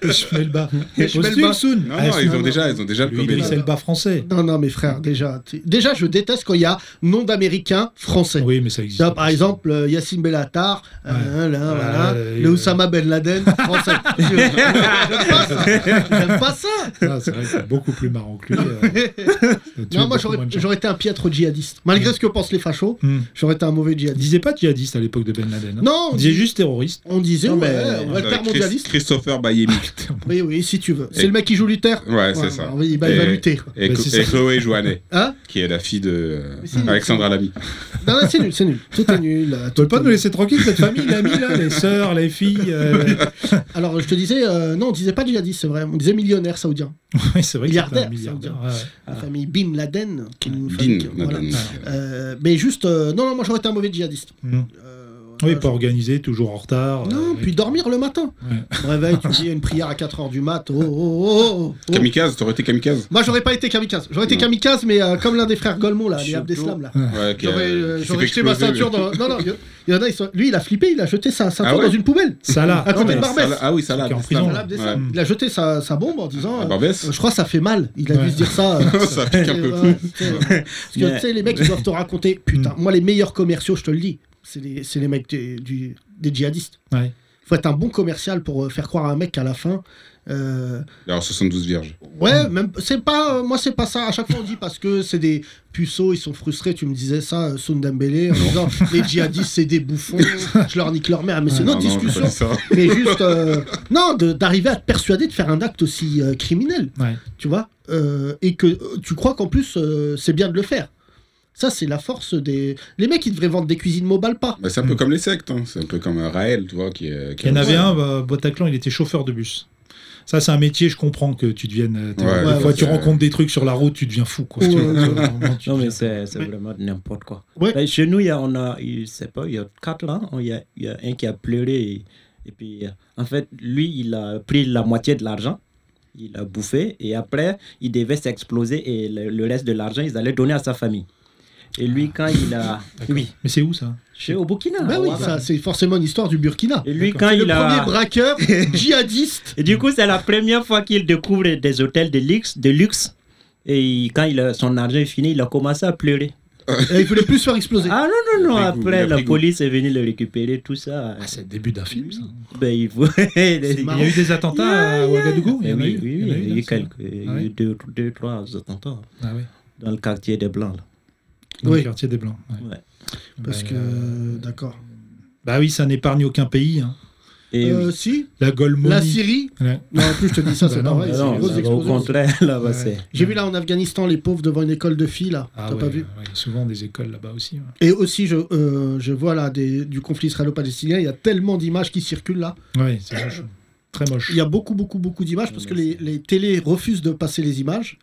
D: Pêche Melba
C: Pêche
D: Postule
C: Melba.
D: Soun
E: Non,
D: Ah,
E: non, ils
D: Soun.
E: ont déjà, ils ont déjà le
D: Lui, Idriss
E: comédien.
D: Elba français.
C: Non, non, mes frères, déjà. tu- Déjà, je déteste quand il y a nom d'américain français.
D: Oui, mais ça existe.
C: Ça, par exemple, euh, Yassine Bellatar, euh, là,
D: Ouais,
C: voilà,
D: ouais,
C: le
D: euh,
C: Oussama Ben Laden français. J'aime pas ça. J'aime pas ça.
D: Ah, c'est vrai que c'est beaucoup plus marrant que lui. euh,
C: Non,
D: tu es
C: moi,
D: beaucoup
C: j'aurais
D: moins de gens.
C: j'aurais été un piètre djihadiste. Malgré ce que pensent les fachos,
D: Hmm.
C: j'aurais été un mauvais
D: Il
C: djihadiste.
D: disait pas djihadiste à l'époque de Ben Laden. hein.
C: Non, on
D: Il disait
C: dis-
D: juste terroriste.
C: on disait,
F: Non,
C: ouais,
F: mais-
C: ouais,
E: Avec Chris-
C: altermondialiste.
E: Christopher Bayemi.
C: Oui, oui, si tu veux. C'est
E: Et-
C: le mec qui joue Luther
E: Ouais,
C: Ouais,
E: c'est ça.
C: bah oui, bah, il va
E: Et-
C: lutter.
E: Et,
D: Bah,
E: Clo-
D: c'est ça.
E: et Chloé Joannet,
C: Hein
E: qui est la fille de euh,
C: Mais c'est-
E: Alexandra Lamy.
C: Non, non, c'est nul, c'est nul. Tout est nul. euh,
D: Tu
C: tout
D: peux pas
C: est
D: nous
C: nul.
D: laisser tranquille cette famille, l'ami là, les sœurs, les filles. euh,
C: Alors, je te disais, euh, non, on disait pas djihadiste, c'est vrai. On disait millionnaire saoudien.
D: Oui, c'est vrai que c'est un
C: Milliardaire,
D: milliardaire.
C: ça
D: ouais, ouais.
C: La famille Bin Laden. Qui nous
E: Bin
C: voilà.
E: Laden.
C: Euh, mais juste, euh, non, non, moi j'aurais été un mauvais djihadiste.
D: Mhm.
C: Euh,
D: Oui,
C: voilà,
D: pas organisé, toujours en retard.
C: je- Non,
D: euh,
C: puis dormir le matin.
D: Ouais.
C: Au réveil, tu dis une prière à 4h du mat. Oh, oh, oh, oh, oh.
E: Kamikaze, t'aurais été Kamikaze
C: Moi j'aurais pas été kamikaze. J'aurais été
E: Non.
C: kamikaze, mais euh, comme l'un des frères Golmon, là, les
F: Surtout.
C: Abdeslam, là.
E: Ouais, qui a-
C: J'aurais euh,
E: qui s'est
C: j'aurais
E: fait
C: jeté ma
E: exploser,
C: ceinture
E: mais-
C: dans. Non, non, il y a- il y, en a, ils sont- lui il a flippé, il a jeté sa ceinture
E: Ah ouais
C: dans une poubelle.
D: Ça là.
C: À côté de
E: Ah,
C: Barbès.
E: Salah- Ah oui, ça
D: Qui est en prison.
C: Salah Abdeslam.
D: Ouais.
C: Il a jeté sa, sa bombe en disant. euh,
E: Barbès
C: euh, je crois que ça fait mal. Il a
D: Ouais.
C: dû se dire ça. euh,
E: Ça pique un
C: Et
E: peu.
C: voilà, tu sais, euh, Parce que
F: Mais-
C: tu sais, les mecs, ils doivent te raconter. Putain, moi, les meilleurs commerciaux, je te le dis, c'est les, c'est les mecs des, du- des djihadistes.
D: Ouais.
C: Faut être un bon commercial pour euh, faire croire à un mec qu'à la fin. euh,
E: Alors 72 vierges.
C: ouais, même c'est pas, euh, moi c'est pas ça. À chaque fois on dit parce que c'est des puceaux, ils sont frustrés. Tu me disais ça, euh, Sundembele, en disant les djihadistes c'est des bouffons, je leur nique leur mère. Mais c'est
E: Non,
C: notre
E: non, j'ai
C: discussion.
E: pas dit ça.
C: Mais juste, euh, non, de- d'arriver à te persuader de faire un acte aussi euh, criminel
D: Ouais.
C: tu vois, euh, et que euh, tu crois qu'en plus euh, c'est bien de le faire. Ça, c'est la force des. Les mecs, ils devraient vendre des cuisines Mobalpa.
E: Bah, c'est un peu comme les sectes, hein. c'est un peu comme euh, Raël, tu vois, qui est. qui
D: Il y en
E: est-
D: avait un, bah, Bataclan, il était chauffeur de bus. Ça, c'est un métier, je comprends que tu deviennes. euh, t'es-
E: Ouais,
D: des
C: ouais,
D: fois,
C: ouais,
D: tu
E: c'est-
D: rencontres des trucs sur la route, tu deviens fou. Quoi.
C: Ouais.
D: Tu vois, tu vois, vraiment, tu
F: Non, mais
D: deviens-
F: c'est c'est
C: Mais-
F: vraiment n'importe quoi.
C: Ouais.
F: Ben, chez nous, il y a, on a, il, sait pas, il y a quatre là, on- il y a, il y a un qui a pleuré. Et, et puis, euh, en fait, lui, il a pris la moitié de l'argent, il a bouffé, et après, il devait s'exploser, et le, le reste de l'argent, ils allaient donner à sa famille. Et lui, quand il a.
D: D'accord.
F: oui,
D: Mais c'est où ça
F: chez au Burkina.
C: Bah oui,
F: Ah, voilà.
C: ça, c'est forcément une histoire du Burkina.
F: Et lui,
D: D'accord.
F: quand
C: C'est le
F: il a.
C: premier braqueur djihadiste.
F: Et du coup, c'est la première fois qu'il découvre des hôtels de luxe. De luxe et il- quand il a, son argent est fini, il a commencé à pleurer.
C: Et il voulait plus se faire exploser.
F: Ah non, non, non,
E: Il a pris goût, il a
F: après la
E: pris goût.
F: police est venue le récupérer, tout ça.
D: Ah, C'est le début d'un film, ça.
F: Ben, il faut...
D: Il y
C: marrant.
D: a eu des attentats à Ouagadougou Il y en a
F: Eh oui,
D: eu
F: oui,
D: Il y en a
F: oui, il y a
D: là,
F: eu
D: ça
F: quelques, il y
D: Ah
F: a eu
D: oui.
F: deux, deux, trois attentats
D: Ah ouais,
F: dans le quartier des Blancs. là.
D: Dans
C: Oui.
D: le quartier des Blancs. ouais.
F: Ouais.
C: Parce
D: Bah,
C: que.
D: euh,
C: D'accord.
D: Bah oui, ça n'épargne aucun pays. hein.
F: Et
C: Euh,
F: oui.
C: Si,
D: La Golmonie.
C: la Syrie.
D: Ouais.
C: Non, en plus, je te dis ça,
D: Bah
C: c'est pas
D: non,
C: vrai.
D: bah
C: c'est
F: Ah non,
C: une grosse
F: là-bas, au
C: explosion.
F: contraire, là-bas,
D: Ouais.
F: c'est.
C: J'ai vu là en Afghanistan les pauvres devant une école de filles, là.
D: Ah
C: T'as
D: ouais,
C: pas vu
D: ouais, souvent des écoles là-bas aussi. ouais.
C: Et aussi, je, euh, je vois là des- du conflit israélo-palestinien, il y a tellement d'images qui circulent là.
D: Ouais, c'est moche. Très moche.
C: Il y a beaucoup, beaucoup, beaucoup d'images parce que les, les télés refusent de passer les images.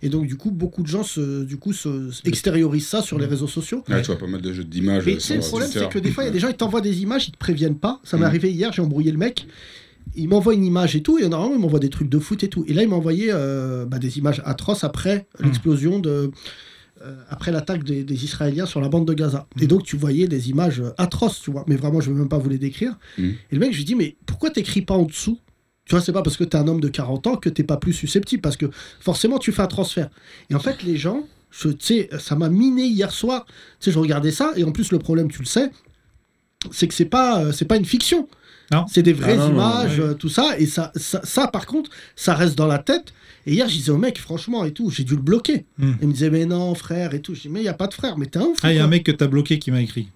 C: Et donc, du coup, beaucoup de gens se, du coup, se, se extériorisent ça sur les réseaux sociaux.
E: Ouais, Ah, tu vois pas mal de jeux d'images.
C: Mais
E: euh,
C: tu sais, le
E: sur
C: problème, c'est
E: Twitter.
C: que des fois, il y a des gens, ils t'envoient des images, ils te préviennent pas. Ça m'est
E: Mhm.
C: arrivé hier, j'ai embrouillé le mec. Il m'envoie une image et tout, et normalement, il m'envoie des trucs de foot et tout. Et là, il m'a envoyé euh, bah, des images atroces après
E: Mm.
D: Mhm.
C: l'explosion de. euh, après l'attaque des, des Israéliens sur la bande de Gaza.
E: Mm.
C: Et donc, tu voyais des images euh, atroces, tu vois. Mais vraiment, je ne veux même pas vous les décrire.
E: Mhm.
C: Et le mec, je lui dis, mais pourquoi t'écris pas en dessous tu vois, c'est pas parce que t'es un homme de 40 ans que t'es pas plus susceptible, parce que forcément tu fais un transfert. Et en fait, les gens, je- tu sais, ça m'a miné hier soir. Tu sais, je regardais ça, et en plus le problème, tu le sais, c'est que c'est pas, euh, c'est pas une fiction.
D: Non.
C: C'est des vraies
F: Ah non, non,
C: images,
D: ouais.
C: euh, tout ça, et ça, ça, ça, par contre, ça reste dans la tête. Et hier, je disais au mec, franchement, et tout, j'ai dû le bloquer.
D: Hmm.
C: Il me disait, mais non, frère, et tout. Je dis, mais il y a pas de frère, mais t'es un ouf.
D: Ah, il y a
C: quoi.
D: un mec que t'as bloqué qui m'a écrit.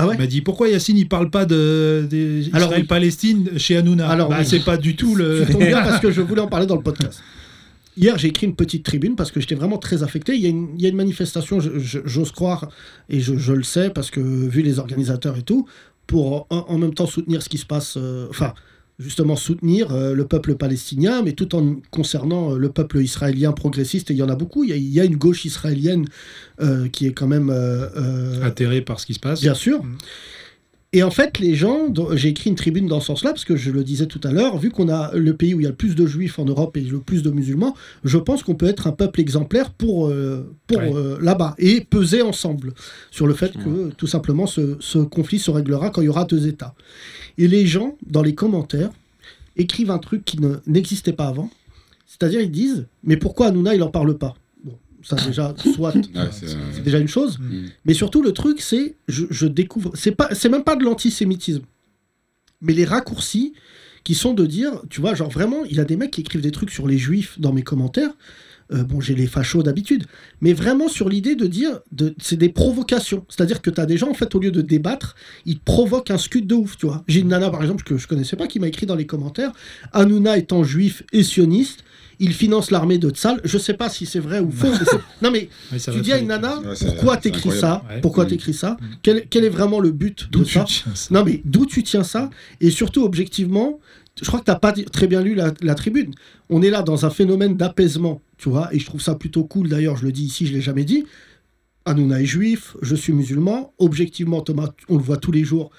C: Ah ouais
D: Il m'a dit pourquoi Yacine il parle pas de, des
C: Alors,
D: Israël
C: oui.
D: Palestine chez Hanouna.
C: Alors,
D: Bah,
C: oui.
D: c'est pas du tout le.
C: Tu tombes Euh, bien parce que je voulais en parler dans le podcast. Hier, j'ai écrit une petite tribune parce que j'étais vraiment très affecté. Il y a une, il y a une manifestation, je- je- j'ose croire, et je, je le sais parce que vu les organisateurs et tout, pour en, en même temps soutenir ce qui se passe, euh, enfin, justement soutenir euh, le peuple palestinien, mais tout en concernant euh, le peuple israélien progressiste, et il y en a beaucoup, il y a, il y a une gauche israélienne euh, qui est quand même... euh, euh,
D: Atterré par ce qui se passe.
C: Bien sûr.
D: Mm.
C: Et en fait, les gens, dont- j'ai écrit une tribune dans ce sens-là, parce que je le disais tout à l'heure, vu qu'on a le pays où il y a le plus de juifs en Europe et le plus de musulmans, je pense qu'on peut être un peuple exemplaire pour, euh, pour
D: Ouais.
C: euh, là-bas et peser ensemble sur le fait que tout simplement ce, ce conflit se réglera quand il y aura deux États. Et les gens, dans les commentaires, écrivent un truc qui ne- n'existait pas avant. C'est-à-dire, ils disent Mais pourquoi Hanouna, il n'en parle pas Bon, ça déjà, soit.
D: Ah,
E: Ouais, c'est, euh,
C: C'est déjà une chose.
D: Mm.
C: Mais surtout, le truc, c'est, je, je découvre, c'est pas, c'est même pas de l'antisémitisme, mais les raccourcis qui sont de dire, tu vois, genre vraiment, il y a des mecs qui écrivent des trucs sur les juifs dans mes commentaires. Euh, bon, j'ai les fachos d'habitude, mais vraiment sur l'idée de dire, de, c'est des provocations. C'est-à-dire que tu as des gens, en fait, au lieu de débattre, ils te provoquent un scud de ouf, tu vois. J'ai une nana, par exemple, que je connaissais pas, qui m'a écrit dans les commentaires, Hanouna étant juif et sioniste, il finance l'armée de Tsal. Je sais pas si c'est vrai ou faux. mais c'est- non, mais
D: Ouais, ça
C: tu
D: va
C: dis
D: très
C: à une
D: vite.
C: nana,
E: Ouais, c'est-
C: pourquoi
E: c'est
C: t'écris ça
E: incroyable.
D: Ouais.
C: Pourquoi
E: Mm.
C: t'écris ça quel, quel est vraiment le but de
D: D'où tu
C: ça
D: tiens ça
C: Non mais d'où tu tiens ça Et surtout objectivement, je crois que t'as pas di- très bien lu la, la tribune. On est là dans un phénomène d'apaisement, tu vois, et je trouve ça plutôt cool d'ailleurs, je le dis ici, je l'ai jamais dit. Hanouna est juif, je suis musulman. Objectivement, Thomas, on le voit tous les jours,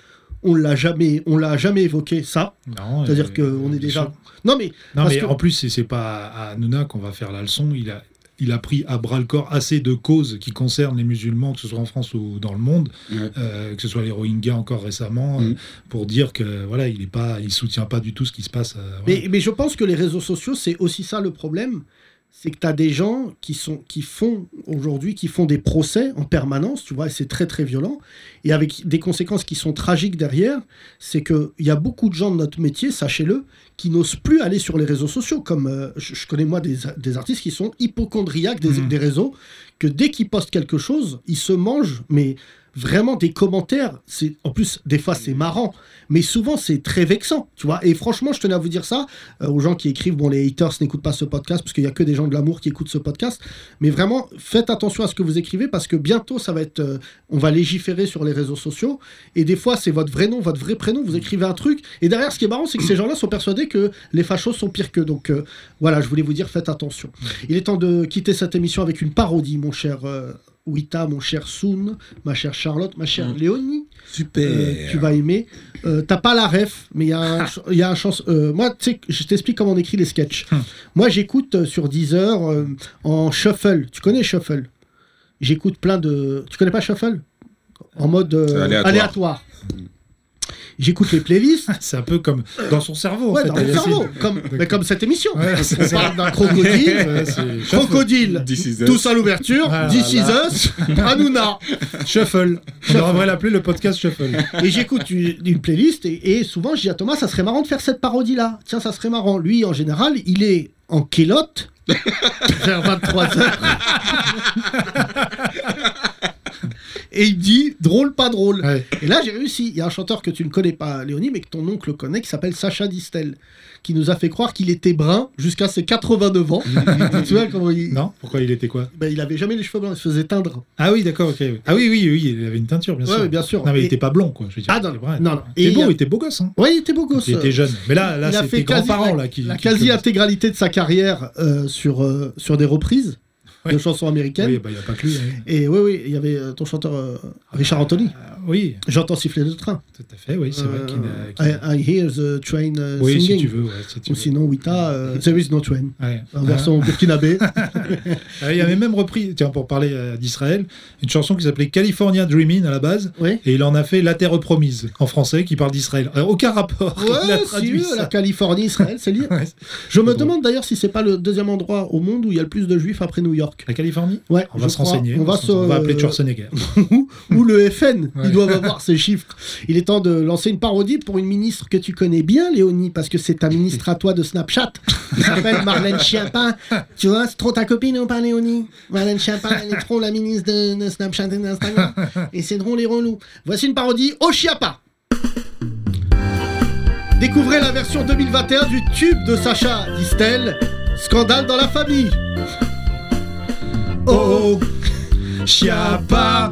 C: on l'a jamais, on l'a jamais évoqué ça.
D: Non,
C: C'est-à-dire
D: euh,
C: qu'on est
D: bien
C: déjà.
D: sûr.
C: Non mais
D: Non,
C: Parce
D: mais
C: que-
D: en plus, c'est- c'est pas à Hanouna qu'on va faire la leçon. Il a, il a pris à bras le corps assez de causes qui concernent les musulmans, que ce soit en France ou dans le monde,
E: Ouais.
D: euh, que ce soit les Rohingyas encore récemment,
C: Mm.
D: euh,
E: Mhm.
D: pour dire que voilà, il est pas, il soutient pas du tout ce qui se passe. euh, voilà.
C: Mais, mais je pense que les réseaux sociaux, c'est aussi ça le problème. C'est que tu as des gens qui, sont, qui font aujourd'hui, qui font des procès en permanence, tu vois, et c'est très très violent, et avec des conséquences qui sont tragiques derrière, c'est qu'il y a beaucoup de gens de notre métier, sachez-le, qui n'osent plus aller sur les réseaux sociaux, comme euh, je, je connais moi des, des artistes qui sont hypochondriaques des,
D: Mhm.
C: des réseaux, que dès qu'ils postent quelque chose, ils se mangent, mais vraiment des commentaires, c'est en plus des fois c'est marrant, mais souvent c'est très vexant, tu vois. Et franchement, je tenais à vous dire ça euh, aux gens qui écrivent, bon les haters n'écoutent pas ce podcast parce qu'il y a que des gens de l'amour qui écoutent ce podcast, mais vraiment faites attention à ce que vous écrivez parce que bientôt ça va être, euh, on va légiférer sur les réseaux sociaux et des fois c'est votre vrai nom, votre vrai prénom, vous écrivez un truc et derrière ce qui est marrant c'est que ces gens-là sont persuadés que les fachos sont pires qu'eux, donc euh, voilà, je voulais vous dire faites attention. Il est temps de quitter cette émission avec une parodie, mon cher. euh, Wita, mon cher Soon, ma chère Charlotte, ma chère
F: Mm.
C: Léonie,
E: Super.
C: euh, tu vas aimer. Euh, T'as pas la ref, mais il y a un, il y a un chance. euh, moi, tu sais, je t'explique comment on écrit les sketchs. moi, j'écoute euh, sur Deezer euh, en shuffle. Tu connais shuffle J'écoute plein de. Tu connais pas shuffle En mode euh,
E: C'est aléatoire.
C: aléatoire. J'écoute les playlists.
D: C'est un peu comme dans son cerveau. en
C: Ouais,
D: fait,
C: dans le
D: Yacine.
C: cerveau, comme, mais comme cette émission.
D: Ouais,
C: on
D: c'est ça.
C: parle d'un crocodile.
D: Ouais, c'est-
C: crocodile,
E: This is us.
C: tous à l'ouverture.
D: Ah là
C: This is us, Hanouna.
D: Shuffle. On devrait l'appeler le podcast Shuffle.
C: et j'écoute une, une playlist et, et souvent je dis à Thomas ça serait marrant de faire cette parodie là tiens ça serait marrant lui en général il est en kélote vers 23h et il dit drôle pas drôle
D: Ouais.
C: et là j'ai réussi il y a un chanteur que tu ne connais pas Léonie mais que ton oncle connaît qui s'appelle Sacha Distel qui nous a fait croire qu'il était brun jusqu'à ses 89 ans tu vois comment il...
D: Non Pourquoi il était quoi
C: Ben, il avait jamais les cheveux blancs il se faisait teindre
D: Ah oui, d'accord, ok. Ah oui, oui, oui, il avait une teinture, bien
C: Ouais,
D: sûr.
C: ouais, bien sûr.
D: Non, mais il
C: Et-
D: était pas blond, quoi. Je veux dire,
C: Ah,
D: il
C: non,
D: était brun.
C: non, non.
D: Il
C: Et
D: était
C: il
D: beau,
C: a-
D: il était beau gosse, hein.
C: ouais il était beau gosse
D: Il était jeune. Mais là, là
C: euh, il a
D: c'est
C: fait
D: tes
C: quasi-
D: grands-parents là,
C: la-
D: qui.
C: la
D: qui-
C: quasi-intégralité de sa carrière euh, sur, euh, sur des reprises de
D: Ouais.
C: chansons américaines.
D: Oui, bah, il n'y a pas que lui. hein.
C: Et oui, oui, il y avait euh, ton chanteur euh, Richard Anthony.
D: Ah, oui,
C: J'entends siffler le train.
D: tout à fait, oui, c'est vrai qu'il n'a-
C: Euh,
D: qu'il n'a-
C: I, I hear the train euh,
D: Oui, si
C: singing.
D: tu veux. ouais, si tu
C: Ou
D: veux.
C: sinon, Wita, euh, There is no train.
D: Ouais.
C: En version burkinabé.
D: Ah, Il avait même repris, tiens, pour parler euh, d'Israël, une chanson qui s'appelait California Dreaming à la base,
C: Oui.
D: et il en a fait La Terre Promise en français, qui parle d'Israël. Alors, aucun rapport. il a
C: Ouais, si,
D: traduit
C: euh, la
D: ça.
C: Californie, Israël, c'est lié.
D: Ouais.
C: Je me
D: drôle.
C: demande d'ailleurs si c'est pas le deuxième endroit au monde où il y a le plus de juifs après New York.
D: La Californie
C: Ouais,
D: On va
C: je
D: se
C: crois.
D: renseigner.
C: On va, se,
D: appeler
C: euh,
D: Schwarzenegger.
C: ou, ou le FN.
D: Ouais.
C: Ils doivent avoir ces chiffres. Il est temps de lancer une parodie pour une ministre que tu connais bien, Léonie, parce que c'est ta ministre à toi de Snapchat. Elle s'appelle Marlène Schiappa. Tu vois, c'est trop ta copine ou pas, Léonie Marlène Schiappa, elle est trop la ministre de, de Snapchat et d'Instagram. Et c'est drôle les relous. Voici une parodie au Chiappa. Découvrez la version 2021 du tube de Sacha, disent-elles. Scandale dans la famille.
D: Oh, Chiappa,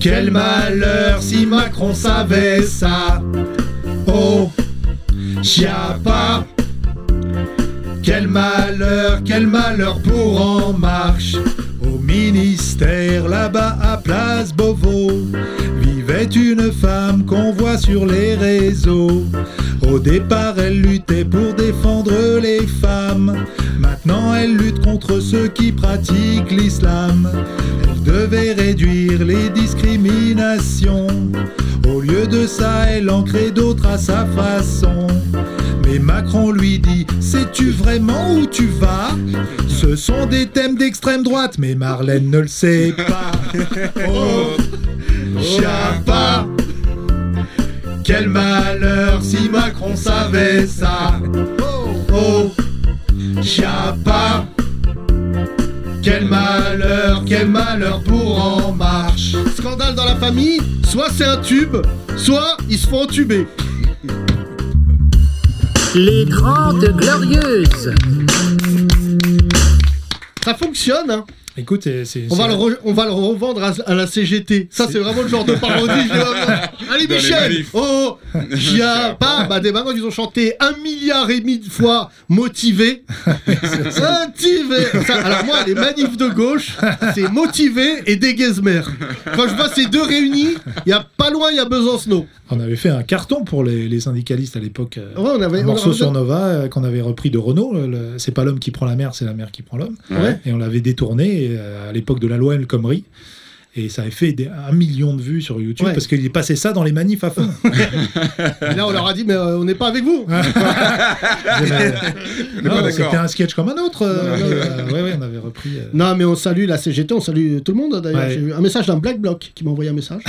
D: quel malheur si Macron savait ça. Oh, Chiapa. Quel malheur, quel malheur pour En Marche. Au ministère, là-bas à Place Beauvau, vivait une femme qu'on voit sur les réseaux. Au départ, elle luttait pour défendre les femmes. Maintenant, elle lutte contre ceux qui pratiquent l'islam. Elle devait réduire les discriminations. Au lieu de ça, elle en crée d'autres à sa façon. Mais Macron lui dit Sais-tu vraiment où tu vas Ce sont des thèmes d'extrême droite, mais Marlène ne le sait pas. Oh, Chiapa Quel malheur si Macron savait ça Oh, Chiapa Quel malheur, quel malheur pour En Marche
C: Scandale dans la famille, soit c'est un tube, soit ils se font entuber.
A: Les Grandes Glorieuses.
C: Ça fonctionne, hein.
D: Écoute, c'est- c'est...
C: On va, le
D: c'est-
C: re- on va le revendre à, à la CGT. Ça, c'est vraiment le genre de parodie. je vais avoir. Allez,
E: Dans les
C: Michel
E: manifs.
C: Oh oh, J'y a pas Bah, des maintenant, ils ont chanté un milliard et demi de fois motivé. motivé Ça, Alors, moi, les manifs de gauche, c'est motivé et des Geismer. Quand je vois ces deux réunis, il y a pas loin, il y a Besancenot.
D: On avait fait un carton pour les, les syndicalistes à l'époque. euh,
C: Ouais, on avait.
D: un
C: on
D: morceau
C: avait-
D: sur Nova euh, qu'on avait repris de Renault. euh, le- le- C'est pas l'homme qui prend la mer, c'est la mer qui prend l'homme.
E: Ouais.
D: Et on l'avait détourné euh, à l'époque de la loi El Khomri. Et ça avait fait des- un million de vues sur YouTube
C: Ouais.
D: parce qu'il passait ça dans les manifs à fond.
C: Et là, on leur a dit, mais euh, on n'est pas avec vous. Ah,
D: euh, Non,
E: pas d'accord.
D: C'était un sketch comme un autre. euh,
C: Non, non,
D: euh, ouais, ouais, on avait repris. euh,
C: Non, mais on salue la CGT, on salue tout le monde d'ailleurs.
D: Ouais. Ah
C: J'ai eu un message d'un Black Bloc qui m'a envoyé un message.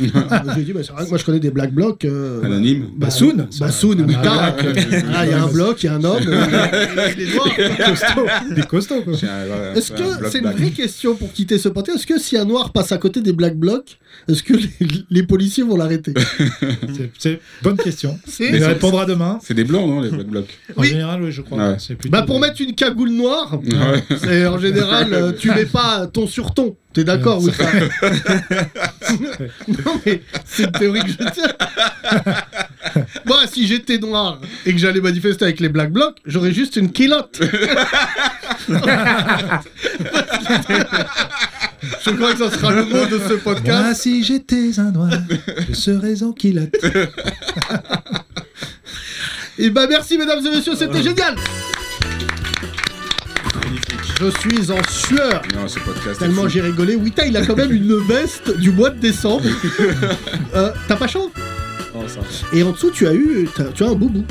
C: je lui ai dit, bah, c'est vrai que moi je connais des Black Blocs. euh,
E: Anonyme.
D: Bassoun.
C: Bassoun,
D: Bah, Ah,
C: oui,
D: bah,
C: Tarak.
D: ouais.
C: Ah, il y a un bloc, il y a un homme. euh, il est noir.
D: Des costauds, quoi.
E: J'ai un- voilà,
C: Est-ce
E: un
C: que
E: bloc
C: c'est une
E: blague.
C: vraie question pour quitter ce pâté Est-ce que si un noir passe à côté des Black Blocs, est-ce que les, les policiers vont l'arrêter
D: C'est- C'est bonne question.
C: C'est-
D: Il
E: c'est-
D: répondra demain.
E: C'est des blancs, non, les black blocs
D: En
C: Oui.
D: général, oui, je crois.
E: Ouais.
D: C'est plutôt
C: Bah pour
D: des-
C: mettre une cagoule noire,
E: Ouais.
C: c'est en général euh, tu mets pas ton sur ton. T'es d'accord
D: Ouais,
C: ou ça Non mais c'est une théorie que je tiens. Moi si j'étais noir et que j'allais manifester avec les Black Blocs, j'aurais juste une kilote. je crois que ça sera le mot de ce podcast.
D: Moi, si j'étais un noir, je serais en quilotte.
C: Et bah merci mesdames et messieurs, c'était génial. Je suis en sueur.
E: Non, ce podcast. est
C: Tellement
E: fou.
C: j'ai rigolé. Wita, il a quand même une veste du mois de décembre. Euh, t'as pas chaud
F: Oh, ça va.
C: Et en dessous, tu as eu t'as- tu as un boubou.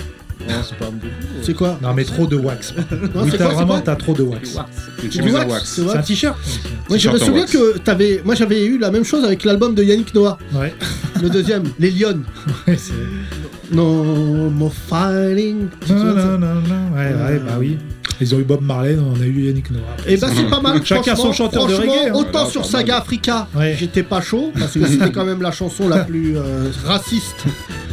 F: Non, c'est pas un bout.
C: C'est quoi
D: Non, mais trop de wax.
C: Non,
D: Oui,
C: c'est
D: t'as
C: quoi, c'est
D: vraiment,
C: quoi
D: t'as trop de wax.
E: Une
C: Du
E: chemise à
C: wax,
E: wax.
C: c'est
D: C'est
C: wax.
D: un t-shirt.
C: Moi, je me
E: t-shirt en
C: souviens
E: wax.
C: que t'avais, moi j'avais eu la même chose avec l'album de Yannick Noah,
D: Ouais.
C: le deuxième, Les Lyonnes.
D: Ouais, c'est-
C: No more fighting. Tu te
D: Non,
C: souviens de ça
D: non, non, non. Ouais, ouais, bah oui. Ils ont eu Bob Marley, on a eu Yannick Noah.
C: Et bah c'est pas mal.
D: Chacun
C: franchement,
D: son chanteur de
C: franchement,
D: reggae, hein.
C: Autant
E: Voilà,
C: sur
E: pas
C: Saga
E: mal.
C: Africa,
D: Ouais.
C: j'étais pas chaud parce que c'était quand même la chanson la plus euh, raciste.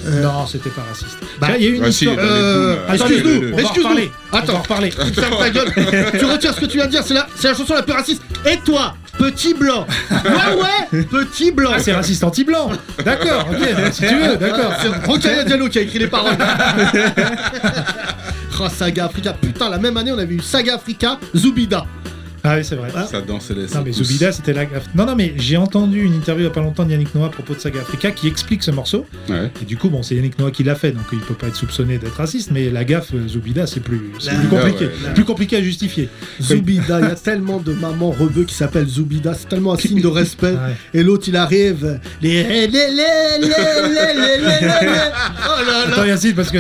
C: Euh,
D: Non, c'était pas raciste. Tiens, il y a eu une
E: Ah, si,
D: histoire.
E: dans les
C: euh,
E: booms,
D: Ah,
E: euh,
D: excuse-nous,
E: le- le-
D: on va en
C: excuse-nous.
D: reparler.
C: Attends.
D: on va en reparler.
C: Ferme ta gueule. tu retires ce que tu viens de dire, c'est la, c'est la chanson la plus raciste. Et toi, petit blanc Ouais, ouais, petit blanc
D: Ah, c'est raciste anti-blanc. D'accord, ok, si tu veux, d'accord.
C: D'accord, c'est Rocaille Diallo qui a écrit les paroles. oh, Saga Africa, putain, la même année on avait eu Saga Africa, Zubida.
D: Ah oui, c'est vrai.
E: Ça danse les.
D: Non mais Zubida c'était la Non non mais j'ai entendu une interview il y a pas longtemps de Yannick Noah à propos de Saga Africa qui explique ce morceau
E: Ouais.
D: et du coup bon c'est Yannick Noah qui l'a fait donc il peut pas être soupçonné d'être raciste mais la gaffe euh, Zubida c'est plus c'est
C: La-
D: plus compliqué
E: Ah ouais, la-
D: plus compliqué à justifier
C: Zubida, il y a tellement de mamans rebeux qui s'appellent Zubida, c'est tellement un signe de respect.
D: Ouais.
C: Et l'autre il arrive, les. les- les- les- les- les- les- les- les- Oh là là
D: Attends Yacine parce que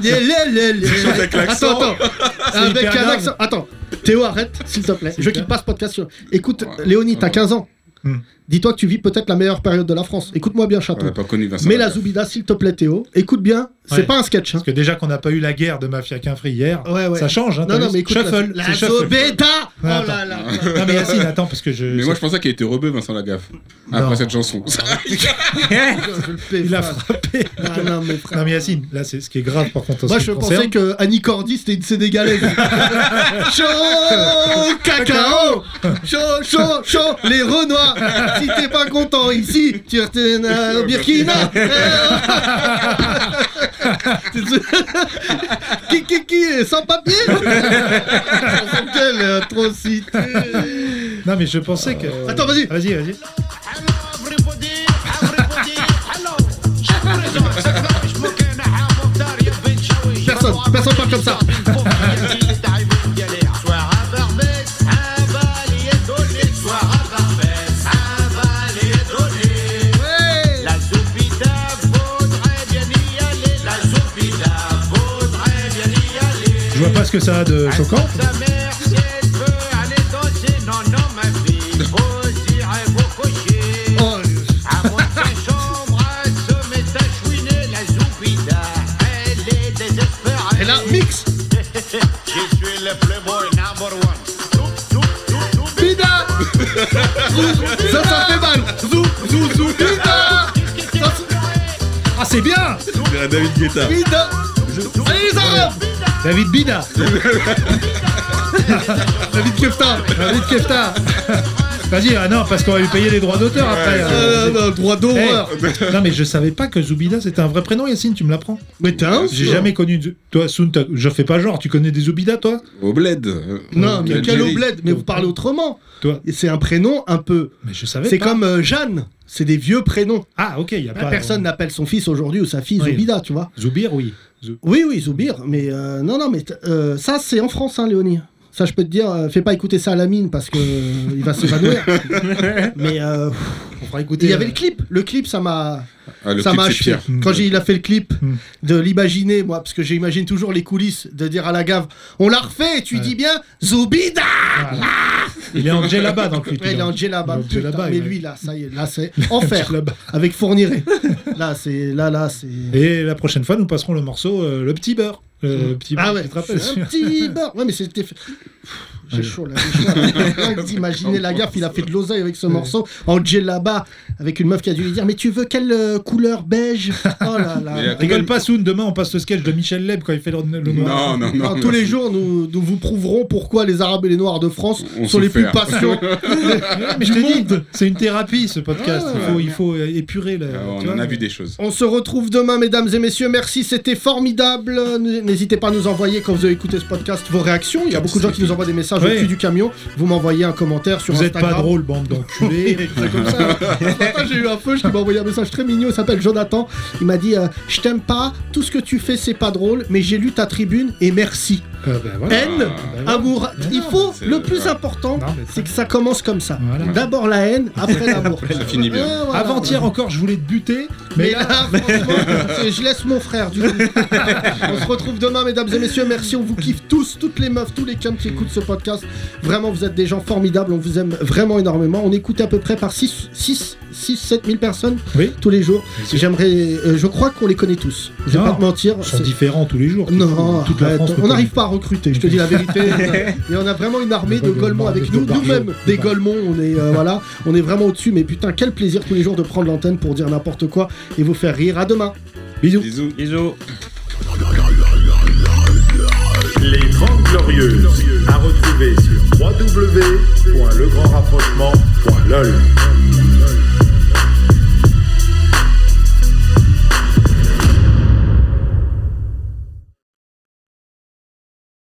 C: Les- les- les- les-
E: avec l'accent.
C: Attends, attends. Avec
D: hyper
C: un
D: grave.
C: accent. Attends. Théo, arrête, s'il te plaît.
D: C'est
C: Je
D: hyper-
C: quitte pas ce podcast. sur- Écoute,
E: Ouais.
C: Léonie, t'as 15 ans.
D: Hmm.
C: Dis-toi que tu vis peut-être la meilleure période de la France. Écoute-moi bien,
E: On n'a
C: chaton.
E: pas connu Vincent.
C: Mais la
E: Lagaffe.
C: Zoubida, s'il te plaît, Théo. Écoute bien, c'est
D: Ouais.
C: pas un sketch. hein.
D: parce que déjà qu'on n'a pas eu la guerre de mafia qu'un hier
C: Ouais, ouais.
D: ça change hein,
C: Non,
D: t'as
C: non,
D: vu
C: mais écoute.
D: shuffle
C: la,
D: c'est
C: la
D: shuffle.
C: Zoubida Oh
D: Ouais,
C: là là
D: Non mais Yacine attends parce que je
E: Mais moi, je pensais qu'il était rebeu, Vincent Lagaffe.
D: Non.
E: Après cette chanson.
C: Je le fais,
D: il a
C: frère.
D: frappé
C: Ah, non, mais frère.
D: Non mais Yacine là c'est ce qui est grave par contre en
C: Moi,
D: ce qui
C: je
D: me concerne.
C: pensais que Annie Cordy, c'était une Sénégalaise. chaud, cacao, chaud, chaud, chaud, les Renois. Si t'es pas content ici, tu retournes au Burkina. qui, qui, qui est sans papier Quelle atrocité
D: Non, mais je pensais que.
C: Euh, Attends, vas-y.
D: Vas-y, vas-y.
C: Personne, personne parle comme ça.
G: La Zoubida vaudrait bien y aller, la Zoubida vaudrait bien y aller.
D: Je vois pas ce que ça a de choquant.
G: Ta mère, si elle veut aller danser, non, non, ma fille, vous irez vous coucher.
C: Oh,
G: À moins que ta chambre se mette à chouiner, la Zoubida, elle est désespérée.
C: et là, mix
G: Je suis le playboy number one. Zou, zou, zou, zou.
C: Pida Ça, ça fait mal Zou, zou, zou, Pida Ça,
D: Ah, c'est bien
E: Dirait David Guetta.
C: Pida Allez les Arabes
D: David Bida
C: David Kefta
D: David Kefta Vas-y, ah non, parce qu'on va lui payer les droits d'auteur après.
C: Euh,
D: euh,
C: non, droit
D: Eh,
C: d'horreur
D: non mais je savais pas que Zoubida c'était un vrai prénom Yacine, tu me l'apprends.
C: Mais t'es un hein.
D: J'ai
C: sûr.
D: jamais connu de- toi Soun, t'as- je fais pas genre, tu connais des Zoubida toi
E: Au bled. euh,
C: Non,
E: au
C: mais
E: bled
C: quel
E: Jerry.
C: obled Mais vous parlez autrement
D: Toi.
C: Et C'est un prénom un peu...
D: Mais je savais
C: C'est
D: pas.
C: comme euh, Jeanne C'est des vieux prénoms
D: Ah OK, il y a pas
C: Personne n'appelle son fils aujourd'hui ou sa fille
D: Oui.
C: Zoubida, tu vois
D: Zoubir oui. Zou-
C: Oui, oui, Zoubir, mais euh, non, non, mais t- euh, ça, c'est en France, hein, Léonie. Ça, je peux te dire, euh, fais pas écouter ça à la mine parce que euh, il va s'évanouir. mais euh, pff,
D: On fera
C: il
D: écouter.
C: y avait le
D: euh,
C: clip. Le clip, ça m'a,
E: Ah, le
C: ça
E: type,
C: m'a
E: c'est
C: achevé.
E: Pierre.
C: Quand j'ai, il a fait le clip
D: Mm.
C: de l'imaginer, moi, parce que j'imagine toujours les coulisses de dire à la gave, on l'a refait. Et tu
D: Ouais.
C: dis bien, Zoubida.
D: Il est en là-bas dans le clip.
C: Ouais, il est en
D: il
C: là-bas.
D: est en djellaba,
C: mais
D: il est-
C: lui, là, ça y est, là, c'est
D: en
C: enfer
D: djellaba.
C: avec Fourniret. là, c'est, là, là, c'est.
D: Et la prochaine fois nous passerons le morceau euh, le petit beurre. Euh, Le petit beurre.
C: Ah ouais,
D: tu te rappelles
C: c'est un petit beurre. Ouais, mais c'était. fait- J'ai
D: Ouais.
C: chaud là. j'ai chaud, là. Rien que d'imaginer la gaffe, il a fait de l'oseille avec ce morceau en là-bas avec une meuf qui a dû lui dire Mais tu veux quelle euh, couleur beige Oh là
E: Il a
C: là.
D: Rigole pas Soun, demain on passe le sketch de Michel Leb quand il fait le, le noir.
E: Non, non, non.
C: Alors, Hein, tous les
E: merci.
C: jours, nous, nous vous prouverons pourquoi les Arabes et les Noirs de France
E: On
C: sont les plus
E: souffert.
C: patients.
D: Ouais, mais je t'ai dit, c'est une thérapie ce podcast.
C: Ah Ouais,
D: il, faut, il faut euh, épurer la.
E: Ah,
D: tu
E: On
D: vois,
E: en a
D: mais-
E: vu des choses.
C: On se retrouve demain, mesdames et messieurs. Merci, c'était formidable. N'hésitez pas à nous envoyer, quand vous avez écouté ce podcast, vos réactions. Il y a beaucoup de gens qui nous envoient des messages
D: Ouais.
C: au cul du camion. Vous m'envoyez un commentaire sur
D: Vous êtes
C: Instagram.
D: pas drôle, bande d'enculés.
C: C'est comme ça. Ce matin, j'ai eu un feu, je m'a envoyé un message très mignon, il s'appelle Jonathan. Il m'a dit euh, Je t'aime pas, tout ce que tu fais, c'est pas drôle, mais j'ai lu ta tribune et merci.
D: Ah, bah, voilà.
C: Haine,
D: Ah,
C: amour.
D: non,
C: Il faut,
E: c'est-
C: le plus
E: ouais.
C: important,
D: Non, mais
C: c'est que ça commence comme ça.
D: Voilà.
C: D'abord la haine, après l'amour.
E: Ça finit bien.
C: Ah, voilà.
D: Avant-hier encore, je voulais te buter,
C: Mais
D: mais
C: là, franchement, c'est- je laisse mon frère du coup. on se retrouve demain, mesdames et messieurs. Merci, on vous kiffe tous, toutes les meufs, tous les cums qui écoutent ce podcast. Vraiment, vous êtes des gens formidables. On vous aime vraiment énormément. On écoute à peu près par 6, 6, 6 7 000 personnes
D: Oui.
C: tous les jours.
D: Bien sûr.
C: J'aimerais, euh, je crois qu'on les connaît tous. Je vais
D: Non.
C: pas te mentir.
D: ils sont
C: c'est-
D: différents tous les jours.
C: Non,
D: toute la
C: arrête,
D: France.
C: on n'arrive pas à recruter, je te dis la vérité. Et on a vraiment une armée
D: Des
C: de
D: Golemons
C: golemons avec
D: des
C: nous.
D: Gobargeaux,
C: Nous-mêmes,
D: des
C: des golemons, on est euh, voilà, on est vraiment au-dessus. Mais putain, quel plaisir tous les jours de prendre l'antenne pour dire n'importe quoi et vous faire rire. À demain. Bisous.
E: Bisous.
F: Bisous.
H: Les 30 Glorieuses, à retrouver sur www.legrandrapprochement.lol.